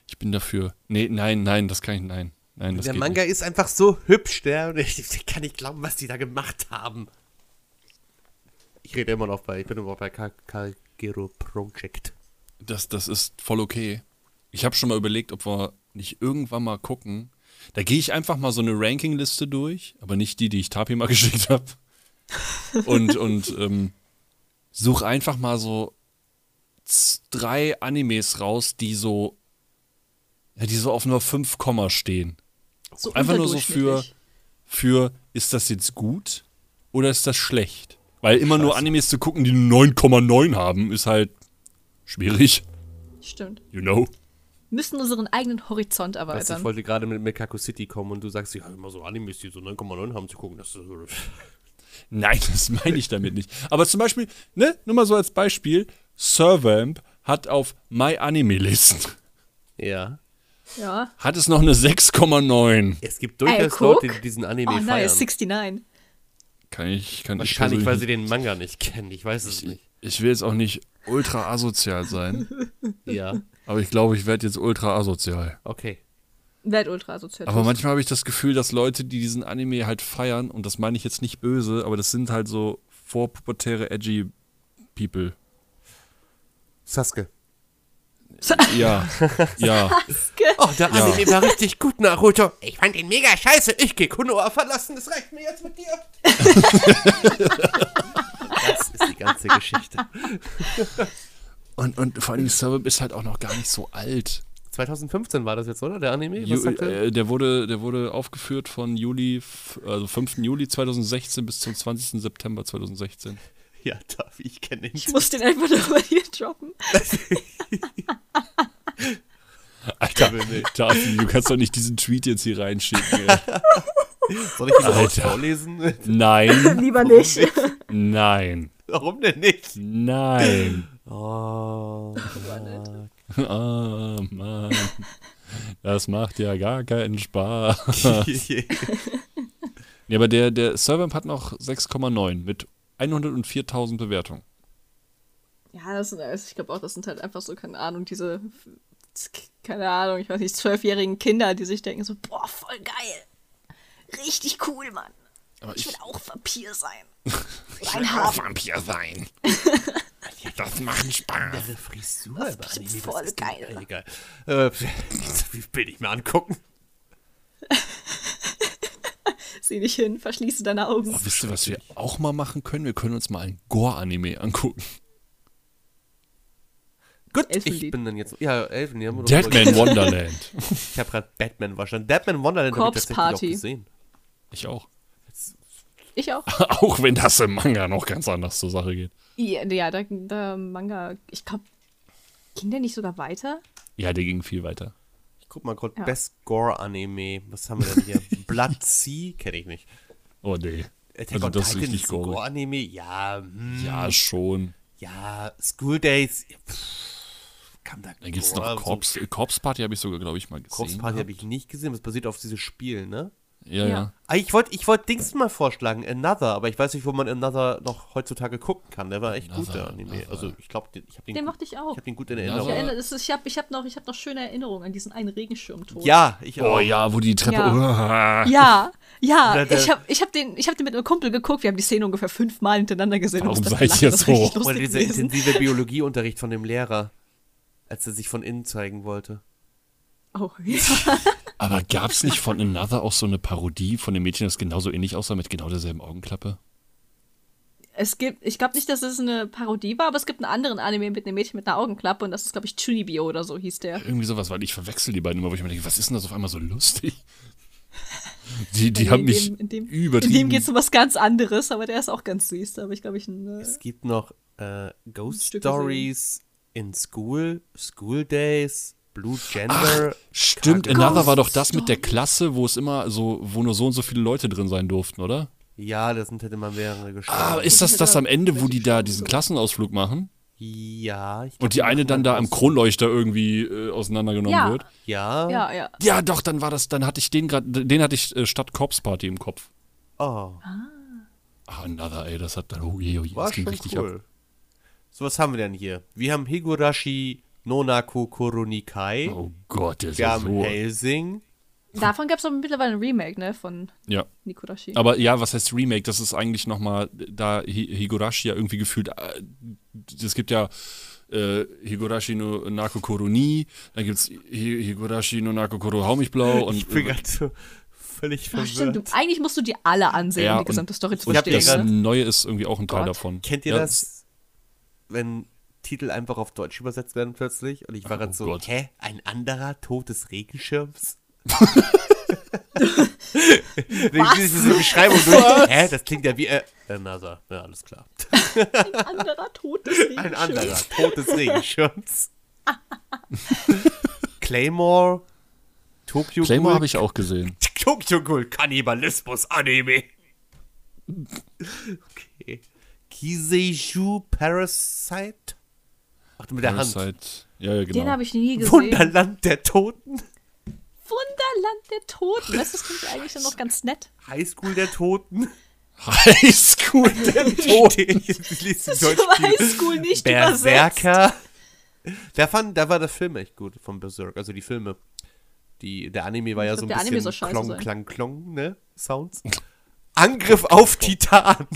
Speaker 2: Ich bin dafür. Nee, nein, nein, das kann ich. Nein. Nein, das
Speaker 5: Der
Speaker 2: geht
Speaker 5: Manga ist einfach so hübsch, der. Ich, ich kann nicht glauben, was die da gemacht haben. Ich rede immer noch bei, ich bin immer noch bei Ka- Kalgero Project.
Speaker 2: nicht. Das, das ist voll okay. Ich habe schon mal überlegt, ob wir nicht irgendwann mal gucken. Da gehe ich einfach mal so eine Rankingliste durch, aber nicht die, die ich Tapi mal geschickt habe. Und, und ähm, such einfach mal so z- drei Animes raus, die so, ja, die so auf nur 5 Komma stehen.
Speaker 3: so
Speaker 2: Einfach nur so für,
Speaker 3: unterdurchschnittlich.
Speaker 2: für, ist das jetzt gut oder ist das schlecht? Weil immer nur Animes zu gucken, die eine 9,9 haben, ist halt schwierig,
Speaker 3: Stimmt.
Speaker 2: you know.
Speaker 3: Müssen unseren eigenen Horizont
Speaker 5: Weißt du, Also ich
Speaker 3: erweitern.
Speaker 5: wollte gerade mit Mekako City kommen und du sagst, ich habe immer so Animes, die so 9,9 haben zu gucken. Das ist so,
Speaker 2: Nein, das meine ich damit nicht. Aber zum Beispiel, ne, nur mal so als Beispiel, Servamp hat auf My Anime List,
Speaker 5: ja.
Speaker 3: Ja.
Speaker 2: hat es noch eine 6,9.
Speaker 5: Es gibt durchaus
Speaker 3: guck.
Speaker 5: Leute, die diesen Anime
Speaker 3: Oh,
Speaker 5: feiern.
Speaker 3: nice, 69.
Speaker 2: Kann ich, kann ich
Speaker 5: Wahrscheinlich, weil sie
Speaker 2: persönlich
Speaker 5: den Manga nicht kennen. Ich weiß es
Speaker 2: nicht.
Speaker 5: nicht.
Speaker 2: Ich will jetzt auch nicht ultra asozial sein,
Speaker 5: Ja,
Speaker 2: aber ich glaube, ich werde jetzt ultra asozial.
Speaker 5: okay.
Speaker 3: Werd ultra sozial.
Speaker 2: Aber manchmal habe ich das Gefühl, dass Leute, die diesen Anime halt feiern, und das meine ich jetzt nicht böse, aber das sind halt so vorpubertäre, edgy People.
Speaker 5: Sasuke.
Speaker 2: Ja, ja.
Speaker 5: Oh, der
Speaker 2: Ja.
Speaker 5: Anime war richtig gut, Naruto. Ich fand ihn mega scheiße. Ich gehe Konoha verlassen. Das reicht mir jetzt mit dir. das ist die ganze Geschichte.
Speaker 2: Und, und vor allem Suburb ist halt auch noch gar nicht so alt.
Speaker 5: 2015 war das jetzt, oder? Der Anime? Was
Speaker 2: Ju
Speaker 5: sagt er?
Speaker 2: äh, der, wurde, der wurde aufgeführt von Juli, f- also 5. Juli 2016 bis zum 20. September 2016.
Speaker 5: Ja, Tavi, ich kenne ihn.
Speaker 3: Ich muss den einfach nur mal hier droppen.
Speaker 2: Alter, Tafi, du kannst doch nicht diesen Tweet jetzt hier reinschicken. Ey.
Speaker 5: Soll ich ihn mal
Speaker 2: Alter.
Speaker 5: vorlesen?
Speaker 2: Nein,
Speaker 3: Lieber nicht.
Speaker 2: nein,
Speaker 5: Warum denn nicht?
Speaker 2: nein.
Speaker 5: Oh,
Speaker 2: Ah, Mann. Das macht ja gar keinen Spaß. Ja, aber der, der Servamp hat noch 6,9 mit 104.000 Bewertungen.
Speaker 3: Ja, das sind, also ich glaube auch, das sind halt einfach so, keine Ahnung, diese keine Ahnung, ich weiß nicht, zwölfjährigen Kinder, die sich denken so, boah, voll geil. Richtig cool, Mann. ich, will auch Vampir sein. ich will auch
Speaker 6: Vampir sein. Das macht Spaß.
Speaker 5: Ihre Frisur das
Speaker 3: ist voll geil.
Speaker 5: Egal. Äh, wie bin ich mir angucken?
Speaker 3: Sieh dich hin, verschließe deine Augen.
Speaker 2: Aber wisst ihr, was wir auch mal machen können? Wir können uns mal ein Gore-Anime angucken.
Speaker 5: Gut, ich
Speaker 3: Elfenlied.
Speaker 5: bin dann jetzt. Ja, Elfen, die haben wir doch
Speaker 2: Deadman
Speaker 5: drüber-
Speaker 2: Wonderland.
Speaker 5: Ich habe gerade Batman wahrscheinlich. Batman Wonderland hab ich
Speaker 3: Corpse
Speaker 5: tatsächlich auch
Speaker 3: Party.
Speaker 5: gesehen.
Speaker 2: Ich auch.
Speaker 3: Ich auch.
Speaker 2: Auch wenn das im Manga noch ganz anders zur Sache geht.
Speaker 3: Ja, ja der, der Manga, ich glaube, ging der nicht sogar weiter?
Speaker 2: Ja, der ging viel weiter.
Speaker 5: Ich guck mal gerade
Speaker 3: Ja.
Speaker 5: Best Gore Anime. Was haben wir denn hier? Blood Sea kenne ich nicht.
Speaker 2: Oh nee.
Speaker 5: Attack
Speaker 2: Also
Speaker 5: on
Speaker 2: das ist
Speaker 5: Titan
Speaker 2: richtig
Speaker 5: ein
Speaker 2: gore.
Speaker 5: Gore-Anime. Ja, hm,
Speaker 2: Ja, schon.
Speaker 5: ja, School Days. pff, Kam da
Speaker 2: Dann gibt's
Speaker 5: Gore,
Speaker 2: noch Corps, äh, Corps Party habe ich sogar, glaube ich, mal gesehen.
Speaker 5: So, also Corpse Party habe ich nicht gesehen. Das basiert auf dieses Spiel, ne?
Speaker 2: Ja, ja.
Speaker 5: Ah, Ich wollte ich wollt Dings mal vorschlagen, Another, aber ich weiß nicht, wo man Another noch heutzutage gucken kann. Der war echt gut, der Anime. Also ich glaube, ich habe den,
Speaker 3: Den
Speaker 5: gut-
Speaker 3: mochte ich auch.
Speaker 5: Ich habe den gut in
Speaker 3: Ich,
Speaker 5: Erinnerung.
Speaker 3: erinnere, es ist, ich habe ich hab noch, ich hab noch schöne Erinnerungen an diesen einen Regenschirmtod.
Speaker 5: Ja, ich auch.
Speaker 2: Oh ja, wo die Treppe.
Speaker 3: Ja, ja,
Speaker 5: Oder der-
Speaker 3: ich habe ich hab den, ich hab den mit einem Kumpel geguckt, wir haben die Szene ungefähr fünfmal hintereinander gesehen.
Speaker 2: Warum
Speaker 3: mussten
Speaker 2: seid ihr
Speaker 3: lachen, das
Speaker 2: so?
Speaker 3: war richtig
Speaker 5: Oder
Speaker 3: lustig
Speaker 5: dieser
Speaker 3: gewesen.
Speaker 5: intensive Biologieunterricht von dem Lehrer, als er sich von innen zeigen wollte.
Speaker 3: Oh, ja.
Speaker 2: Aber gab's nicht von Another auch so eine Parodie von dem Mädchen, das genauso ähnlich aussah, mit genau derselben Augenklappe?
Speaker 3: Es gibt, ich glaube nicht, dass es eine Parodie war, aber es gibt einen anderen Anime mit einem Mädchen mit einer Augenklappe und das ist, glaube ich, Chunibyo oder so hieß der.
Speaker 2: Irgendwie sowas, weil ich verwechsel die beiden immer, wo ich mir denke, was ist denn das auf einmal so lustig? Die, die
Speaker 3: Nee,
Speaker 2: haben
Speaker 3: in
Speaker 2: mich
Speaker 3: dem- in dem,
Speaker 2: übertrieben.
Speaker 3: In dem geht es um was ganz anderes, aber der ist auch ganz süß. Da habe ich, glaube ich, einen. Äh,
Speaker 5: Es gibt noch äh, Ghost
Speaker 3: Stück
Speaker 5: Stories in School, School Days, Blue Gender.
Speaker 2: Stimmt,
Speaker 5: Kage-
Speaker 2: Another war doch das mit der Klasse, wo es immer so, wo nur so und so viele Leute drin sein durften, oder?
Speaker 5: Ja, da sind halt immer mehrere
Speaker 2: Ah,
Speaker 5: gestorben.
Speaker 2: ist das das am Ende, wo die da diesen Klassenausflug machen
Speaker 5: ja, ich glaub,
Speaker 2: und die eine dann da im Kronleuchter irgendwie äh, auseinandergenommen
Speaker 3: Ja.
Speaker 2: wird?
Speaker 5: Ja.
Speaker 3: ja, ja.
Speaker 2: Ja, doch, dann war das, dann hatte ich den gerade, den hatte ich äh, statt Corps Party im Kopf.
Speaker 5: Oh,
Speaker 2: Ah, Another, ey, das hat dann, oh je, oh je,
Speaker 5: war
Speaker 2: das ging
Speaker 5: schon
Speaker 2: richtig ab.
Speaker 5: cool. So, was haben wir denn hier? Wir haben Higurashi Nonako Koronikai.
Speaker 2: Oh Gott, der ist
Speaker 5: wir
Speaker 2: ja
Speaker 5: haben
Speaker 2: so.
Speaker 5: Helsing.
Speaker 3: Davon gab es aber mittlerweile ein Remake, ne? Von
Speaker 2: Ja.
Speaker 3: Nikodashi.
Speaker 2: Aber ja, was heißt Remake? Das ist eigentlich nochmal, da Hi- Higurashi ja irgendwie gefühlt, äh, es gibt ja äh, Higurashi no Nako Koroni, dann gibt's Hi Higurashi no Nako Koro Haumichblau und
Speaker 5: Ich bin gerade so völlig
Speaker 3: Ach,
Speaker 5: verwirrt.
Speaker 3: stimmt, du, eigentlich musst du dir alle ansehen,
Speaker 2: Ja,
Speaker 3: um die
Speaker 2: und-
Speaker 3: gesamte Story zu
Speaker 5: Ich hab
Speaker 3: verstehen.
Speaker 2: das
Speaker 5: Digga.
Speaker 3: ne?
Speaker 2: Neue ist irgendwie auch ein Teil
Speaker 5: Gott.
Speaker 2: davon.
Speaker 5: Kennt ihr
Speaker 2: Ja,
Speaker 5: das, wenn Titel einfach auf Deutsch übersetzt werden plötzlich? Und ich
Speaker 2: Oh
Speaker 5: war gerade so,
Speaker 2: Gott.
Speaker 5: hä? Ein anderer Tod des Regenschirms? Wenn ich diese Beschreibung durch. Hä? Das klingt ja wie äh, another. Ja, alles klar.
Speaker 3: Ein anderer Tod des
Speaker 5: Ein anderer Tod des Regenschirms. Claymore. Tokyo
Speaker 2: Claymore
Speaker 5: Ghoul.
Speaker 2: habe ich auch gesehen.
Speaker 5: Tokyo Ghoul Kannibalismus Anime. Okay. Kiseishu Parasite? Ach, mit der Hand.
Speaker 2: Parasite. Ja, ja,
Speaker 3: Den
Speaker 2: genau.
Speaker 3: habe ich nie gesehen.
Speaker 5: Wunderland der Toten?
Speaker 3: Wunderland der Toten. Weißt du, das klingt eigentlich dann noch ganz nett.
Speaker 5: Highschool der Toten?
Speaker 2: Highschool.
Speaker 5: Toten. ich lese
Speaker 3: Das
Speaker 5: die
Speaker 3: ist für
Speaker 5: Deutsch
Speaker 3: Highschool nicht übersetzt.
Speaker 5: Berserker. Da, fand, da war der Film echt gut von Berserk, also die Filme. Die, der Anime war ja
Speaker 3: glaub,
Speaker 5: so ein
Speaker 3: der Anime
Speaker 5: bisschen
Speaker 3: soll scheiße
Speaker 5: klong,
Speaker 3: sein.
Speaker 5: klang, klong, ne? Sounds. Angriff auf Titan.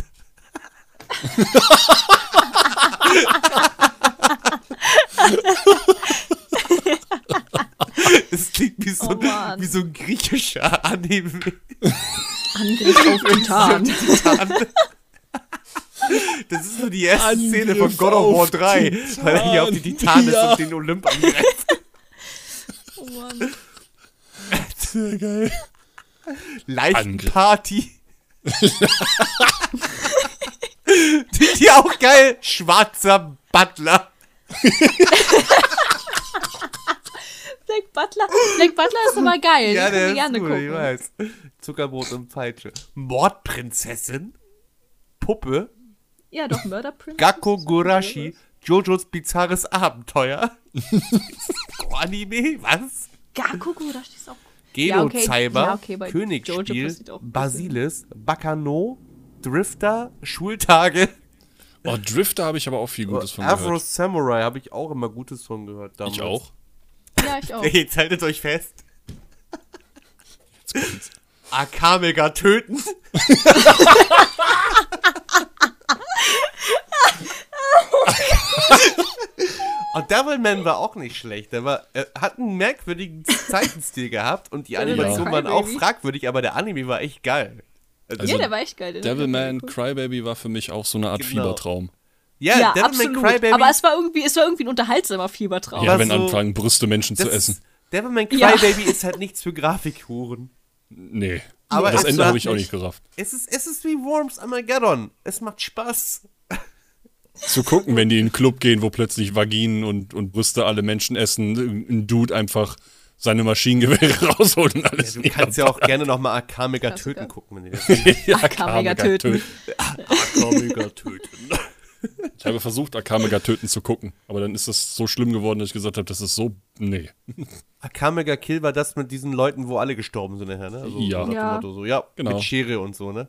Speaker 5: Es klingt wie so,
Speaker 3: Oh Mann.
Speaker 5: wie so ein griechischer Anime.
Speaker 3: Angriff auf Titan.
Speaker 5: Titan. Das ist so die erste Szene von God of War 3, weil er hier auf die Titan ist und den Olymp angreift.
Speaker 3: Oh Mann.
Speaker 2: Sehr geil. Angriff.
Speaker 5: Leichenparty. die, die auch geil. Schwarzer Butler.
Speaker 3: Black Butler. Black Butler ist immer geil. Ja, den
Speaker 5: ist
Speaker 3: kann ich gerne
Speaker 5: gut, ich
Speaker 3: gucken.
Speaker 5: weiß. Zuckerbrot und Peitsche. Mordprinzessin. Puppe.
Speaker 3: Ja, doch, Murder Prince.
Speaker 5: Gakogurashi. Jojos bizarres Abenteuer. Oh, Anime? Was?
Speaker 3: Gakogurashi ist auch Ja, okay.
Speaker 5: Genozeiber,
Speaker 3: Ja, okay, bei Jojo
Speaker 5: Königsspiel,
Speaker 3: passiert auch ein bisschen.
Speaker 5: Basilis, Bacano, Drifter, Schultage,
Speaker 2: Oh, Drifter habe ich aber auch viel Gutes von
Speaker 5: Oh, Afro
Speaker 2: gehört.
Speaker 5: Samurai habe ich auch immer Gutes von gehört damals.
Speaker 2: Ich auch.
Speaker 3: Ja, ich auch.
Speaker 5: Jetzt haltet euch fest. Akamega töten. Und Devilman war auch nicht schlecht. Der war, er hat einen merkwürdigen Zeichenstil gehabt und die Animationen waren auch
Speaker 3: Crybaby.
Speaker 5: fragwürdig, aber der Anime war echt geil.
Speaker 2: Also
Speaker 3: ja, der war echt geil. den hab ich
Speaker 2: Devilman
Speaker 3: auch geguckt.
Speaker 2: Crybaby war für mich auch so eine Art
Speaker 5: Genau.
Speaker 2: Fiebertraum.
Speaker 5: Ja,
Speaker 3: Ja,
Speaker 5: Devilman
Speaker 3: absolut.
Speaker 5: Crybaby.
Speaker 3: Aber es war irgendwie, es war irgendwie ein unterhaltsamer Fiebertraum.
Speaker 2: Ja,
Speaker 5: Aber
Speaker 2: wenn
Speaker 5: so-
Speaker 2: anfangen, Brüste Menschen zu
Speaker 5: das-
Speaker 2: essen.
Speaker 5: Devilman
Speaker 3: Ja.
Speaker 5: Crybaby ist halt nichts für Grafikhuren.
Speaker 2: Nee.
Speaker 5: Aber
Speaker 2: das
Speaker 5: es
Speaker 2: Ende
Speaker 5: war
Speaker 2: habe ich auch nicht
Speaker 5: nicht-
Speaker 2: gerafft.
Speaker 5: Es ist, es ist wie Worms Armageddon. Es macht Spaß.
Speaker 2: Zu gucken, wenn die in den Club gehen, wo plötzlich Vaginen und, und Brüste alle Menschen essen, ein Dude einfach seine Maschinengewehre rausholt und alles.
Speaker 5: Du kannst ja auch gerne nochmal Akamega
Speaker 3: Klassiker.
Speaker 5: töten gucken, wenn du das
Speaker 2: ja,
Speaker 3: Akamega töten.
Speaker 1: Akamega töten.
Speaker 2: Ich habe versucht, Akamega töten zu gucken, aber dann ist das so schlimm geworden, dass ich gesagt habe, das ist so. Nee.
Speaker 5: Akamega Kill war das mit diesen Leuten, wo alle gestorben sind nachher, ne? Also
Speaker 2: Ja.
Speaker 5: nach dem
Speaker 3: Ja.
Speaker 5: Motto so, ja,
Speaker 2: Genau.
Speaker 5: mit Schere und so, ne?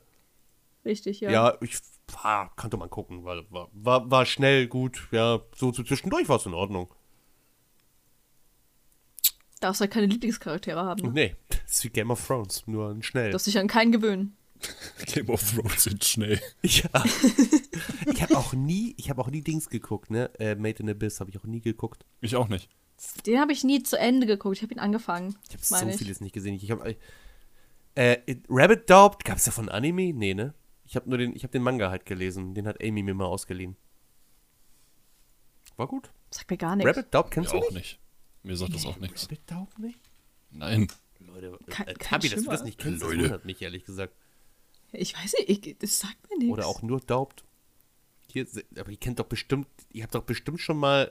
Speaker 3: Richtig, ja.
Speaker 5: Ja, ich war, konnte man gucken, war, war- war, war schnell, gut, ja, so zu zwischendurch war es in Ordnung.
Speaker 3: Darfst halt keine Lieblingscharaktere haben. Ne?
Speaker 5: Nee, das ist wie Game of Thrones, nur ein schnell.
Speaker 3: Darfst dich an keinen gewöhnen.
Speaker 2: Game of Thrones sind schnell.
Speaker 5: ja. ich habe auch nie, ich habe auch nie Dings geguckt, ne? Äh, Made in Abyss habe ich auch nie geguckt.
Speaker 2: Ich auch nicht.
Speaker 3: Den habe ich nie zu Ende geguckt. Ich habe ihn angefangen.
Speaker 5: Ich habe
Speaker 3: meine
Speaker 5: so
Speaker 3: ich.
Speaker 5: vieles nicht gesehen. Ich habe äh, äh, Rabbit Doubt, gab's davon Anime? Nee, ne? Ich habe nur den, ich habe den Manga halt gelesen. Den hat Amy mir mal ausgeliehen. War gut.
Speaker 3: Sag mir gar nichts.
Speaker 5: Rabbit Doubt kennst
Speaker 2: Ja,
Speaker 5: du
Speaker 2: auch
Speaker 5: nicht?
Speaker 2: nicht. Mir sagt das auch nichts.
Speaker 5: Rabbit Doubt nicht?
Speaker 2: Nein.
Speaker 5: Leute,
Speaker 3: Kein-
Speaker 5: äh,
Speaker 3: kein
Speaker 5: Tabi, dass du
Speaker 3: Schimmer.
Speaker 5: das nicht kennst, das
Speaker 2: Leute.
Speaker 5: wundert mich ehrlich gesagt.
Speaker 3: Ich weiß nicht, ich, das sagt mir nichts.
Speaker 5: Oder auch nur Doubt. Hier, se- aber ihr kennt doch bestimmt, ihr habt doch bestimmt schon mal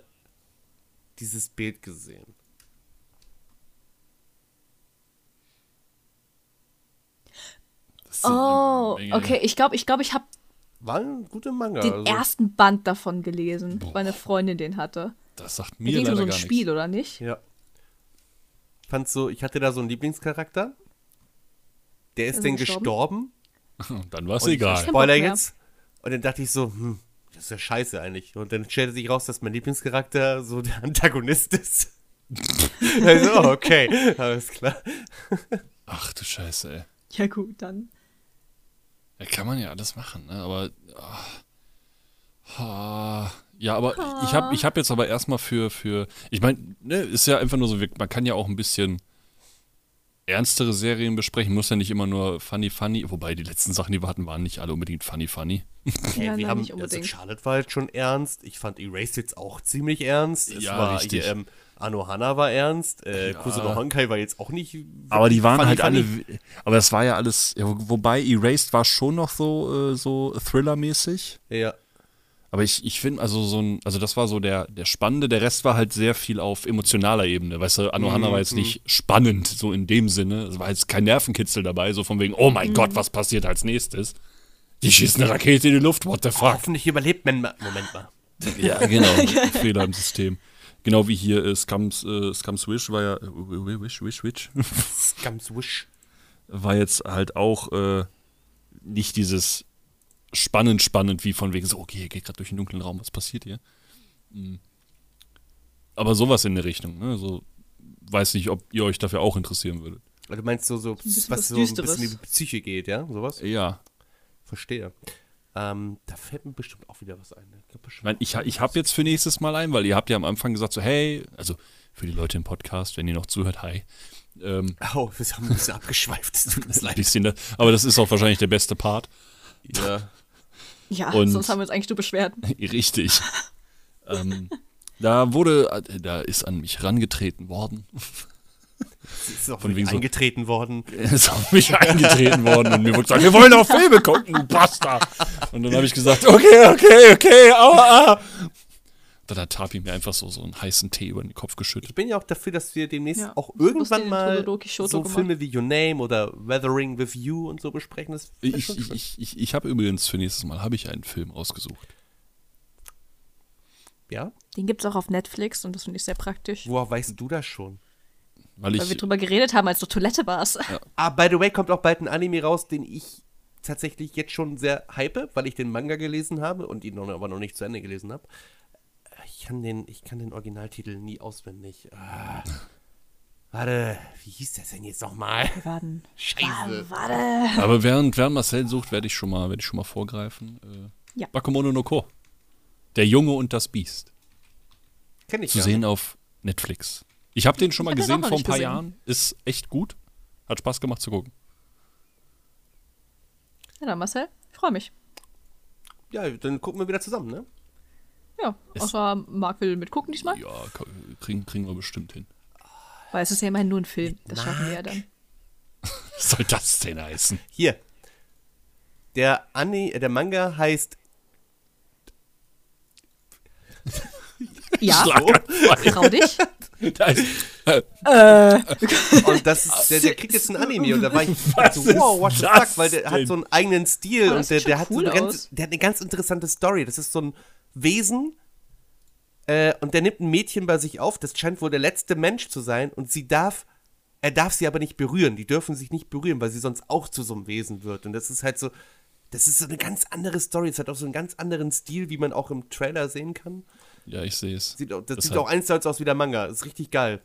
Speaker 5: dieses Bild gesehen.
Speaker 2: Das sind
Speaker 3: Oh,
Speaker 2: eine Menge.
Speaker 3: okay. Ich glaube, ich, glaub, ich habe
Speaker 5: War ein guter Manga.
Speaker 3: den
Speaker 5: also.
Speaker 3: ersten Band davon gelesen, weil eine Freundin den hatte.
Speaker 2: Das sagt
Speaker 3: Da
Speaker 2: mir
Speaker 3: ging es um
Speaker 2: leider
Speaker 3: so ein
Speaker 2: gar
Speaker 3: Spiel,
Speaker 2: nichts.
Speaker 3: oder nicht?
Speaker 5: Ja. Fand so, ich hatte da so einen Lieblingscharakter. Der ist
Speaker 3: Ist er
Speaker 5: dann gestorben.
Speaker 3: gestorben?
Speaker 2: Und Dann war es
Speaker 3: Oh,
Speaker 5: Und
Speaker 2: egal.
Speaker 3: Kein
Speaker 5: Spoiler
Speaker 3: Bock mehr.
Speaker 5: jetzt. Und dann dachte ich so, hm, das ist ja scheiße eigentlich. Und dann stellte sich raus, dass mein Lieblingscharakter so der Antagonist ist. also, oh, okay, alles klar.
Speaker 2: Ach du Scheiße, ey.
Speaker 3: Ja, gut, dann.
Speaker 2: Da kann man ja alles machen, ne? aber. ah. Ah. ja, aber ich habe ich hab jetzt aber erstmal für. für ich meine, ne, ist ja einfach nur so, wir- man kann ja auch ein bisschen ernstere Serien besprechen, muss ja nicht immer nur funny, funny. Wobei die letzten Sachen, die wir hatten, waren nicht alle unbedingt funny, funny.
Speaker 5: Hey,
Speaker 3: ja,
Speaker 5: wir
Speaker 3: nein,
Speaker 5: haben,
Speaker 3: nicht
Speaker 5: also
Speaker 3: unbedingt.
Speaker 5: Charlotte war halt schon ernst. Ich fand Erased jetzt auch ziemlich ernst. Es
Speaker 2: Ja,
Speaker 5: war
Speaker 2: richtig.
Speaker 5: Hier, ähm, Anohana war ernst. Äh, Kusuno Honkai war jetzt auch nicht.
Speaker 2: Aber die waren
Speaker 5: funny,
Speaker 2: halt
Speaker 5: funny.
Speaker 2: alle. Aber das war ja alles. Ja, wo- wobei Erased war schon noch so, äh, so Thriller-mäßig.
Speaker 5: Ja.
Speaker 2: Aber ich, ich finde, also so ein, also das war so der, der Spannende, der Rest war halt sehr viel auf emotionaler Ebene. Weißt du, Anohana war jetzt nicht spannend, so in dem Sinne. Es war jetzt kein Nervenkitzel dabei, so von wegen, oh mein Gott, was passiert als nächstes? Die schießen eine Rakete in die Luft, what the fuck?
Speaker 5: Hoffentlich überlebt man mal. Moment mal.
Speaker 2: Ja, genau. Fehler im System. Genau wie hier äh, Scums, äh, Scums Wish war ja, äh, Wish, Wish, Wish,
Speaker 5: Scums Wish.
Speaker 2: war jetzt halt auch äh, nicht dieses spannend, spannend, wie von wegen so, okay, ihr geht gerade durch den dunklen Raum, was passiert hier? Mhm. Aber sowas in der Richtung, ne? So, weiß nicht, ob ihr euch dafür auch interessieren würdet.
Speaker 5: Also Du meinst so, so was,
Speaker 3: was
Speaker 5: so ein
Speaker 3: Düsteres.
Speaker 5: bisschen in die Psyche geht, ja? Sowas?
Speaker 2: Ja.
Speaker 5: Verstehe. Ähm, da fällt mir bestimmt auch wieder was ein. Da gibt
Speaker 2: Ich
Speaker 5: bestimmt
Speaker 2: meine, ich, ha- ich habe jetzt für nächstes Mal ein, weil ihr habt ja am Anfang gesagt, so, hey, also für die Leute im Podcast, wenn ihr noch zuhört, hi. Ähm,
Speaker 5: Oh, wir haben ein bisschen abgeschweift. Es tut uns
Speaker 2: ein
Speaker 5: leid.
Speaker 2: bisschen da, aber das ist auch wahrscheinlich der beste Part.
Speaker 5: Ja.
Speaker 3: Ja,
Speaker 2: Und-
Speaker 3: sonst haben wir uns eigentlich nur Beschwerden.
Speaker 2: Richtig. ähm, da wurde, äh, da ist an mich rangetreten worden.
Speaker 5: Es ist auch
Speaker 2: Von
Speaker 5: von
Speaker 2: wegen so-
Speaker 5: eingetreten worden.
Speaker 2: Er ist auf mich eingetreten worden und mir wurde gesagt, wir wollen auf Filme gucken, du Bastard. Und dann habe ich gesagt, okay, okay, okay, aua, aua. Dann hat Tapi mir einfach so, so einen heißen Tee über den Kopf geschüttet.
Speaker 5: Ich bin ja auch dafür, dass wir demnächst
Speaker 3: Ja.
Speaker 5: auch
Speaker 3: Du hast
Speaker 5: irgendwann
Speaker 3: den
Speaker 5: mal so
Speaker 3: Todoroki Shoto gemacht.
Speaker 5: Filme wie Your Name oder Weathering with You und so besprechen. Das wär
Speaker 2: Ich,
Speaker 5: schon
Speaker 2: ich,
Speaker 5: schön.
Speaker 2: ich, ich, ich habe übrigens für nächstes Mal habe ich einen Film ausgesucht.
Speaker 5: ja?
Speaker 3: Den gibt's auch auf Netflix und das finde ich sehr praktisch.
Speaker 5: Woher weißt du das schon?
Speaker 2: Weil
Speaker 3: weil wir
Speaker 2: ich,
Speaker 3: drüber geredet haben, als du Toilette warst.
Speaker 5: Ah, by the way, kommt auch bald ein Anime raus, den ich tatsächlich jetzt schon sehr hype, weil ich den Manga gelesen habe und ihn noch, aber noch nicht zu Ende gelesen habe. Ich kann den, ich kann den Originaltitel nie auswendig. Ah. Warte, wie hieß das denn jetzt nochmal?
Speaker 3: Warten.
Speaker 5: Scheiße.
Speaker 3: Warte.
Speaker 2: Aber während, während Marcel sucht, werde ich schon mal, werde ich schon mal vorgreifen. Äh,
Speaker 3: Ja.
Speaker 2: Bakemono no Ko. Der Junge und das Biest.
Speaker 5: Kenn ich
Speaker 2: Zu
Speaker 5: ja.
Speaker 2: sehen auf Netflix. Ich habe den schon mal
Speaker 3: hab den auch
Speaker 2: gesehen
Speaker 3: noch
Speaker 2: vor ein
Speaker 3: nicht
Speaker 2: paar
Speaker 3: gesehen.
Speaker 2: Jahren. Ist echt gut. Hat Spaß gemacht zu gucken.
Speaker 3: Ja, dann Marcel, ich freue mich.
Speaker 5: Ja, dann gucken wir wieder zusammen, ne?
Speaker 3: Ja, außer Marc will mitgucken diesmal,
Speaker 2: Ja, k- kriegen, kriegen wir bestimmt hin.
Speaker 3: weil es ist ja immerhin nur ein Film. Das schaffen wir ja dann.
Speaker 2: Was soll das denn heißen?
Speaker 5: Hier. Der Anni, äh, der Manga heißt
Speaker 3: Ja, trau dich.
Speaker 2: Da ist, äh,
Speaker 5: und das ist, der, der kriegt jetzt ein Anime und da war ich so, wow, what the fuck, weil der hat so einen eigenen Stil
Speaker 3: Aber das
Speaker 5: und der,
Speaker 3: sieht schon
Speaker 5: der hat
Speaker 3: cool
Speaker 5: so eine ganz,
Speaker 3: aus.
Speaker 5: der hat eine ganz interessante Story. Das ist so ein Wesen äh, und der nimmt ein Mädchen bei sich auf. Das scheint wohl der letzte Mensch zu sein und sie darf, er darf sie aber nicht berühren. Die dürfen sich nicht berühren, weil sie sonst auch zu so einem Wesen wird. Und das ist halt so, das ist so eine ganz andere Story. Es hat auch so einen ganz anderen Stil, wie man auch im Trailer sehen kann.
Speaker 2: ja, ich sehe es.
Speaker 5: Sieht, auch- das,
Speaker 2: Das
Speaker 5: sieht
Speaker 2: hat-
Speaker 5: auch eins zu eins aus wie der Manga. Ist richtig geil.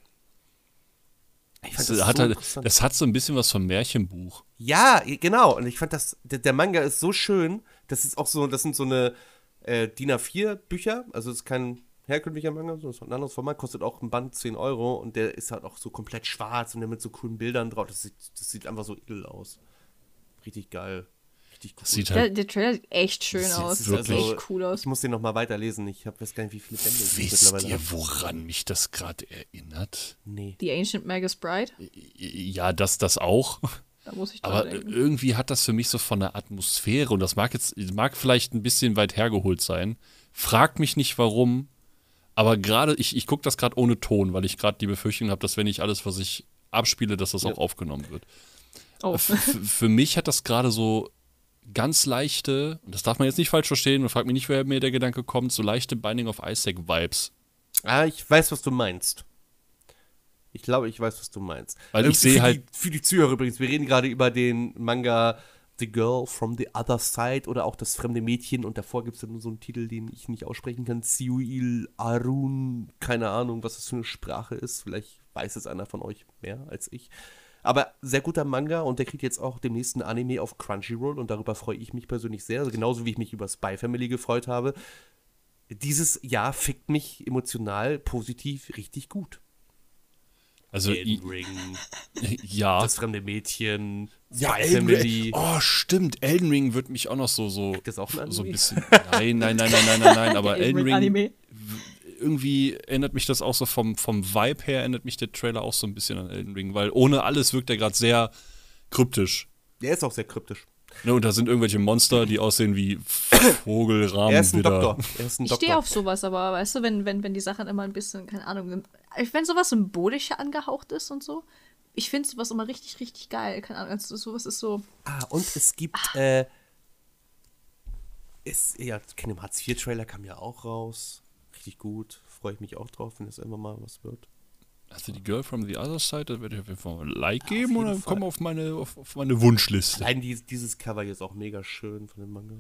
Speaker 5: Ich
Speaker 2: Das,
Speaker 5: fand das
Speaker 2: hat
Speaker 5: so
Speaker 2: halt,
Speaker 5: interessant.
Speaker 2: das hat so ein bisschen was vom Märchenbuch.
Speaker 5: Ja, genau. Und ich fand das, der, der Manga ist so schön. Das ist auch so, das sind so eine äh, DIN A4 Bücher. Also es ist kein herkömmlicher Manga, sondern es ist ein anderes Format. Kostet auch ein Band 10 Euro und der ist halt auch so komplett schwarz und der mit so coolen Bildern drauf. Das sieht, das sieht einfach so edel aus. Richtig geil. Richtig cool.
Speaker 2: Das sieht
Speaker 3: Der,
Speaker 2: halt
Speaker 3: der Trailer sieht echt schön aus.
Speaker 5: ist
Speaker 3: Das sieht
Speaker 5: also-
Speaker 3: echt cool aus.
Speaker 5: ich muss den nochmal weiterlesen. Ich hab, weiß gar nicht, wie viele Bände ich
Speaker 2: Wisst
Speaker 5: mittlerweile
Speaker 2: ihr,
Speaker 5: habe.
Speaker 2: woran mich das gerade erinnert?
Speaker 5: Nee.
Speaker 3: Die Ancient Magus Bride.
Speaker 2: Ja, das, das auch.
Speaker 3: Da muss ich dran
Speaker 2: Aber
Speaker 5: äh,
Speaker 3: denken.
Speaker 2: irgendwie hat das für mich so von der Atmosphäre und das mag jetzt, mag vielleicht ein bisschen weit hergeholt sein. Fragt mich nicht warum. Aber gerade, ich, ich gucke das gerade ohne Ton, weil ich gerade die Befürchtung habe, dass wenn ich alles, was ich abspiele, dass das auch aufgenommen wird.
Speaker 3: oh.
Speaker 2: F- f- für mich hat das gerade so ganz leichte, und das darf man jetzt nicht falsch verstehen und fragt mich nicht, woher mir der Gedanke kommt, so leichte Binding of Isaac-Vibes.
Speaker 5: Ah, ich weiß, was du meinst. Ich glaube, ich weiß, was du meinst. Ähm,
Speaker 2: Weil ich
Speaker 5: für
Speaker 2: sehe
Speaker 5: die,
Speaker 2: halt-
Speaker 5: Für die Zuhörer übrigens, wir reden gerade über den Manga The Girl from the Other Side oder auch Das fremde Mädchen und davor gibt es dann nur so einen Titel, den ich nicht aussprechen kann. Siuil Arun, keine Ahnung, was das für eine Sprache ist. Vielleicht weiß es einer von euch mehr als ich. Aber sehr guter Manga und der kriegt jetzt auch dem nächsten Anime auf Crunchyroll und darüber freue ich mich persönlich sehr. Also genauso wie ich mich über Spy Family gefreut habe. Dieses Jahr fickt mich emotional positiv richtig gut.
Speaker 2: Also, i-
Speaker 1: Den Ring.
Speaker 2: ja.
Speaker 5: Das fremde Mädchen,
Speaker 2: Ja, Elden Ring. Oh, stimmt. Elden Ring wird mich auch noch so so
Speaker 5: das auch ein
Speaker 2: so ein
Speaker 5: Anime?
Speaker 2: bisschen. Nein, nein, nein, nein, nein, nein, nein. aber
Speaker 3: Der
Speaker 2: Elden Ring
Speaker 3: Anime.
Speaker 2: irgendwie erinnert mich das auch so vom vom Vibe her erinnert mich der Trailer auch so ein bisschen an Elden Ring, weil ohne alles wirkt er gerade sehr kryptisch.
Speaker 5: Der ist auch sehr kryptisch.
Speaker 2: Ne, und da sind irgendwelche Monster, die aussehen wie Vogelrahmen.
Speaker 5: Er ist ein Doktor. Er ist ein
Speaker 3: Ich
Speaker 5: Doktor.
Speaker 3: stehe auf sowas, aber weißt du, wenn, wenn, wenn die Sachen immer ein bisschen, keine Ahnung, wenn sowas symbolischer angehaucht ist und so, ich finde sowas immer richtig, richtig geil. Keine Ahnung, also sowas ist so.
Speaker 5: Ah, und es gibt, äh, es, ja, Kingdom Hearts 4 Trailer kam ja auch raus. Richtig gut. Freue ich mich auch drauf, wenn es immer mal was wird.
Speaker 2: Also die Girl from the Other Side, da werde ich auf jeden Fall mal ein Like geben
Speaker 5: jeden
Speaker 2: und dann
Speaker 5: Fall.
Speaker 2: komm auf meine auf, auf meine Wunschliste.
Speaker 5: Allein dies, dieses Cover hier ist auch mega schön von dem Manga.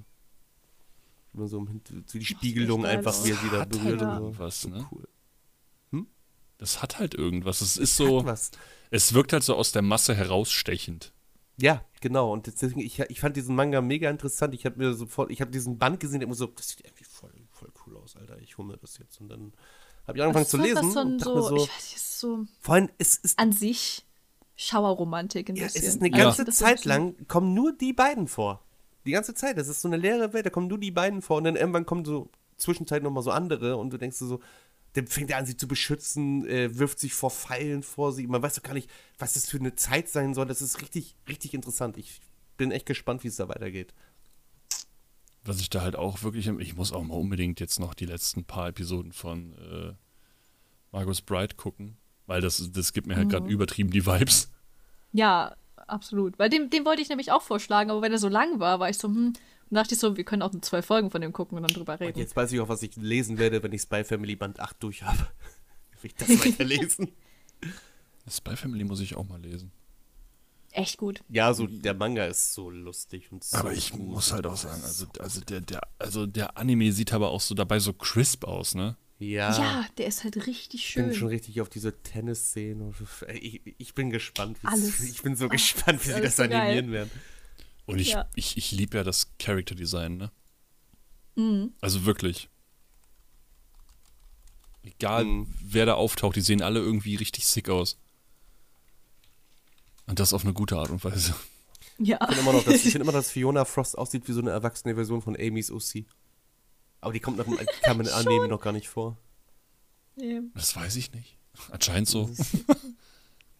Speaker 5: Immer so im Hin- so die Spiegelung
Speaker 3: echt geil
Speaker 5: einfach, wie er sie da
Speaker 3: halt
Speaker 5: berührt und so.
Speaker 2: irgendwas,
Speaker 5: so
Speaker 2: ne?
Speaker 5: cool.
Speaker 2: Das hat halt irgendwas. Es ist so,
Speaker 5: Was?
Speaker 2: es wirkt halt so aus der Masse herausstechend.
Speaker 5: Ja, genau. Und deswegen, ich, ich fand diesen Manga mega interessant. Ich habe mir sofort, ich habe diesen Band gesehen, der immer so, das sieht irgendwie voll, voll cool aus, Alter. Ich hole mir das jetzt. Und dann habe ich angefangen
Speaker 3: Ich
Speaker 5: zu
Speaker 3: fand
Speaker 5: lesen
Speaker 3: Das so, ein-
Speaker 5: und dachte
Speaker 3: so,
Speaker 5: mir so,
Speaker 3: ich weiß nicht, es ist so
Speaker 5: vor allem, es ist,
Speaker 3: an sich Schauerromantik ein
Speaker 5: ja, es
Speaker 3: bisschen.
Speaker 5: ist eine
Speaker 3: Also,
Speaker 5: ganze
Speaker 3: das ist
Speaker 5: Zeit
Speaker 3: so-
Speaker 5: lang, kommen nur die beiden vor. Die ganze Zeit. Das ist so eine leere Welt, da kommen nur die beiden vor. Und dann irgendwann kommen so Zwischenzeit nochmal so andere und du denkst dir so, dann fängt er an, sie zu beschützen, äh, wirft sich vor Pfeilen vor sie. Man weiß doch gar nicht, was das für eine Zeit sein soll. Das ist richtig, richtig interessant. Ich bin echt gespannt, wie es da weitergeht.
Speaker 2: Was ich da halt auch wirklich, ich muss auch mal unbedingt jetzt noch die letzten paar Episoden von äh, Margus Bright gucken, weil das, das gibt mir halt gerade übertrieben die Vibes.
Speaker 3: Ja, absolut. Weil dem, dem wollte ich nämlich auch vorschlagen, aber wenn er so lang war, war ich so, hm, und dachte ich so, wir können auch nur zwei Folgen von dem gucken und dann drüber reden.
Speaker 5: Jetzt weiß ich auch, was ich lesen werde, wenn ich Spy Family Band 8 durch habe. Will ich das weiterlesen?
Speaker 2: Spy Family muss ich auch mal lesen.
Speaker 3: Echt gut.
Speaker 5: ja, so der Manga ist so lustig und so.
Speaker 2: Aber ich muss halt auch sagen, also, also, der, der, also der Anime sieht aber auch so dabei so crisp aus, ne?
Speaker 5: Ja.
Speaker 3: Ja, der ist halt richtig
Speaker 5: Ich bin schon
Speaker 3: schön.
Speaker 5: richtig auf diese Tennisszene. und Ich, ich bin gespannt, wie
Speaker 3: Alles. Oh,
Speaker 5: ich bin so gespannt, wie sie
Speaker 3: alles
Speaker 5: das
Speaker 3: so geil.
Speaker 5: animieren werden.
Speaker 2: Und ich,
Speaker 3: Ja.
Speaker 2: ich, ich liebe ja das Character Design, ne?
Speaker 3: Mhm.
Speaker 2: Also wirklich. Egal, wer da auftaucht, die sehen alle irgendwie richtig sick aus. Und das auf eine gute Art und Weise.
Speaker 3: Ja.
Speaker 5: Ich finde immer, noch, dass- ich find immer, dass Fiona Frost aussieht wie so eine erwachsene Version von Amy's OC. Aber die kommt nach dem kann man annehmen noch gar nicht vor.
Speaker 3: Nee,
Speaker 2: Das weiß ich nicht. Anscheinend so.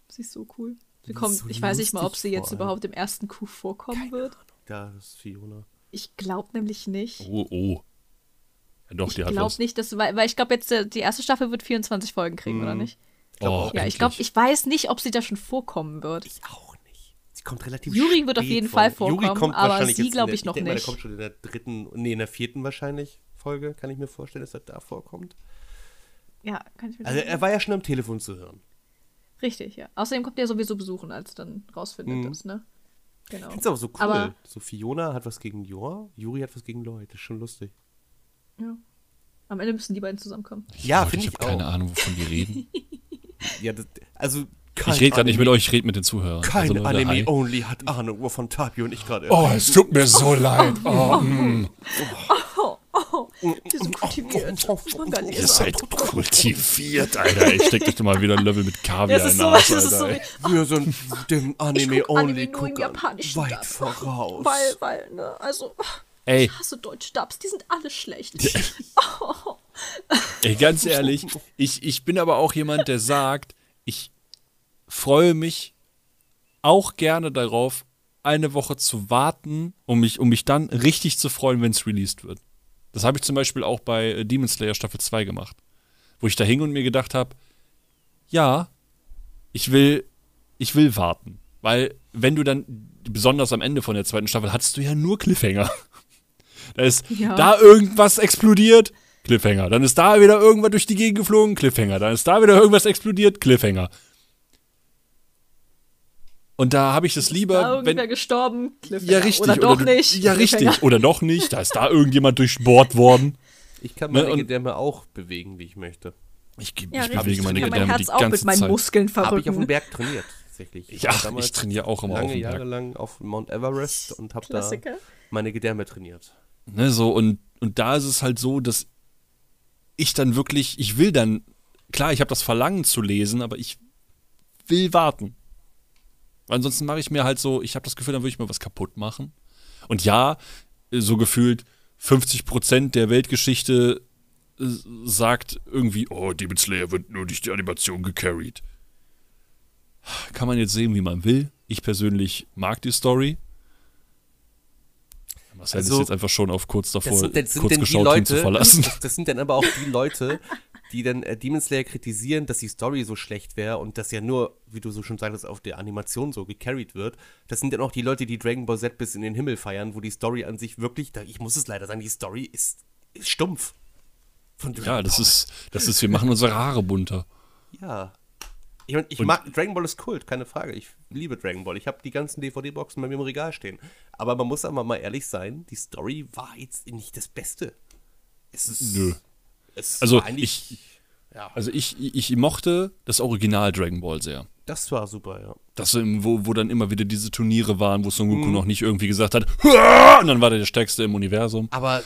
Speaker 3: sie ist so cool. Sie kommt,
Speaker 5: so
Speaker 3: ich weiß nicht mal, ob sie
Speaker 5: lustig
Speaker 3: jetzt
Speaker 5: vor allem.
Speaker 3: überhaupt im ersten Coup vorkommen wird.
Speaker 5: Da ist Fiona.
Speaker 3: Ich glaube nämlich nicht.
Speaker 2: Oh, oh. Ja, doch,
Speaker 3: ich
Speaker 2: die hat
Speaker 3: glaube
Speaker 2: was.
Speaker 3: nicht, dass, weil, weil ich glaube jetzt, äh, die erste Staffel wird 24 Folgen kriegen,
Speaker 5: Mhm.
Speaker 3: oder nicht?
Speaker 2: oh,
Speaker 3: Ja, ich glaube,
Speaker 2: endlich.
Speaker 3: ich weiß nicht, ob sie da schon vorkommen wird.
Speaker 5: Ich auch nicht. Sie kommt relativ
Speaker 3: Yuri wird auf
Speaker 5: spät
Speaker 3: jeden
Speaker 5: vor.
Speaker 3: Fall vorkommen, aber sie
Speaker 5: jetzt in
Speaker 3: glaub
Speaker 5: der-
Speaker 3: ich noch
Speaker 5: denke mal,
Speaker 3: nicht.
Speaker 5: Der kommt schon in der dritten, nee, in der vierten wahrscheinlich Folge, kann ich mir vorstellen, dass er da vorkommt.
Speaker 3: Ja, kann ich mir
Speaker 5: Also er war ja schon am Telefon zu hören.
Speaker 3: Richtig, ja. Außerdem kommt der sowieso besuchen, als dann rausfindet
Speaker 5: Mhm.
Speaker 3: das, ne? Genau.
Speaker 5: Find's aber so cool.
Speaker 3: Aber-
Speaker 5: so Fiona hat was gegen Jor, Juri hat was gegen Lloyd. Das ist schon lustig.
Speaker 3: Ja. Am Ende müssen die beiden zusammenkommen.
Speaker 5: Ja,
Speaker 2: Leute,
Speaker 5: finde
Speaker 2: ich
Speaker 5: ich,
Speaker 2: habe
Speaker 5: auch.
Speaker 2: keine Ahnung, wovon die reden.
Speaker 5: Ja, das, also
Speaker 2: Ich rede gerade nicht mit euch, ich rede mit den Zuhörern.
Speaker 5: Kein
Speaker 2: Also, Leute, hi.
Speaker 5: Anime-Only hat Ahnung, wovon Tapio und ich gerade
Speaker 2: Oh, es tut mir so leid. Oh,
Speaker 5: Oh, mm,
Speaker 3: Die sind kultiviert. Muss man gar nicht
Speaker 2: ihr
Speaker 3: sagen.
Speaker 2: seid kultiviert, Alter. Ich steck euch doch mal wieder ein Level mit
Speaker 5: oh,
Speaker 2: Kaviar
Speaker 3: Das ist
Speaker 2: in
Speaker 3: so,
Speaker 2: den
Speaker 3: das
Speaker 2: Arsch,
Speaker 3: ist so,
Speaker 2: Alter. ey.
Speaker 5: Wir sind dem
Speaker 3: guck Anime nur im
Speaker 5: Anime-Only-Gucker
Speaker 3: Japanischen
Speaker 5: weit
Speaker 3: dann.
Speaker 5: voraus.
Speaker 3: weil, weil, ne, also,
Speaker 2: Ey,
Speaker 3: ich hasse Deutsch-Dubs, die sind alle schlecht. Oh.
Speaker 2: ey, ganz ehrlich, ich, ich bin aber auch jemand, der sagt, ich freue mich auch gerne darauf, eine Woche zu warten, um mich, um mich dann richtig zu freuen, wenn es released wird. Das habe ich zum Beispiel auch bei äh, Demon Slayer Staffel 2 gemacht, wo ich da hing und mir gedacht habe, ja, ich will, ich will warten. Weil, wenn du dann, besonders am Ende von der zweiten Staffel, hattest du ja nur Cliffhanger. Da ist
Speaker 3: Ja.
Speaker 2: da irgendwas explodiert, Cliffhanger. Dann ist da wieder irgendwas durch die Gegend geflogen, Cliffhanger. Dann ist da wieder irgendwas explodiert, Cliffhanger. Und da habe ich das
Speaker 3: Da
Speaker 2: lieber, wenn,
Speaker 3: irgendwer gestorben, Cliffhanger.
Speaker 2: ja, richtig.
Speaker 3: Oder doch
Speaker 2: du-
Speaker 3: nicht.
Speaker 2: Ja,
Speaker 3: Cliffhanger.
Speaker 2: richtig. Oder doch nicht. Da ist da irgendjemand durchbohrt worden.
Speaker 5: Ich kann
Speaker 2: Ne,
Speaker 5: meine
Speaker 2: und-
Speaker 5: Dämme auch bewegen, wie ich möchte.
Speaker 2: Ich, ich
Speaker 3: Ja, richtig.
Speaker 2: bewege meine
Speaker 3: ich
Speaker 2: Gedärme
Speaker 3: kann mein
Speaker 2: die
Speaker 3: Herz auch mit
Speaker 2: ganze
Speaker 3: meinen
Speaker 2: Zeit.
Speaker 3: Muskeln
Speaker 5: Habe ich auf dem
Speaker 3: verrücken.
Speaker 5: Berg trainiert, tatsächlich.
Speaker 2: Ja,
Speaker 5: war
Speaker 2: ich trainiere auch immer auf
Speaker 5: lange
Speaker 2: dem
Speaker 5: Jahre
Speaker 2: Berg.
Speaker 5: lang auf Mount Everest und habe da
Speaker 3: Klassiker.
Speaker 5: meine Gedärme trainiert.
Speaker 2: Ne, so, und, und da ist es halt so, dass ich dann wirklich, ich will dann, klar, ich habe das Verlangen zu lesen, aber ich will warten. Weil ansonsten mache ich mir halt so, ich habe das Gefühl, dann würde ich mir was kaputt machen. Und ja, so gefühlt 50% der Weltgeschichte äh, sagt irgendwie, oh, Demon Slayer wird nur durch die Animation gecarried. Kann man jetzt sehen, wie man will. Ich persönlich mag die Story. Marcel
Speaker 5: Also,
Speaker 2: ist jetzt einfach schon auf kurz davor,
Speaker 5: Das sind, das sind
Speaker 2: kurz
Speaker 5: denn die
Speaker 2: geschaut, ihn zu
Speaker 5: Leute,
Speaker 2: verlassen.
Speaker 5: das, das sind dann aber auch die Leute, die dann äh, Demon Slayer kritisieren, dass die Story so schlecht wäre und dass ja nur, wie du so schon sagtest, auf der Animation so gecarried wird. Das sind dann auch die Leute, die Dragon Ball Z bis in den Himmel feiern, wo die Story an sich wirklich, da, ich muss es leider sagen, die Story ist, ist stumpf. Von
Speaker 2: Ja, das ist, das ist, wir machen unsere Haare bunter.
Speaker 5: Ja. Ich, mein, ich
Speaker 2: Und-
Speaker 5: mag, Dragon Ball ist Kult, keine Frage. Ich liebe Dragon Ball. Ich habe die ganzen DVD-Boxen bei mir im Regal stehen. Aber man muss aber mal ehrlich sein, die Story war jetzt nicht das Beste. Es ist.
Speaker 2: Nö.
Speaker 5: Es
Speaker 2: Also,
Speaker 5: war eigentlich- ja,
Speaker 2: Also ich, ich mochte das Original Dragon Ball sehr.
Speaker 5: das war super, ja.
Speaker 2: Das, ähm, wo, wo dann immer wieder diese Turniere waren, wo Son Goku noch nicht irgendwie gesagt hat, "Huah!" und dann war der der Stärkste im Universum.
Speaker 5: Aber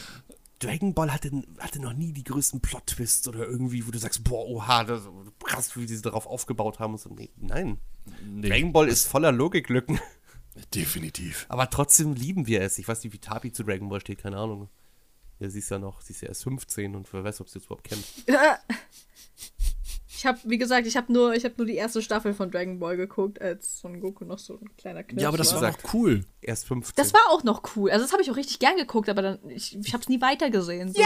Speaker 5: Dragon Ball hatte, hatte noch nie die größten Plot-Twists oder irgendwie, wo du sagst, boah, oha, das, krass, wie sie darauf aufgebaut haben. Und so. nee, nein. Dragon Ball ist voller Logiklücken.
Speaker 2: Definitiv.
Speaker 5: Aber trotzdem lieben wir es. Ich weiß nicht, wie Tapi zu Dragon Ball steht, keine Ahnung. Ja, sie ist ja noch, sie ist ja erst 15 und wer weiß, ob sie es überhaupt kennt.
Speaker 3: Ich habe, wie gesagt, ich habe nur, ich hab nur die erste Staffel von Dragon Ball geguckt, als Son Goku noch so ein kleiner Knirps
Speaker 2: Ja, aber das
Speaker 3: war.
Speaker 2: war auch cool.
Speaker 5: Erst 15.
Speaker 3: Das war auch noch cool. Also das habe ich auch richtig gern geguckt, aber dann ich, ich habe es nie weitergesehen. So.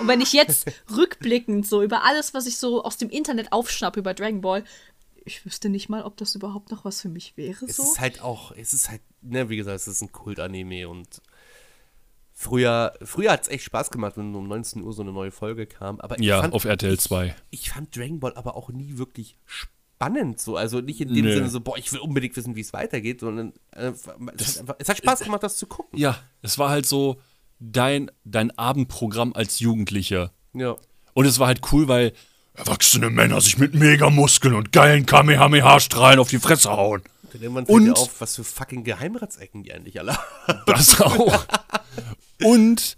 Speaker 3: Und wenn ich jetzt rückblickend so über alles, was ich so aus dem Internet aufschnapp über Dragon Ball, ich wüsste nicht mal, ob das überhaupt noch was für mich wäre.
Speaker 5: es
Speaker 3: So.
Speaker 5: ist halt auch, es ist halt, ne, wie gesagt, es ist ein Kult-Anime und früher, früher hat es echt Spaß gemacht, wenn um 19 Uhr so eine neue Folge kam. Aber
Speaker 2: Ja,
Speaker 5: ich fand,
Speaker 2: auf RTL 2.
Speaker 5: Ich, ich fand Dragon Ball aber auch nie wirklich spannend so. Also nicht in dem
Speaker 2: Nö.
Speaker 5: Sinne so, boah, ich will unbedingt wissen, wie es weitergeht, sondern äh, es, hat einfach, es hat Spaß gemacht, das zu gucken.
Speaker 2: Ja, es war halt so dein, dein Abendprogramm als Jugendlicher.
Speaker 5: Ja.
Speaker 2: Und es war halt cool, weil
Speaker 4: Erwachsene Männer sich mit Megamuskeln und geilen Kamehameha-Strahlen auf die Fresse hauen.
Speaker 5: Und irgendwann fällt
Speaker 2: Und-
Speaker 5: dir auf, was für fucking Geheimratsecken die eigentlich alle haben.
Speaker 2: das auch. Und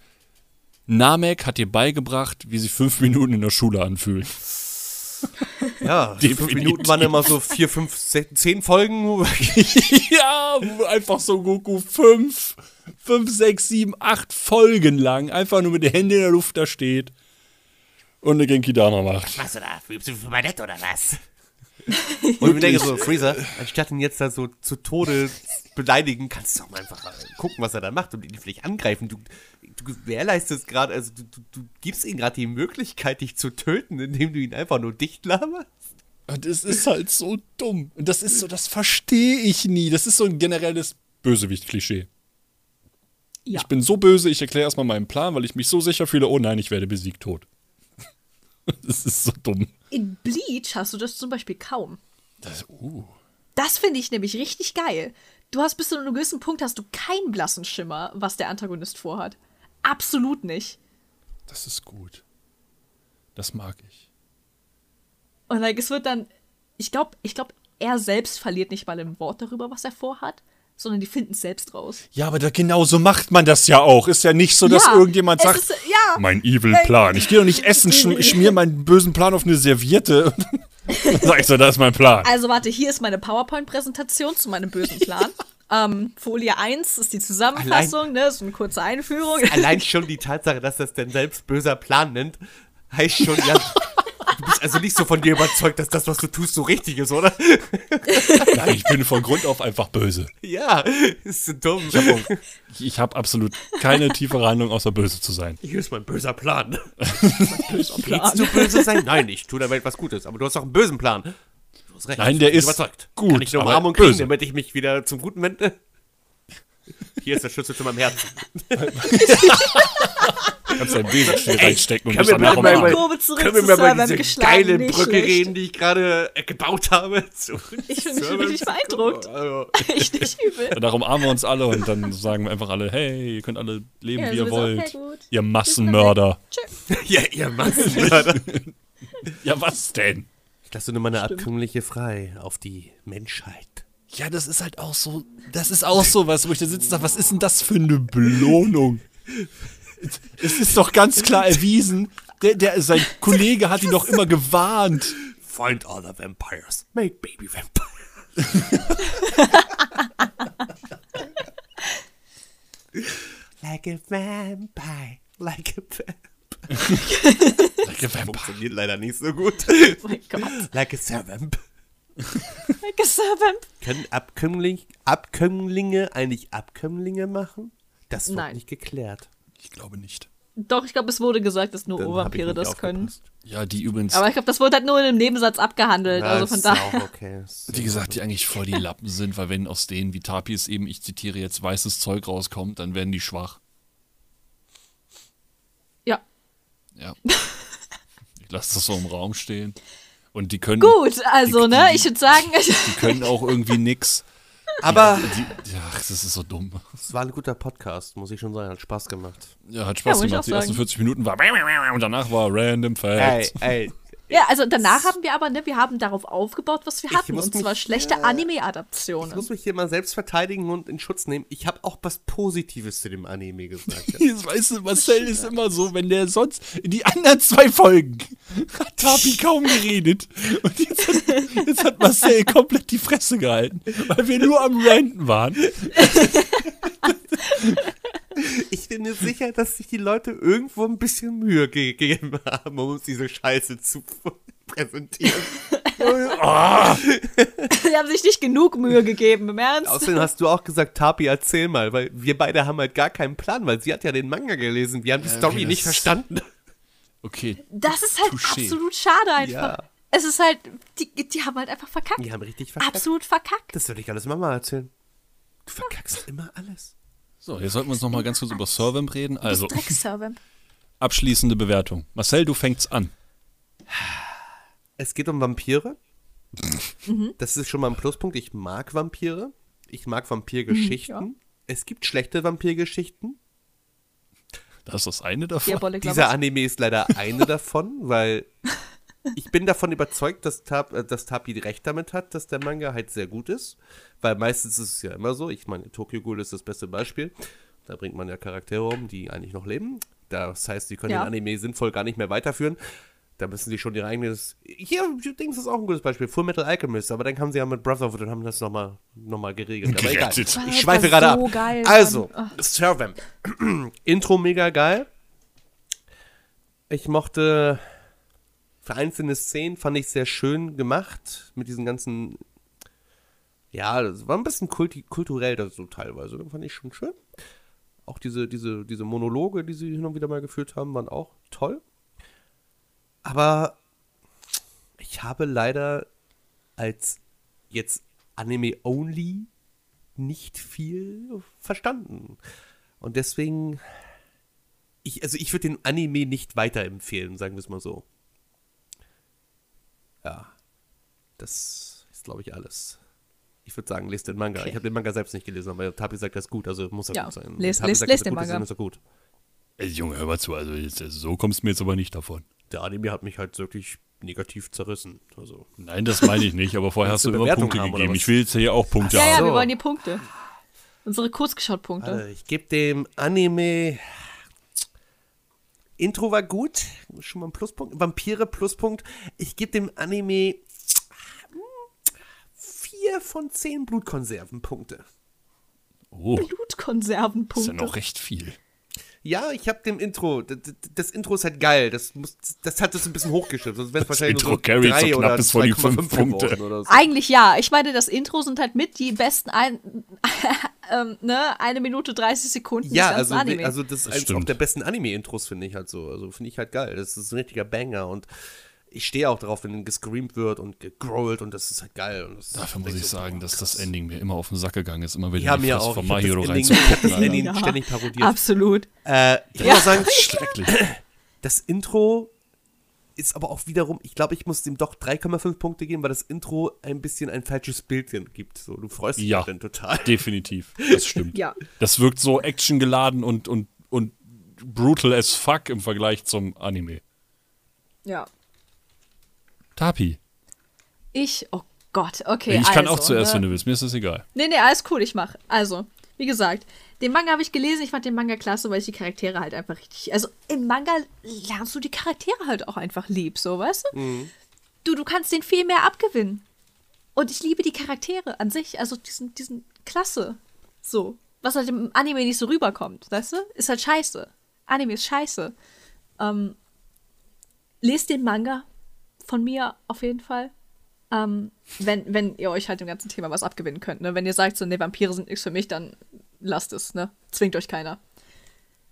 Speaker 2: Namek hat dir beigebracht, wie sich fünf Minuten in der Schule anfühlen.
Speaker 5: Ja, die fünf Minuten waren immer so vier, fünf, se- zehn Folgen.
Speaker 2: ja, einfach so Goku fünf, fünf, sechs, sieben, acht Folgen lang einfach nur mit den Händen in der Luft da steht und eine Genki-Dama macht.
Speaker 6: Machst du da? Übst du für mein Netz oder was?
Speaker 5: Und ich mir denke so, Freezer, anstatt ihn jetzt da so zu Tode beleidigen, kannst du doch mal einfach mal gucken, was er da macht und ihn vielleicht angreifen. Du, du gewährleistest gerade, also du, du, du gibst ihm gerade die Möglichkeit, dich zu töten, indem du ihn einfach nur dicht laberst.
Speaker 2: Und es ist halt so dumm. Und das ist so, das verstehe ich nie. Das ist so ein generelles Bösewicht-Klischee.
Speaker 3: Ja.
Speaker 2: Ich bin so böse, ich erkläre erstmal meinen Plan, weil ich mich so sicher fühle, oh nein, ich werde besiegt tot. Das ist so dumm.
Speaker 3: In Bleach hast du das zum Beispiel kaum.
Speaker 2: uh.
Speaker 3: Das finde ich nämlich richtig geil. Du hast bis zu einem gewissen Punkt hast du keinen blassen Schimmer, was der Antagonist vorhat. Absolut nicht.
Speaker 2: Das ist gut. Das mag ich.
Speaker 3: Und like, es wird dann, ich glaube, ich glaube, er selbst verliert nicht mal ein Wort darüber, was er vorhat, sondern die finden es selbst raus.
Speaker 2: Ja, aber da genauso macht man das ja auch. Ist ja nicht so, dass
Speaker 3: Ja,
Speaker 2: irgendjemand
Speaker 3: es
Speaker 2: sagt,
Speaker 3: ist- ja.
Speaker 2: mein evil Plan. Ich gehe doch nicht essen, schm- ich schmier meinen bösen Plan auf eine Serviette. Dann Sag ich so, das ist mein Plan.
Speaker 3: Also warte, hier ist meine PowerPoint-Präsentation zu meinem bösen Plan. ähm, Folie 1 ist die Zusammenfassung, ne, so eine kurze Einführung.
Speaker 5: Allein schon die Tatsache, dass das denn selbst böser Plan nennt, heißt schon, ja, du bist also nicht so von dir überzeugt, dass das, was du tust, so richtig ist, oder?
Speaker 2: Nein, ich bin von Grund auf einfach böse.
Speaker 5: Ja, ist so dumm.
Speaker 2: Ich- Ich habe absolut keine tiefere Handlung, außer böse zu sein.
Speaker 5: Hier ist mein böser Plan.
Speaker 3: Plan.
Speaker 5: Willst du böse sein? Nein, ich tue der Welt was Gutes, aber du hast doch einen bösen Plan. Du hast recht.
Speaker 2: Nein,
Speaker 5: ich
Speaker 2: der
Speaker 5: bin
Speaker 2: ist
Speaker 5: überzeugt.
Speaker 2: gut,
Speaker 5: Kann ich eine
Speaker 2: aber
Speaker 5: Umarmung kriegen,
Speaker 2: böse.
Speaker 5: damit ich mich wieder zum Guten wende? Hier ist der Schlüssel zu meinem Herzen.
Speaker 2: Kannst dein Wesen reinstecken und
Speaker 5: Können
Speaker 2: bist
Speaker 5: wir
Speaker 2: danach
Speaker 5: bitte
Speaker 2: am
Speaker 5: mal
Speaker 2: Arsch.
Speaker 5: über-
Speaker 3: Kurve zurück
Speaker 5: Können wir
Speaker 3: zu
Speaker 5: mal über
Speaker 3: Servant
Speaker 5: diese
Speaker 3: geschlagen,
Speaker 5: geile
Speaker 3: nicht
Speaker 5: Brücke
Speaker 3: schlecht.
Speaker 5: reden, die ich gerade äh, gebaut habe? Zurück
Speaker 3: Ich bin
Speaker 5: zu Servant.
Speaker 3: richtig beeindruckt.
Speaker 5: Also,
Speaker 3: Echt nicht übel.
Speaker 2: Danach umarmen wir uns alle und dann sagen wir einfach alle, hey, ihr könnt alle leben,
Speaker 3: Ja,
Speaker 2: wie ihr
Speaker 3: sowieso, okay,
Speaker 2: wollt.
Speaker 3: gut.
Speaker 2: ihr Massenmörder.
Speaker 5: ja, ihr Massenmörder.
Speaker 2: Ja, was denn?
Speaker 5: Ich lasse nur meine Abkömmliche frei auf die Menschheit.
Speaker 2: Ja, das ist halt auch so, das ist auch so was, wo ich da sitze und sage, was ist denn das für eine Belohnung? Es ist doch ganz klar erwiesen, der, der, sein Kollege hat ihn doch immer gewarnt.
Speaker 5: Find other vampires. Make baby vampires. like a vampire. Like a vampire. Funktioniert leider nicht so gut.
Speaker 3: Oh mein Gott.
Speaker 5: like a servamp.
Speaker 3: Like a servant.
Speaker 5: Können Abkömmling, Abkömmlinge eigentlich Abkömmlinge machen? Das wird
Speaker 3: Nein.
Speaker 5: nicht geklärt.
Speaker 2: Ich glaube nicht.
Speaker 3: Doch, ich glaube, es wurde gesagt, dass nur
Speaker 5: Dann hab ich
Speaker 3: Ohrvampire
Speaker 5: nicht
Speaker 3: das können.
Speaker 5: aufgepasst.
Speaker 2: Ja, die übrigens,
Speaker 3: Aber ich glaube, das wurde halt nur in einem Nebensatz abgehandelt.
Speaker 5: Na,
Speaker 3: also von
Speaker 5: ist
Speaker 3: daher.
Speaker 5: auch okay. Ist-
Speaker 2: wie gesagt, die eigentlich voll die Lappen sind, weil wenn aus denen, wie Tapis eben, ich zitiere jetzt, weißes Zeug rauskommt, dann werden die schwach.
Speaker 3: Ja.
Speaker 2: Ja. Ich lasse das so im Raum stehen. Und die können,
Speaker 3: Gut, also,
Speaker 2: Die-
Speaker 3: ne,
Speaker 2: die-
Speaker 3: ich würde sagen,
Speaker 2: die können auch irgendwie nix.
Speaker 5: Aber
Speaker 2: Die, ja, das ist so dumm.
Speaker 5: es war ein guter Podcast, muss ich schon sagen. Hat Spaß gemacht.
Speaker 2: Ja, hat
Speaker 3: Ja,
Speaker 2: Spaß
Speaker 3: muss ich
Speaker 2: gemacht.
Speaker 3: auch
Speaker 2: Die ersten
Speaker 3: sagen.
Speaker 2: 40 Minuten war und danach war Random Facts.
Speaker 5: ey.
Speaker 3: ja, also danach haben wir aber, ne, wir haben darauf aufgebaut, was wir hatten.
Speaker 5: muss
Speaker 3: Und
Speaker 5: mich, äh,
Speaker 3: zwar schlechte
Speaker 5: Ich
Speaker 3: Anime-Adaptionen.
Speaker 5: muss mich hier mal selbst verteidigen und in Schutz nehmen. Ich habe auch was Positives zu dem Anime gesagt.
Speaker 2: Das Weißt du, Marcel ist immer so, wenn der sonst in die anderen zwei Folgen hat Tapi kaum geredet. Und jetzt hat, jetzt hat Marcel komplett die Fresse gehalten, weil wir nur am Ranten waren.
Speaker 5: Ich bin mir sicher, dass sich die Leute irgendwo ein bisschen Mühe gegeben haben, um uns diese Scheiße zu präsentieren.
Speaker 2: Ah.
Speaker 3: Sie haben sich nicht genug Mühe gegeben, im Ernst.
Speaker 5: Außerdem hast du auch gesagt, Tapi, erzähl mal, weil wir beide haben halt gar keinen Plan, weil sie hat ja den Manga gelesen. Wir haben die Story
Speaker 2: okay,
Speaker 5: nicht
Speaker 2: das-
Speaker 5: verstanden.
Speaker 2: Okay,
Speaker 3: das ist halt
Speaker 2: Touché.
Speaker 3: absolut schade einfach.
Speaker 5: Ja.
Speaker 3: Es ist halt, die, die haben halt einfach verkackt.
Speaker 5: Die haben richtig verkackt.
Speaker 3: Absolut verkackt.
Speaker 5: Das würde ich alles Mama erzählen. Du verkackst immer alles.
Speaker 2: so, jetzt sollten wir uns nochmal ganz kurz über Servamp reden. Also,
Speaker 3: Dreckservant.
Speaker 2: abschließende Bewertung. Marcel, du fängst an.
Speaker 5: Es geht um Vampire. Das ist schon mal ein Pluspunkt. Ich mag Vampire. Ich mag Vampirgeschichten. Es gibt schlechte Vampirgeschichten.
Speaker 2: Das ist das eine davon.
Speaker 3: Diabolic
Speaker 5: Dieser
Speaker 3: Lovers.
Speaker 5: Anime ist leider eine davon, weil ich bin davon überzeugt, dass, Tab, äh, dass Tapi recht damit hat, dass der Manga halt sehr gut ist. Weil meistens ist es ja immer so. Ich meine, Tokyo Ghoul ist das beste Beispiel. Da bringt man ja Charaktere um, die eigentlich noch leben. Das heißt, die können
Speaker 3: Ja.
Speaker 5: den Anime sinnvoll gar nicht mehr weiterführen. Da müssen sie schon ihr eigenes. Hier, Dings ist auch ein gutes Beispiel. Full Metal Alchemist. Aber dann kamen sie ja mit Brotherhood und haben das nochmal noch mal geregelt. Aber egal.
Speaker 2: Gerettet.
Speaker 5: Ich schweife
Speaker 3: Das war
Speaker 5: gerade
Speaker 3: so
Speaker 5: ab.
Speaker 3: geil,
Speaker 5: also,
Speaker 3: Mann.
Speaker 5: Servamp. Intro mega geil. Ich mochte für einzelne Szenen, fand ich sehr schön gemacht. Mit diesen ganzen. Ja, das war ein bisschen kulti kulturell das so teilweise. Das fand ich schon schön. Auch diese, diese, diese Monologe, die sie hin und wieder mal geführt haben, waren auch toll. Aber ich habe leider als jetzt Anime-only nicht viel verstanden. Und deswegen, ich, also ich würde den Anime nicht weiterempfehlen, sagen wir es mal so. Ja, das ist, glaube ich, alles. Ich würde sagen, lest den Manga.
Speaker 3: Okay.
Speaker 5: Ich habe den Manga selbst nicht gelesen, aber Tapi sagt, das ist gut, also muss er
Speaker 3: Ja,
Speaker 5: gut sein.
Speaker 3: lest-
Speaker 5: Tapi
Speaker 3: lest-
Speaker 5: sagt, das
Speaker 3: lest
Speaker 5: ist
Speaker 3: den
Speaker 5: gut, deswegen
Speaker 3: Manga.
Speaker 5: Ist er gut.
Speaker 2: Ey, Junge, hör mal zu. Also, jetzt, so kommst du mir jetzt aber nicht davon.
Speaker 5: Der Anime hat mich halt wirklich negativ zerrissen. Also,
Speaker 2: Nein, das meine ich nicht. Aber vorher hast
Speaker 5: Willst du
Speaker 2: du immer
Speaker 5: Bewertung
Speaker 2: Punkte
Speaker 5: haben, oder
Speaker 2: gegeben.
Speaker 5: was?
Speaker 2: Ich will jetzt hier auch Punkte
Speaker 3: Ja, ja,
Speaker 2: haben.
Speaker 3: wir
Speaker 5: So.
Speaker 3: wollen die Punkte. Unsere Kurzgeschaut-Punkte.
Speaker 5: Äh, ich gebe dem Anime. Intro war gut. Schon mal ein Pluspunkt. Vampire Pluspunkt. Ich gebe dem Anime. hm, Vier von zehn Blutkonservenpunkte.
Speaker 2: Oh, ist ja
Speaker 3: Blutkonservenpunkte.
Speaker 2: noch recht viel.
Speaker 5: Ja, ich habe dem Intro. d- d- Das Intro ist halt geil. Das, muss, das hat das ein bisschen hochgeschifft. Sonst wäre es
Speaker 2: Das
Speaker 5: wahrscheinlich nur so
Speaker 2: Intro carried
Speaker 5: drei
Speaker 2: so
Speaker 5: oder
Speaker 2: knappes vor die
Speaker 5: 2,5
Speaker 2: fünf Punkte.
Speaker 5: geworden Oder so.
Speaker 3: Eigentlich ja. Ich meine, das Intro sind halt mit die besten ein, ähm, ne? eine Minute 30 Sekunden
Speaker 5: Ja,
Speaker 3: des ganzen
Speaker 5: also,
Speaker 3: Anime.
Speaker 5: also das ist eines auch
Speaker 2: stimmt.
Speaker 5: der besten Anime-Intros, finde ich halt so. Also finde ich halt geil. Das ist ein richtiger Banger und ich stehe auch drauf, wenn gescreamt wird und gegrowlt und das ist halt geil. Und das
Speaker 2: Dafür
Speaker 5: ist
Speaker 2: muss ich
Speaker 5: so,
Speaker 2: sagen, dass das
Speaker 5: krass.
Speaker 2: Ending mir immer auf den Sack gegangen ist. Immer wenn
Speaker 5: Die haben
Speaker 2: die
Speaker 5: ja
Speaker 2: Fresse
Speaker 5: auch
Speaker 2: von
Speaker 5: ich
Speaker 2: My
Speaker 5: hab
Speaker 2: Hero
Speaker 5: das Ending, ich hab das
Speaker 2: reinzupacken.
Speaker 5: Ending ständig parodiert.
Speaker 3: Absolut.
Speaker 5: Äh, ich muss
Speaker 3: Ja.
Speaker 5: auch sagen,
Speaker 2: Schrecklich.
Speaker 5: das Intro ist aber auch wiederum, ich glaube, ich muss dem doch 3,5 Punkte geben, weil das Intro ein bisschen ein falsches Bild gibt. So, du freust dich halt
Speaker 2: Ja.
Speaker 5: dann total.
Speaker 2: Definitiv. Das stimmt.
Speaker 3: Ja.
Speaker 2: Das wirkt so actiongeladen und, und, und brutal as fuck im Vergleich zum Anime.
Speaker 3: Ja.
Speaker 2: Tapi.
Speaker 3: Ich, oh Gott, okay.
Speaker 2: ich kann
Speaker 3: also,
Speaker 2: auch zuerst,
Speaker 3: ne?
Speaker 2: wenn du willst. Mir ist das egal.
Speaker 3: Nee, nee, alles cool, ich mach. Also, wie gesagt, den Manga habe ich gelesen, ich fand den Manga klasse, weil ich die Charaktere halt einfach richtig. Also im Manga lernst du die Charaktere halt auch einfach lieb, so weißt du? Du, du kannst den viel mehr abgewinnen. Und ich liebe die Charaktere an sich, also diesen, diesen klasse. So. Was halt im Anime nicht so rüberkommt, weißt du? Ist halt scheiße. Anime ist scheiße. Ähm, lest den Manga von mir auf jeden Fall. Ähm, wenn, wenn ihr euch halt dem ganzen Thema was abgewinnen könnt. Ne? Wenn ihr sagt, so, nee, Vampire sind nichts für mich, dann lasst es, ne? Zwingt euch keiner.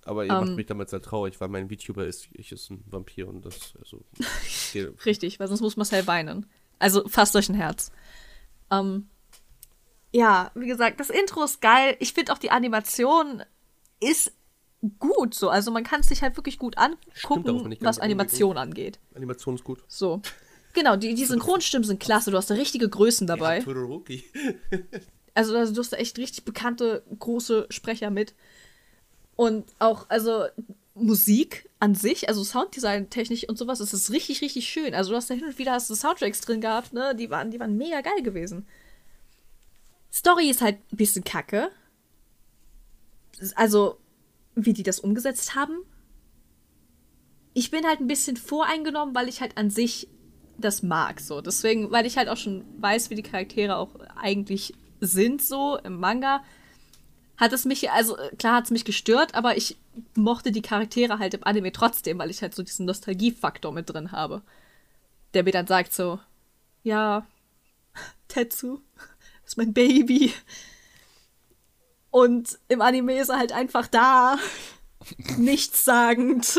Speaker 5: Aber ihr
Speaker 3: Ähm.
Speaker 5: macht mich damit sehr traurig, weil mein VTuber ist, ich ist ein Vampir und das, also, der-
Speaker 3: Richtig, weil sonst muss Marcel weinen. Also fasst euch ein Herz. Ähm, ja, wie gesagt, das Intro ist geil. Ich finde auch die Animation ist gut so. Also man kann es sich halt wirklich gut
Speaker 5: auch, wenn
Speaker 3: angucken,
Speaker 5: ich ganz
Speaker 3: was Animation angeht.
Speaker 5: Animation ist gut.
Speaker 3: So. Genau, die, die Synchronstimmen sind klasse. Du hast da richtige Größen dabei.
Speaker 5: Ja, Todoroki.
Speaker 3: Also da- du hast da echt richtig bekannte, große Sprecher mit. Und auch, also Musik an sich, also Sounddesign technisch und sowas, das ist richtig, richtig schön. Also du hast da hin und wieder hast du Soundtracks drin gehabt, ne? Die waren, die waren mega geil gewesen. Story ist halt ein bisschen kacke. Also, wie die das umgesetzt haben. Ich bin halt ein bisschen voreingenommen, weil ich halt an sich das mag so. Deswegen, weil ich halt auch schon weiß, wie die Charaktere auch eigentlich sind so im Manga, hat es mich, also äh, klar hat es mich gestört, aber ich mochte die Charaktere halt im Anime trotzdem, weil ich halt so diesen Nostalgiefaktor mit drin habe. Der mir dann sagt so, ja, Tetsu ist mein Baby. Und im Anime ist er halt einfach da, nichtssagend.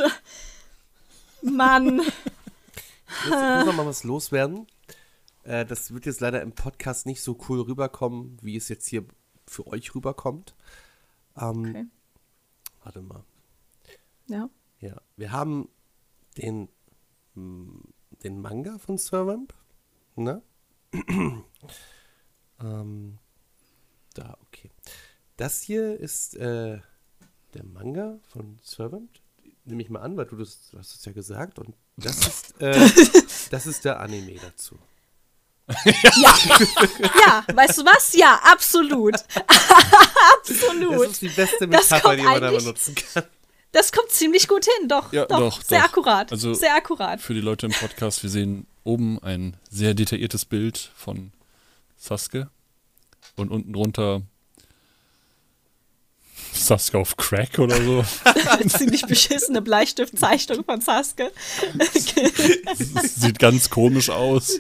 Speaker 3: Mann.
Speaker 5: Jetzt muss noch mal was loswerden. Äh, das wird jetzt leider im Podcast nicht so cool rüberkommen, wie es jetzt hier für euch rüberkommt. Ähm,
Speaker 3: Okay.
Speaker 5: Warte mal.
Speaker 3: Ja.
Speaker 5: Ja, wir haben den, mm, den Manga von Servamp. Ne? ähm, da, okay. Das hier ist äh,
Speaker 1: der Manga von Servant? Nehme ich mal an, weil du das, du hast es ja gesagt. Und das ist, äh, das ist der Anime dazu.
Speaker 3: Ja. ja, weißt du was? Ja, absolut.
Speaker 1: Das
Speaker 3: absolut.
Speaker 1: ist die beste
Speaker 3: Das
Speaker 1: Metapher,
Speaker 3: kommt
Speaker 1: die man da
Speaker 3: eigentlich-
Speaker 1: benutzen kann.
Speaker 3: Das kommt ziemlich gut hin, doch.
Speaker 2: Ja,
Speaker 3: doch,
Speaker 2: doch,
Speaker 3: Sehr
Speaker 2: doch.
Speaker 3: akkurat.
Speaker 2: Also-
Speaker 3: sehr akkurat.
Speaker 2: Für die Leute im Podcast, wir sehen oben ein sehr detailliertes Bild von Sasuke und unten drunter Sasuke auf Crack oder so.
Speaker 3: ziemlich beschissene Bleistiftzeichnung von Sasuke.
Speaker 2: Sieht ganz komisch aus.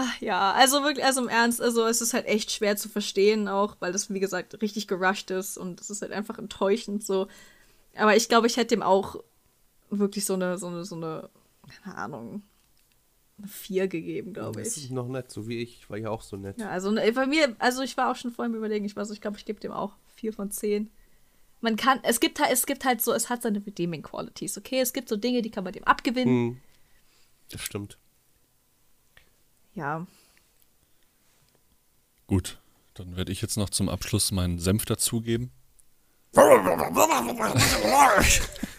Speaker 3: Ach ja, also wirklich, also im Ernst, also es ist halt echt schwer zu verstehen auch, weil das, wie gesagt, richtig gerusht ist und es ist halt einfach enttäuschend so. Aber ich glaube, ich hätte ihm auch wirklich so eine, so eine, so eine, keine Ahnung, eine 4 gegeben, glaube
Speaker 1: Das ist
Speaker 3: ich.
Speaker 1: noch nett, so wie ich. Ich war ja auch so nett.
Speaker 3: Ja, also ne, bei mir, also ich war auch schon vorhin überlegen, ich war so, ich glaube, ich gebe dem auch 4 von 10. Man kann, es gibt halt, es gibt halt so, es hat seine Redeeming Qualities, okay? Es gibt so Dinge, die kann man dem abgewinnen.
Speaker 1: Hm. Das stimmt.
Speaker 3: Ja,
Speaker 2: Gut, dann werde ich jetzt noch zum Abschluss meinen Senf dazugeben.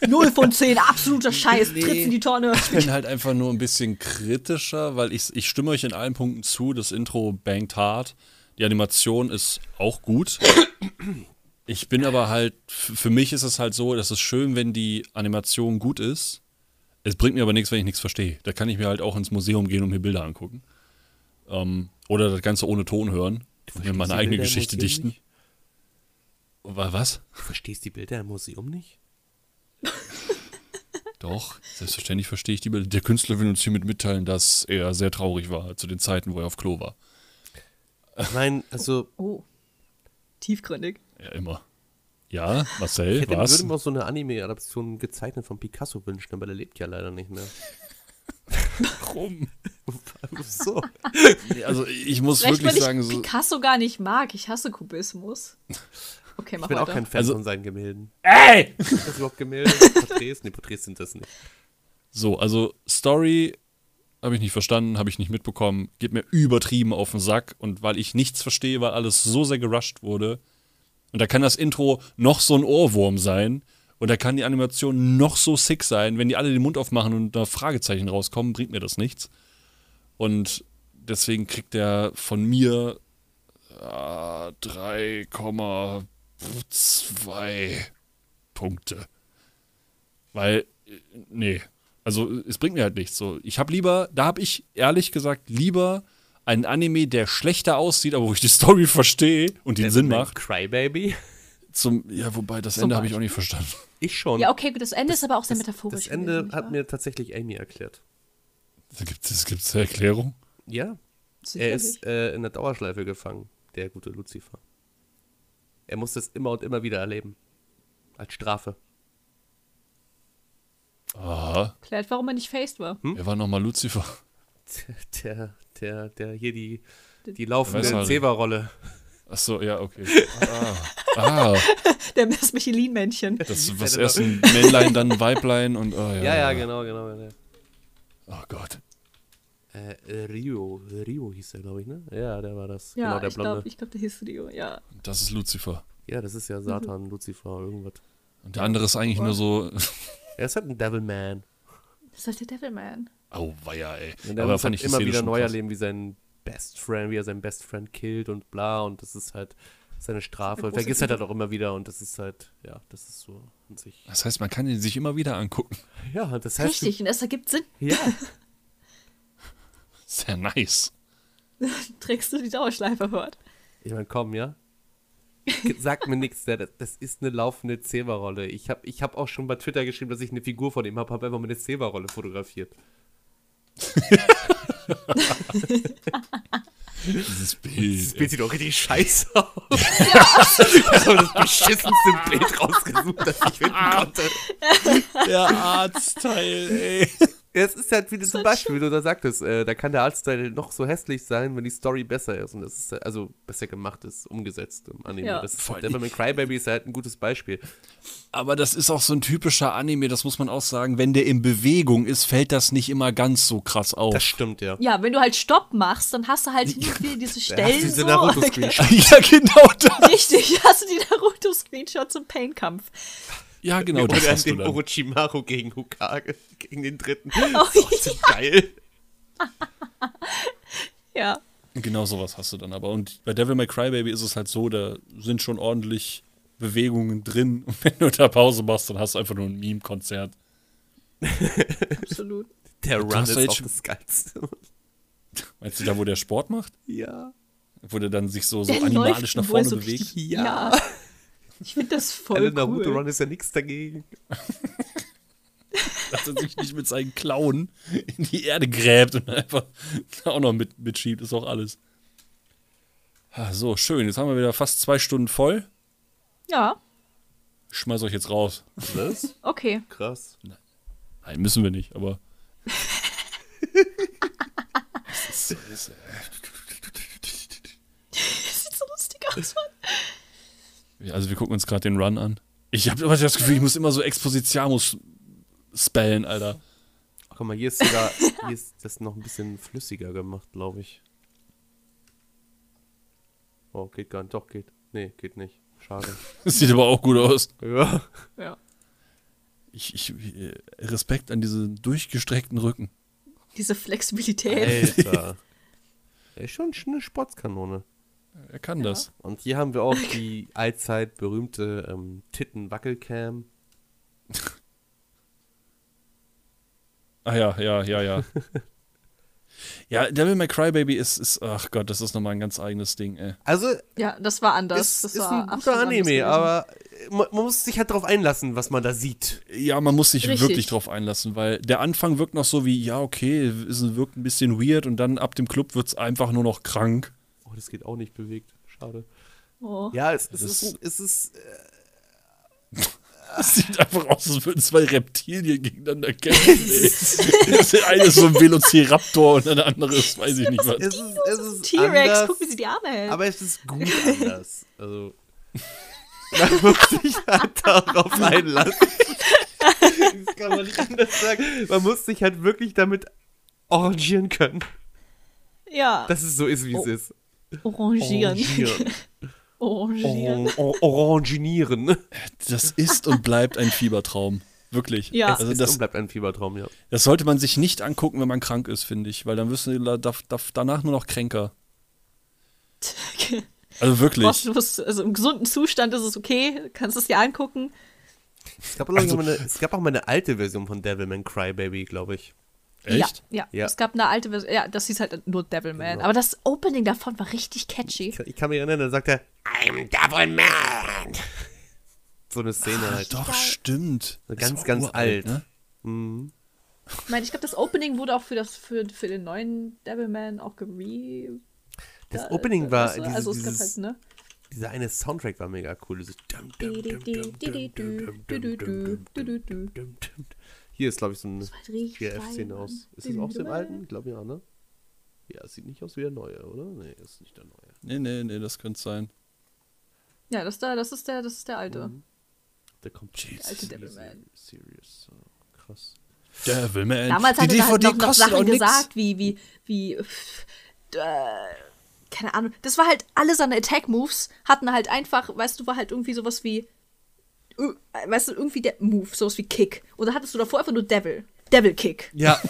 Speaker 3: 0 von 10, absoluter Scheiß, tritt in die Tonne.
Speaker 2: Ich bin halt einfach nur ein bisschen kritischer, weil ich, ich stimme euch in allen Punkten zu. Das Intro bangt hart. Die Animation ist auch gut. Ich bin aber halt, f- für mich ist es halt so, das ist schön, wenn die Animation gut ist. Es bringt mir aber nichts, wenn ich nichts verstehe. Da kann ich mir halt auch ins Museum gehen und mir Bilder angucken. Ähm, oder das Ganze ohne Ton hören und mir meine
Speaker 1: die
Speaker 2: eigene
Speaker 1: Bilder im
Speaker 2: Geschichte
Speaker 1: Museum
Speaker 2: dichten.
Speaker 1: nicht?
Speaker 2: Wa- Was?
Speaker 1: Du verstehst die Bilder im Museum nicht?
Speaker 2: Doch, selbstverständlich verstehe ich die Bilder. Der Künstler will uns hiermit mitteilen, dass er sehr traurig war zu den Zeiten, wo er auf Klo war.
Speaker 1: Nein, also.
Speaker 3: Oh. Tiefgründig.
Speaker 2: Ja, immer. Ja, Marcel,
Speaker 1: Ich hätte mir
Speaker 2: was?
Speaker 1: würde mir auch so eine Anime-Adaption gezeichnet von Picasso wünschen, aber der lebt ja leider nicht mehr.
Speaker 2: Warum?
Speaker 1: So.
Speaker 2: Also ich muss
Speaker 3: Vielleicht, weil
Speaker 2: wirklich
Speaker 3: ich
Speaker 2: sagen, so,
Speaker 3: Picasso gar nicht mag. Ich hasse Kubismus. Okay, mach
Speaker 1: Ich bin
Speaker 3: weiter.
Speaker 1: auch kein Fan
Speaker 2: Also-
Speaker 1: von seinen Gemälden. Ey! Ist das überhaupt Gemälde? Porträts? Nee, Porträts sind das nicht.
Speaker 2: so, also Story habe ich nicht verstanden, habe ich nicht mitbekommen, geht mir übertrieben auf den Sack und weil ich nichts verstehe, weil alles so sehr gerusht wurde und da kann das Intro noch so ein Ohrwurm sein und da kann die Animation noch so sick sein, wenn die alle den Mund aufmachen und da Fragezeichen rauskommen, bringt mir das nichts. Und deswegen kriegt der von mir äh, 3,2 Punkte. Weil, äh, nee, also äh, es bringt mir halt nichts. So, ich habe lieber, da habe ich ehrlich gesagt lieber einen Anime, der schlechter aussieht, aber wo ich die Story verstehe und den Sinn
Speaker 1: Batman
Speaker 2: macht.
Speaker 1: Crybaby?
Speaker 2: Zum, ja, wobei das Ende habe ich auch nicht verstanden.
Speaker 1: Ich schon.
Speaker 3: ja, okay, gut, das Ende ist aber auch sehr
Speaker 1: das
Speaker 3: metaphorisch.
Speaker 1: Ende
Speaker 3: gewesen,
Speaker 1: hat
Speaker 3: nicht
Speaker 1: mir tatsächlich Amy erklärt.
Speaker 2: Da gibt es gibt's eine Erklärung.
Speaker 1: Ja,
Speaker 3: wahr?
Speaker 1: er ist äh, in der Dauerschleife gefangen, der gute Lucifer. Er muss das immer und immer wieder erleben. Als Strafe.
Speaker 2: Aha.
Speaker 3: Erklärt, warum er nicht faced war.
Speaker 1: Hm?
Speaker 2: Er war nochmal Lucifer.
Speaker 1: Der, der, der hier die, die laufende
Speaker 2: Weißhaarige.
Speaker 1: Zewa-Rolle.
Speaker 2: Achso, ja, okay. Ah, ah
Speaker 3: Der, das Michelin-Männchen.
Speaker 1: Genau,
Speaker 2: das, was erst ein Männlein, dann ein Weiblein und. Oh, ja,
Speaker 1: Ja, ja, genau, genau. genau.
Speaker 2: Oh Gott.
Speaker 1: Äh, äh, Rio, Rio hieß er, glaube ich, ne? Ja, der war das.
Speaker 3: Ja,
Speaker 1: genau, der
Speaker 3: ich glaube,
Speaker 1: Blonde.
Speaker 3: ich glaub, der hieß Rio, ja.
Speaker 2: Das ist Lucifer.
Speaker 1: ja, das ist
Speaker 3: Mhm.
Speaker 1: ja Satan, Lucifer, irgendwas.
Speaker 2: Und der andere ist eigentlich nur so.
Speaker 1: Er ist halt ein Devilman.
Speaker 3: Das ist halt der Devilman.
Speaker 2: Au, weia, ey.
Speaker 1: Und er
Speaker 2: Aber
Speaker 1: muss
Speaker 2: fand
Speaker 1: halt
Speaker 2: ich die
Speaker 1: immer
Speaker 2: Szene
Speaker 1: wieder
Speaker 2: schon
Speaker 1: neu
Speaker 2: krass.
Speaker 1: erleben, wie sein Best Friend, wie er seinen Best Friend killt und bla. Und das ist halt seine Strafe.
Speaker 3: große
Speaker 1: Vergisst halt
Speaker 3: Liebe.
Speaker 1: er doch immer wieder. Und das ist halt, ja, das ist so an sich.
Speaker 2: Das heißt, man kann ihn sich immer wieder angucken.
Speaker 1: Ja, das heißt.
Speaker 3: Richtig, und das ergibt Sinn.
Speaker 1: Ja,
Speaker 2: Sehr nice.
Speaker 3: Trägst du die Dauerschleife fort.
Speaker 1: ich meine, komm, ja. Sagt mir nichts, der- das ist eine laufende Zebra-Rolle. Ich habe ich hab auch schon bei Twitter geschrieben, dass ich eine Figur von ihm habe, habe einfach meine Zebra-Rolle fotografiert.
Speaker 2: Dieses Bild.
Speaker 1: Das Bild sieht doch richtig scheiße aus. ich habe das beschissenste Bild rausgesucht, das ich finden konnte.
Speaker 2: Der Arztteil, ey.
Speaker 1: Ja, es ist halt wieder zum Beispiel, wie du da sagtest, äh, da kann der Artstyle noch so hässlich sein, wenn die Story besser ist und das ist halt- also besser gemacht ist, umgesetzt im Anime.
Speaker 3: Ja.
Speaker 1: Das ist
Speaker 2: Voll.
Speaker 1: halt, Devil May Cry Baby ist halt ein gutes Beispiel.
Speaker 2: Aber das ist auch so ein typischer Anime, das muss man auch sagen. Wenn der in Bewegung ist, fällt das nicht immer ganz so krass auf.
Speaker 1: Das stimmt, ja.
Speaker 3: Ja, wenn du halt Stopp machst, dann hast du halt hin und wieder diese
Speaker 1: Da hast du
Speaker 3: Stellen
Speaker 1: diese
Speaker 3: so.
Speaker 1: Naruto-Screenshot.
Speaker 2: ja, genau das.
Speaker 3: Richtig, hast du die Naruto-Screenshots zum Pain-Kampf.
Speaker 2: Ja, genau das
Speaker 1: Oder
Speaker 2: hast du
Speaker 1: den
Speaker 2: dann.
Speaker 1: Orochimaru gegen Hokage, gegen den dritten.
Speaker 3: Oh,
Speaker 1: So geil.
Speaker 3: ja.
Speaker 2: Genau sowas hast du dann aber. Und bei Devil May Cry Baby ist es halt so, da sind schon ordentlich Bewegungen drin. Und wenn du da Pause machst, dann hast du einfach nur ein Meme-Konzert.
Speaker 3: absolut.
Speaker 1: Der Run
Speaker 2: hast
Speaker 1: ist
Speaker 2: doch jetzt
Speaker 1: auch
Speaker 2: schon-
Speaker 1: das Geilste.
Speaker 2: Meinst du da, wo der Sport macht?
Speaker 1: ja.
Speaker 2: Wo der dann sich so, so
Speaker 3: Der
Speaker 2: animalisch
Speaker 3: läuft,
Speaker 2: nach
Speaker 3: wo er
Speaker 2: vorne
Speaker 3: so
Speaker 2: bewegt?
Speaker 3: richtig- Ja. Ich finde das voll
Speaker 1: Alle Naruto
Speaker 3: cool.
Speaker 1: Run ist ja nichts dagegen.
Speaker 2: dass er sich nicht mit seinen Klauen in die Erde gräbt und einfach auch noch mit, mitschiebt, ist auch alles. Ah, So, schön. Jetzt haben wir wieder fast zwei Stunden voll.
Speaker 3: Ja,
Speaker 2: Ich schmeiß euch jetzt raus.
Speaker 1: Was?
Speaker 3: okay.
Speaker 1: Krass.
Speaker 2: Nein, müssen wir nicht, aber. Das ist- das ist-
Speaker 3: Das sieht so lustig aus, Mann.
Speaker 2: ja, also, wir gucken uns gerade den Run an. Ich habe immer das Gefühl, ich muss immer so Expositiamus spellen, Alter.
Speaker 1: Ach, guck mal, hier ist sogar, hier ist das noch ein bisschen flüssiger gemacht, glaube ich. Oh, geht gar nicht. Doch, geht. Nee, geht nicht. Schade.
Speaker 2: Das sieht aber auch gut aus.
Speaker 1: ja.
Speaker 3: Ja.
Speaker 2: Ich, ich, äh, Respekt an diese durchgestreckten Rücken.
Speaker 3: Diese Flexibilität.
Speaker 1: Alter. Er ist schon eine Sportskanone.
Speaker 2: Er kann das.
Speaker 1: Und hier haben wir auch die allzeit berühmte ähm, Titten-Wackelcam.
Speaker 2: Ah ja, ja, ja, ja. ja, Devil May Cry Baby ist, ist, ach Gott, das ist nochmal ein ganz eigenes Ding, ey.
Speaker 1: Also,
Speaker 3: Ja, das war anders.
Speaker 1: ist,
Speaker 3: das
Speaker 1: ist
Speaker 3: war
Speaker 1: ein
Speaker 3: absolut
Speaker 1: guter
Speaker 3: anders gewesen.
Speaker 1: Anime, aber man, man muss sich halt drauf einlassen, was man da sieht.
Speaker 2: Ja, man muss sich
Speaker 3: Richtig.
Speaker 2: wirklich drauf einlassen, weil der Anfang wirkt noch so wie, ja, okay, es wirkt ein bisschen weird und dann ab dem Club wird's einfach nur noch krank.
Speaker 1: Oh, das geht auch nicht bewegt. Schade.
Speaker 3: Oh.
Speaker 1: Ja, es, es,
Speaker 2: Das-
Speaker 1: ist, es ist
Speaker 3: Ah.
Speaker 2: Es sieht einfach aus, als würden zwei Reptilien gegeneinander kämpfen. ey. das eine ist so ein Velociraptor und der andere ist, weiß ich nicht was.
Speaker 1: Es ist, es ist
Speaker 3: T-Rex,
Speaker 1: anders,
Speaker 3: guck, wie sie die Arme hält.
Speaker 1: Aber es ist gut anders. Also. Man muss sich halt darauf einlassen. Das kann man nicht anders sagen. Man muss sich halt wirklich damit arrangieren können,
Speaker 3: ja,
Speaker 1: dass es so ist, wie es ist.
Speaker 3: orangieren.
Speaker 1: Orangieren.
Speaker 3: Orangieren.
Speaker 1: Or- or- Oranginieren.
Speaker 2: Das ist und bleibt ein Fiebertraum. Wirklich.
Speaker 3: Ja.
Speaker 2: Also
Speaker 1: Ist
Speaker 2: das,
Speaker 1: und bleibt ein Fiebertraum, ja.
Speaker 2: Das sollte man sich nicht angucken, wenn man krank ist, finde ich, weil dann wirst du la- da, da, danach nur noch kränker. Also wirklich.
Speaker 3: Kostenlos, also im gesunden Zustand ist es okay, kannst es dir angucken.
Speaker 1: Es gab, auch
Speaker 3: Also,
Speaker 1: mal eine, es gab auch mal eine alte Version von Devilman Crybaby, glaube ich.
Speaker 2: Echt?
Speaker 3: Ja, ja.
Speaker 1: Ja. Genau.
Speaker 3: Es gab eine alte Version, ja, das hieß halt nur Devilman. Aber das Opening davon war richtig catchy.
Speaker 1: Ich kann mich erinnern, da sagt er
Speaker 7: I'm Devil Man.
Speaker 1: so eine
Speaker 3: Ah,
Speaker 1: Szene halt.
Speaker 2: Doch, stimmt.
Speaker 1: So Also
Speaker 2: Ist
Speaker 1: ganz,
Speaker 2: auch
Speaker 1: ganz alt.
Speaker 2: ne?
Speaker 3: Ich meine, ich glaube, das Opening wurde auch für, das, für, für den neuen Devilman auch gere...
Speaker 1: Das Opening war
Speaker 3: also,
Speaker 1: dieses,
Speaker 3: also es gab
Speaker 1: dieses,
Speaker 3: halt, ne?
Speaker 1: Dieser eine Soundtrack war mega cool. Dieses dum, dum, dum, dum, dum, dum, dum, dum, dum, dum, dum, dum. Hier ist, glaube ich, so eine GF-Szene aus. Ist das aus dem alten? Ich glaube ja, ne? Ja, es sieht nicht aus wie der neue, oder? Nee, ist nicht der neue.
Speaker 2: Nee, nee, nee, das könnte sein.
Speaker 3: Ja, das, da, das, ist der, das ist der alte.
Speaker 1: Mhm. Der kommt
Speaker 3: alte Devilman.
Speaker 1: Serious. so, Krass.
Speaker 2: Devilman.
Speaker 3: Damals hat er halt noch, noch
Speaker 2: kostet
Speaker 3: Sachen
Speaker 2: nix.
Speaker 3: gesagt, wie, wie, wie, pff, äh, keine Ahnung. Das war halt, alle seine Attack-Moves hatten halt einfach, weißt du, war halt irgendwie sowas wie, äh, weißt du, irgendwie der Move, sowas wie Kick. Und da hattest du davor einfach nur Devil. Devil-Kick.
Speaker 1: Ja.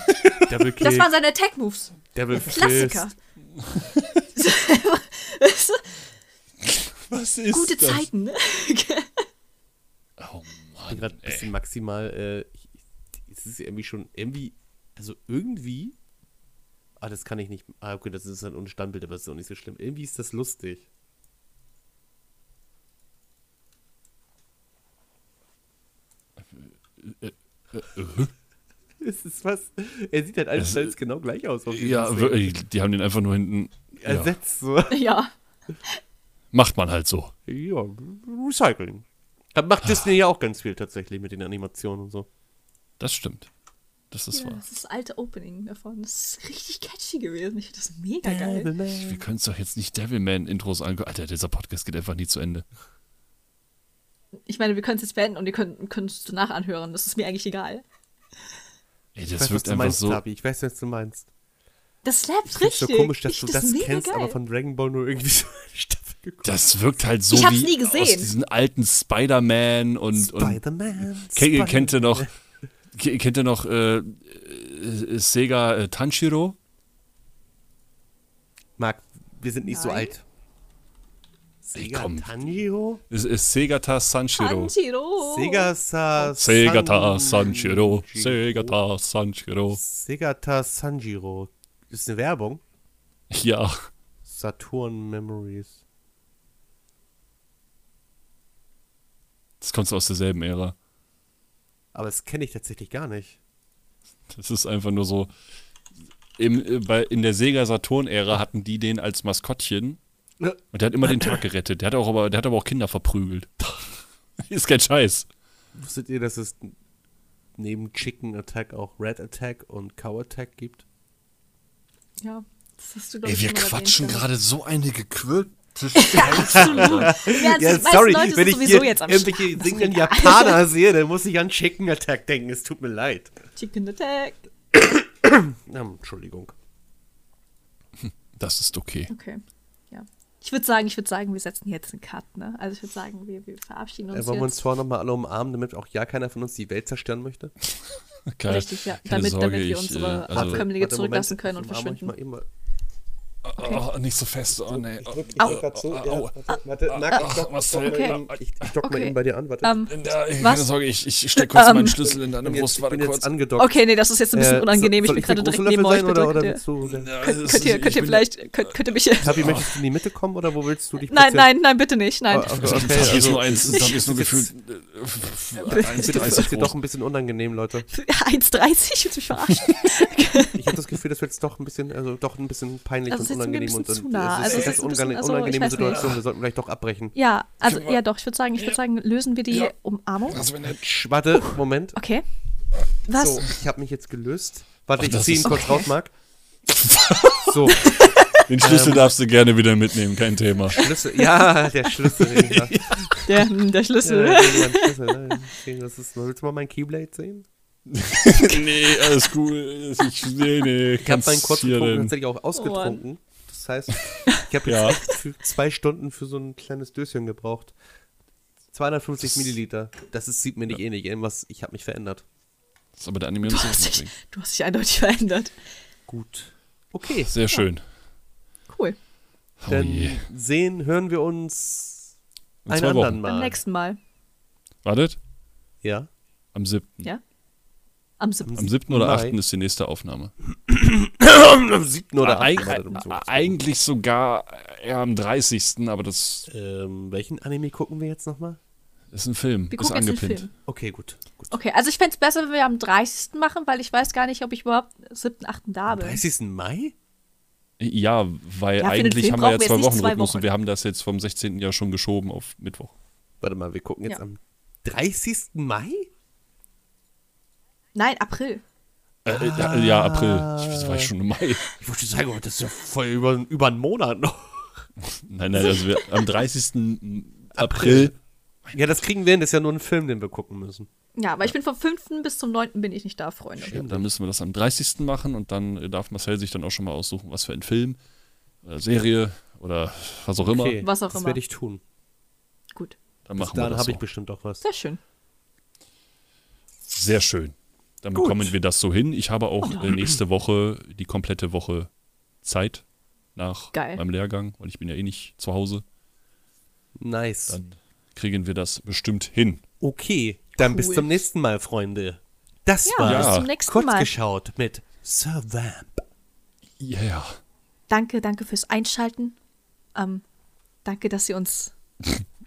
Speaker 1: Devil Kick,
Speaker 3: Das waren seine Attack-Moves.
Speaker 1: Devil
Speaker 3: Klassiker.
Speaker 1: Fist.
Speaker 3: Weißt du,
Speaker 2: Was ist
Speaker 3: Gute
Speaker 2: das?
Speaker 3: Zeiten, ne?
Speaker 2: Oh
Speaker 1: Ich bin
Speaker 2: Mann.
Speaker 1: gerade ein bisschen maximal. Äh, ich- es ist irgendwie schon irgendwie. Also irgendwie. Ah, das kann ich nicht. Ah, okay, das ist ein Unstandbild, aber das ist auch nicht so schlimm. Irgendwie ist das lustig. Es ist was. Er sieht halt alles alles genau gleich aus. auf diesem
Speaker 2: Ja,
Speaker 1: Ding.
Speaker 2: wirklich, die haben den einfach nur hinten. Ja,
Speaker 1: Ersetzt so.
Speaker 3: ja.
Speaker 2: macht man halt so.
Speaker 1: Ja, Recycling. Da macht Disney ja auch ganz viel tatsächlich mit den Animationen und so.
Speaker 2: Das stimmt. Das ist
Speaker 3: Ja,
Speaker 2: wahr.
Speaker 3: das ist das alte Opening davon. Das ist richtig catchy gewesen. Ich finde das mega geil.
Speaker 2: Wir können es doch jetzt nicht Devilman-Intros angucken. Alter, dieser Podcast geht einfach nie zu Ende.
Speaker 3: Ich meine, wir können es jetzt beenden und ihr könnt könnt es danach anhören. Das ist mir eigentlich egal.
Speaker 2: Ey,
Speaker 1: Ich
Speaker 2: das
Speaker 1: weiß, was
Speaker 2: wirkt
Speaker 1: du
Speaker 2: einfach
Speaker 1: meinst,
Speaker 2: so.
Speaker 1: Tabi. Ich weiß, was du meinst.
Speaker 3: Das slappt
Speaker 1: Richtig. so
Speaker 3: richtig.
Speaker 1: komisch, dass
Speaker 3: ich,
Speaker 1: du
Speaker 3: das ist
Speaker 1: das
Speaker 3: mega
Speaker 1: kennst,
Speaker 3: geil.
Speaker 1: aber von Dragon Ball nur irgendwie so eine Staffel geguckt.
Speaker 2: Das wirkt halt so
Speaker 3: Ich hab's
Speaker 2: wie
Speaker 3: nie gesehen.
Speaker 2: aus diesen alten Spider-Man und, und
Speaker 1: Spider-Man.
Speaker 2: Ken- kennt ihr noch ke- kennt ihr noch äh, äh, Sega äh, Tanjiro?
Speaker 1: Marc, wir sind nicht so
Speaker 3: Nein.
Speaker 1: alt. Sega
Speaker 2: komm.
Speaker 1: Tanjiro?
Speaker 2: Es ist Segata Sanshiro.
Speaker 3: Tanjiro.
Speaker 1: Sega Sa
Speaker 2: Segata
Speaker 1: San-
Speaker 2: Sanshiro. Segata Sanshiro.
Speaker 1: Segata Sanjiro. Ist eine Werbung.
Speaker 2: Ja.
Speaker 1: Saturn Memories.
Speaker 2: Das kommt so aus derselben Ära.
Speaker 1: Aber das kenne ich tatsächlich gar nicht.
Speaker 2: Das ist einfach nur so. Im, äh, bei, in der Sega Saturn-Ära hatten die den als Maskottchen und der hat immer den Tag gerettet. Der hat, auch aber, der hat aber auch Kinder verprügelt. ist kein Scheiß.
Speaker 1: Wusstet ihr, dass es neben Chicken Attack auch Red Attack und Cow Attack gibt?
Speaker 3: Ja, das hast du, glaub
Speaker 2: Ey,
Speaker 3: ich,
Speaker 2: wir
Speaker 3: schon mal erwähnt,
Speaker 2: quatschen
Speaker 3: ja.
Speaker 2: gerade so eine gequirlte
Speaker 3: Ja, die meisten Leute sind sowieso jetzt am Start.
Speaker 1: singenden Japaner sehe, dann muss ich an Chicken Attack denken. Es tut mir leid.
Speaker 3: Chicken Attack.
Speaker 1: Ähm, Entschuldigung.
Speaker 2: Das ist okay.
Speaker 3: Okay. Ja. Ich würde sagen, ich würde sagen, wir setzen jetzt einen Cut, ne? Also ich würde sagen, wir, wir verabschieden
Speaker 1: Äh,
Speaker 3: uns
Speaker 1: wollen wir uns
Speaker 3: jetzt.
Speaker 1: vorher nochmal alle umarmen, damit auch ja keiner von uns die Welt zerstören möchte?
Speaker 2: Keine-
Speaker 3: Richtig, ja.
Speaker 2: keine
Speaker 3: Damit,
Speaker 2: Sorge,
Speaker 3: damit wir
Speaker 2: ich,
Speaker 3: unsere
Speaker 2: äh, also,
Speaker 3: Abkömmlinge
Speaker 1: Warte,
Speaker 3: zurücklassen
Speaker 1: Moment,
Speaker 3: können und
Speaker 1: ich umarme euch
Speaker 3: verschwinden.
Speaker 1: mal eben mal.
Speaker 2: oh, nicht so fest. Oh, nee. Oh,
Speaker 1: Ich grad so, ja, warte, warte, Marc, ich
Speaker 2: Ah, ach,
Speaker 1: dock-
Speaker 2: Marcel,
Speaker 1: dock mal
Speaker 3: okay.
Speaker 1: eben- Ich, ich dock mal
Speaker 3: Okay.
Speaker 1: eben bei dir an, warte.
Speaker 3: Ähm,
Speaker 2: Ja, keine
Speaker 3: Was?
Speaker 2: Sorge, ich, ich stecke kurz
Speaker 3: Ähm,
Speaker 2: meinen Schlüssel in
Speaker 1: ich
Speaker 2: deine
Speaker 1: bin jetzt,
Speaker 2: Brust.
Speaker 1: ich
Speaker 2: Warte
Speaker 1: bin jetzt
Speaker 2: kurz.
Speaker 1: angedockt.
Speaker 3: okay, nee, das ist jetzt ein bisschen
Speaker 1: Äh,
Speaker 3: unangenehm.
Speaker 1: soll-
Speaker 3: ich bin
Speaker 1: soll
Speaker 3: gerade
Speaker 1: der
Speaker 3: direkt
Speaker 1: große
Speaker 3: neben
Speaker 1: Löffel
Speaker 3: euch.
Speaker 1: sein
Speaker 3: Bitte,
Speaker 1: oder, oder
Speaker 3: könnt,
Speaker 1: willst du, oder?
Speaker 2: Ja,
Speaker 3: ihr-
Speaker 2: es
Speaker 3: könnt
Speaker 2: ist-
Speaker 3: ihr, könnt
Speaker 2: ich
Speaker 3: ihr
Speaker 2: bin-
Speaker 3: vielleicht, könnt, könnt ihr mich...
Speaker 1: Tabi, möchtest du in die Mitte kommen oder wo willst du dich
Speaker 3: Nein,
Speaker 1: platzieren?
Speaker 3: nein, nein, bitte nicht, nein.
Speaker 1: Ah,
Speaker 2: Das
Speaker 1: Okay,
Speaker 2: hier ist
Speaker 1: also,
Speaker 2: nur eins, das hier ist nur
Speaker 1: jetzt-
Speaker 2: gefühlt äh, eins,
Speaker 1: bitte, das ist
Speaker 2: 30
Speaker 1: dir
Speaker 2: groß.
Speaker 1: doch ein bisschen unangenehm, Leute.
Speaker 3: 1,30? Willst du mich verarschen?
Speaker 1: Ich habe das Gefühl, das wird jetzt doch ein bisschen, also doch ein bisschen peinlich
Speaker 3: Also
Speaker 1: und
Speaker 3: es ist mir ein
Speaker 1: unangenehm
Speaker 3: bisschen
Speaker 1: und,
Speaker 3: zu
Speaker 1: und
Speaker 3: nah.
Speaker 1: es
Speaker 3: Also
Speaker 1: ist
Speaker 3: es
Speaker 1: eine
Speaker 3: ist ein bisschen-
Speaker 1: unangenehme,
Speaker 3: also, ich
Speaker 1: unangenehme
Speaker 3: weiß nicht.
Speaker 1: Situation. Wir sollten vielleicht doch abbrechen.
Speaker 3: Ja, also, ja doch, ich würde sagen, ich würde sagen, lösen wir die Umarmung.
Speaker 2: Also wenn der Sch-
Speaker 1: Sch- Warte, Moment.
Speaker 3: Okay. Was?
Speaker 1: So, ich habe mich jetzt gelöst. Warte,
Speaker 2: Ach,
Speaker 1: ich
Speaker 2: das
Speaker 1: ziehe ihn
Speaker 2: ist-
Speaker 1: kurz raus, Marc. So,
Speaker 2: Den Schlüssel darfst du gerne wieder mitnehmen, kein Thema.
Speaker 1: Schlüssel. Ja, der Schlüssel. ja.
Speaker 3: Der, hm, der Schlüssel.
Speaker 1: Ja, mein Schlüssel. ja. ne? Das ist, willst du mal mein Keyblade sehen?
Speaker 3: Oh,
Speaker 2: nee, alles cool. Ich, nee, nee,
Speaker 1: Ich habe
Speaker 2: kannst
Speaker 1: meinen kurzen
Speaker 2: hier
Speaker 1: Trunken
Speaker 2: denn-
Speaker 1: tatsächlich auch ausgetrunken. Das heißt, ich habe jetzt
Speaker 2: Ja.
Speaker 1: echt für zwei Stunden für so ein kleines Döschen gebraucht. 250 Milliliter.
Speaker 2: Oh
Speaker 1: Das ist, sieht mir nicht ähnlich. Irgendwas, ich habe mich verändert.
Speaker 2: Das ist aber der Anime und
Speaker 3: Du
Speaker 2: so.
Speaker 3: hast, dich, du hast dich eindeutig verändert.
Speaker 1: Gut. Okay,
Speaker 2: Sehr schön.
Speaker 3: Cool.
Speaker 2: Oh
Speaker 1: dann
Speaker 2: je.
Speaker 1: sehen, hören wir uns
Speaker 2: In
Speaker 1: einen
Speaker 2: zwei Wochen.
Speaker 1: anderen
Speaker 3: Beim
Speaker 1: Mal.
Speaker 3: nächsten Mal.
Speaker 2: Wartet,
Speaker 1: Ja.
Speaker 2: am 7.
Speaker 3: Ja? Am 7.
Speaker 2: Am 7. oder
Speaker 1: Mai.
Speaker 2: 8. ist die nächste Aufnahme.
Speaker 1: Am 7. oder 8.
Speaker 2: Eig eigentlich sogar eher am 30., aber das
Speaker 1: Ähm, welchen Anime gucken wir jetzt nochmal?
Speaker 2: ist ein Film.
Speaker 3: Wir
Speaker 2: ist
Speaker 3: gucken jetzt einen
Speaker 2: angepinnt.
Speaker 3: Film.
Speaker 1: Okay, gut. gut.
Speaker 3: Okay, also ich fände es besser, wenn wir am 30. machen, weil ich weiß gar nicht, ob ich überhaupt 7., 8. da bin.
Speaker 1: 30. Mai?
Speaker 2: Ja, weil
Speaker 3: Ja, für den
Speaker 2: eigentlich
Speaker 3: Film
Speaker 2: haben wir ja zwei
Speaker 3: brauchen wir jetzt nicht
Speaker 2: Wochen
Speaker 3: zwei
Speaker 2: Rhythmus und
Speaker 3: Wochen.
Speaker 2: wir haben das jetzt vom 16. Jahr schon geschoben auf Mittwoch.
Speaker 1: Warte mal, wir gucken jetzt
Speaker 3: Ja.
Speaker 1: am 30. Mai?
Speaker 3: Nein, April.
Speaker 2: Äh, äh,
Speaker 3: Ah.
Speaker 2: ja, ja, April. Ich, das war ich schon im Mai.
Speaker 1: Ich wollte sagen, das ist ja voll über, über einen Monat noch.
Speaker 2: Nein, nein, also wir, am 30. April.
Speaker 1: Ja, das kriegen wir hin. Das ist ja nur ein Film, den wir gucken müssen.
Speaker 3: Ja, aber ich bin vom 5. bis zum 9. bin ich nicht da, Freunde.
Speaker 2: Ja, dann müssen wir das am 30. machen und dann äh, darf Marcel sich dann auch schon mal aussuchen, was für ein Film oder Serie oder was auch immer.
Speaker 1: Okay,
Speaker 3: Was auch
Speaker 1: das
Speaker 3: immer.
Speaker 1: werde ich tun.
Speaker 3: Gut.
Speaker 2: Dann
Speaker 1: Bis
Speaker 2: machen wir
Speaker 1: dann
Speaker 2: das.
Speaker 1: habe ich
Speaker 2: So.
Speaker 1: bestimmt auch was.
Speaker 3: Sehr schön.
Speaker 2: Sehr schön. Dann
Speaker 1: Gut. Oh.
Speaker 2: bekommen wir das so hin. Ich habe auch äh, nächste Woche die komplette Woche Zeit nach
Speaker 3: Geil.
Speaker 2: meinem Lehrgang, weil ich bin ja eh nicht zu Hause.
Speaker 1: Nice.
Speaker 2: Dann kriegen wir das bestimmt hin.
Speaker 1: Okay, dann bis
Speaker 3: Cool.
Speaker 1: zum nächsten Mal, Freunde. Das
Speaker 3: Ja,
Speaker 1: war
Speaker 2: bis
Speaker 3: zum nächsten
Speaker 1: kurz
Speaker 3: Mal.
Speaker 1: geschaut mit Sir Vamp.
Speaker 2: Ja. Yeah.
Speaker 3: Danke, danke fürs Einschalten. Ähm, danke, dass ihr uns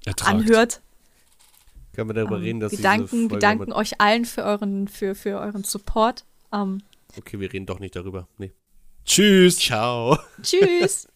Speaker 2: Ertragt.
Speaker 3: anhört.
Speaker 1: Können wir darüber reden, dass
Speaker 3: Ähm, wir
Speaker 1: diese
Speaker 3: danken,
Speaker 1: Folge
Speaker 3: wir danken
Speaker 1: mit-
Speaker 3: euch allen für euren, für, für euren Support. Ähm,
Speaker 1: Okay, wir reden doch nicht darüber. Nee.
Speaker 2: Tschüss.
Speaker 1: Ciao.
Speaker 3: tschüss.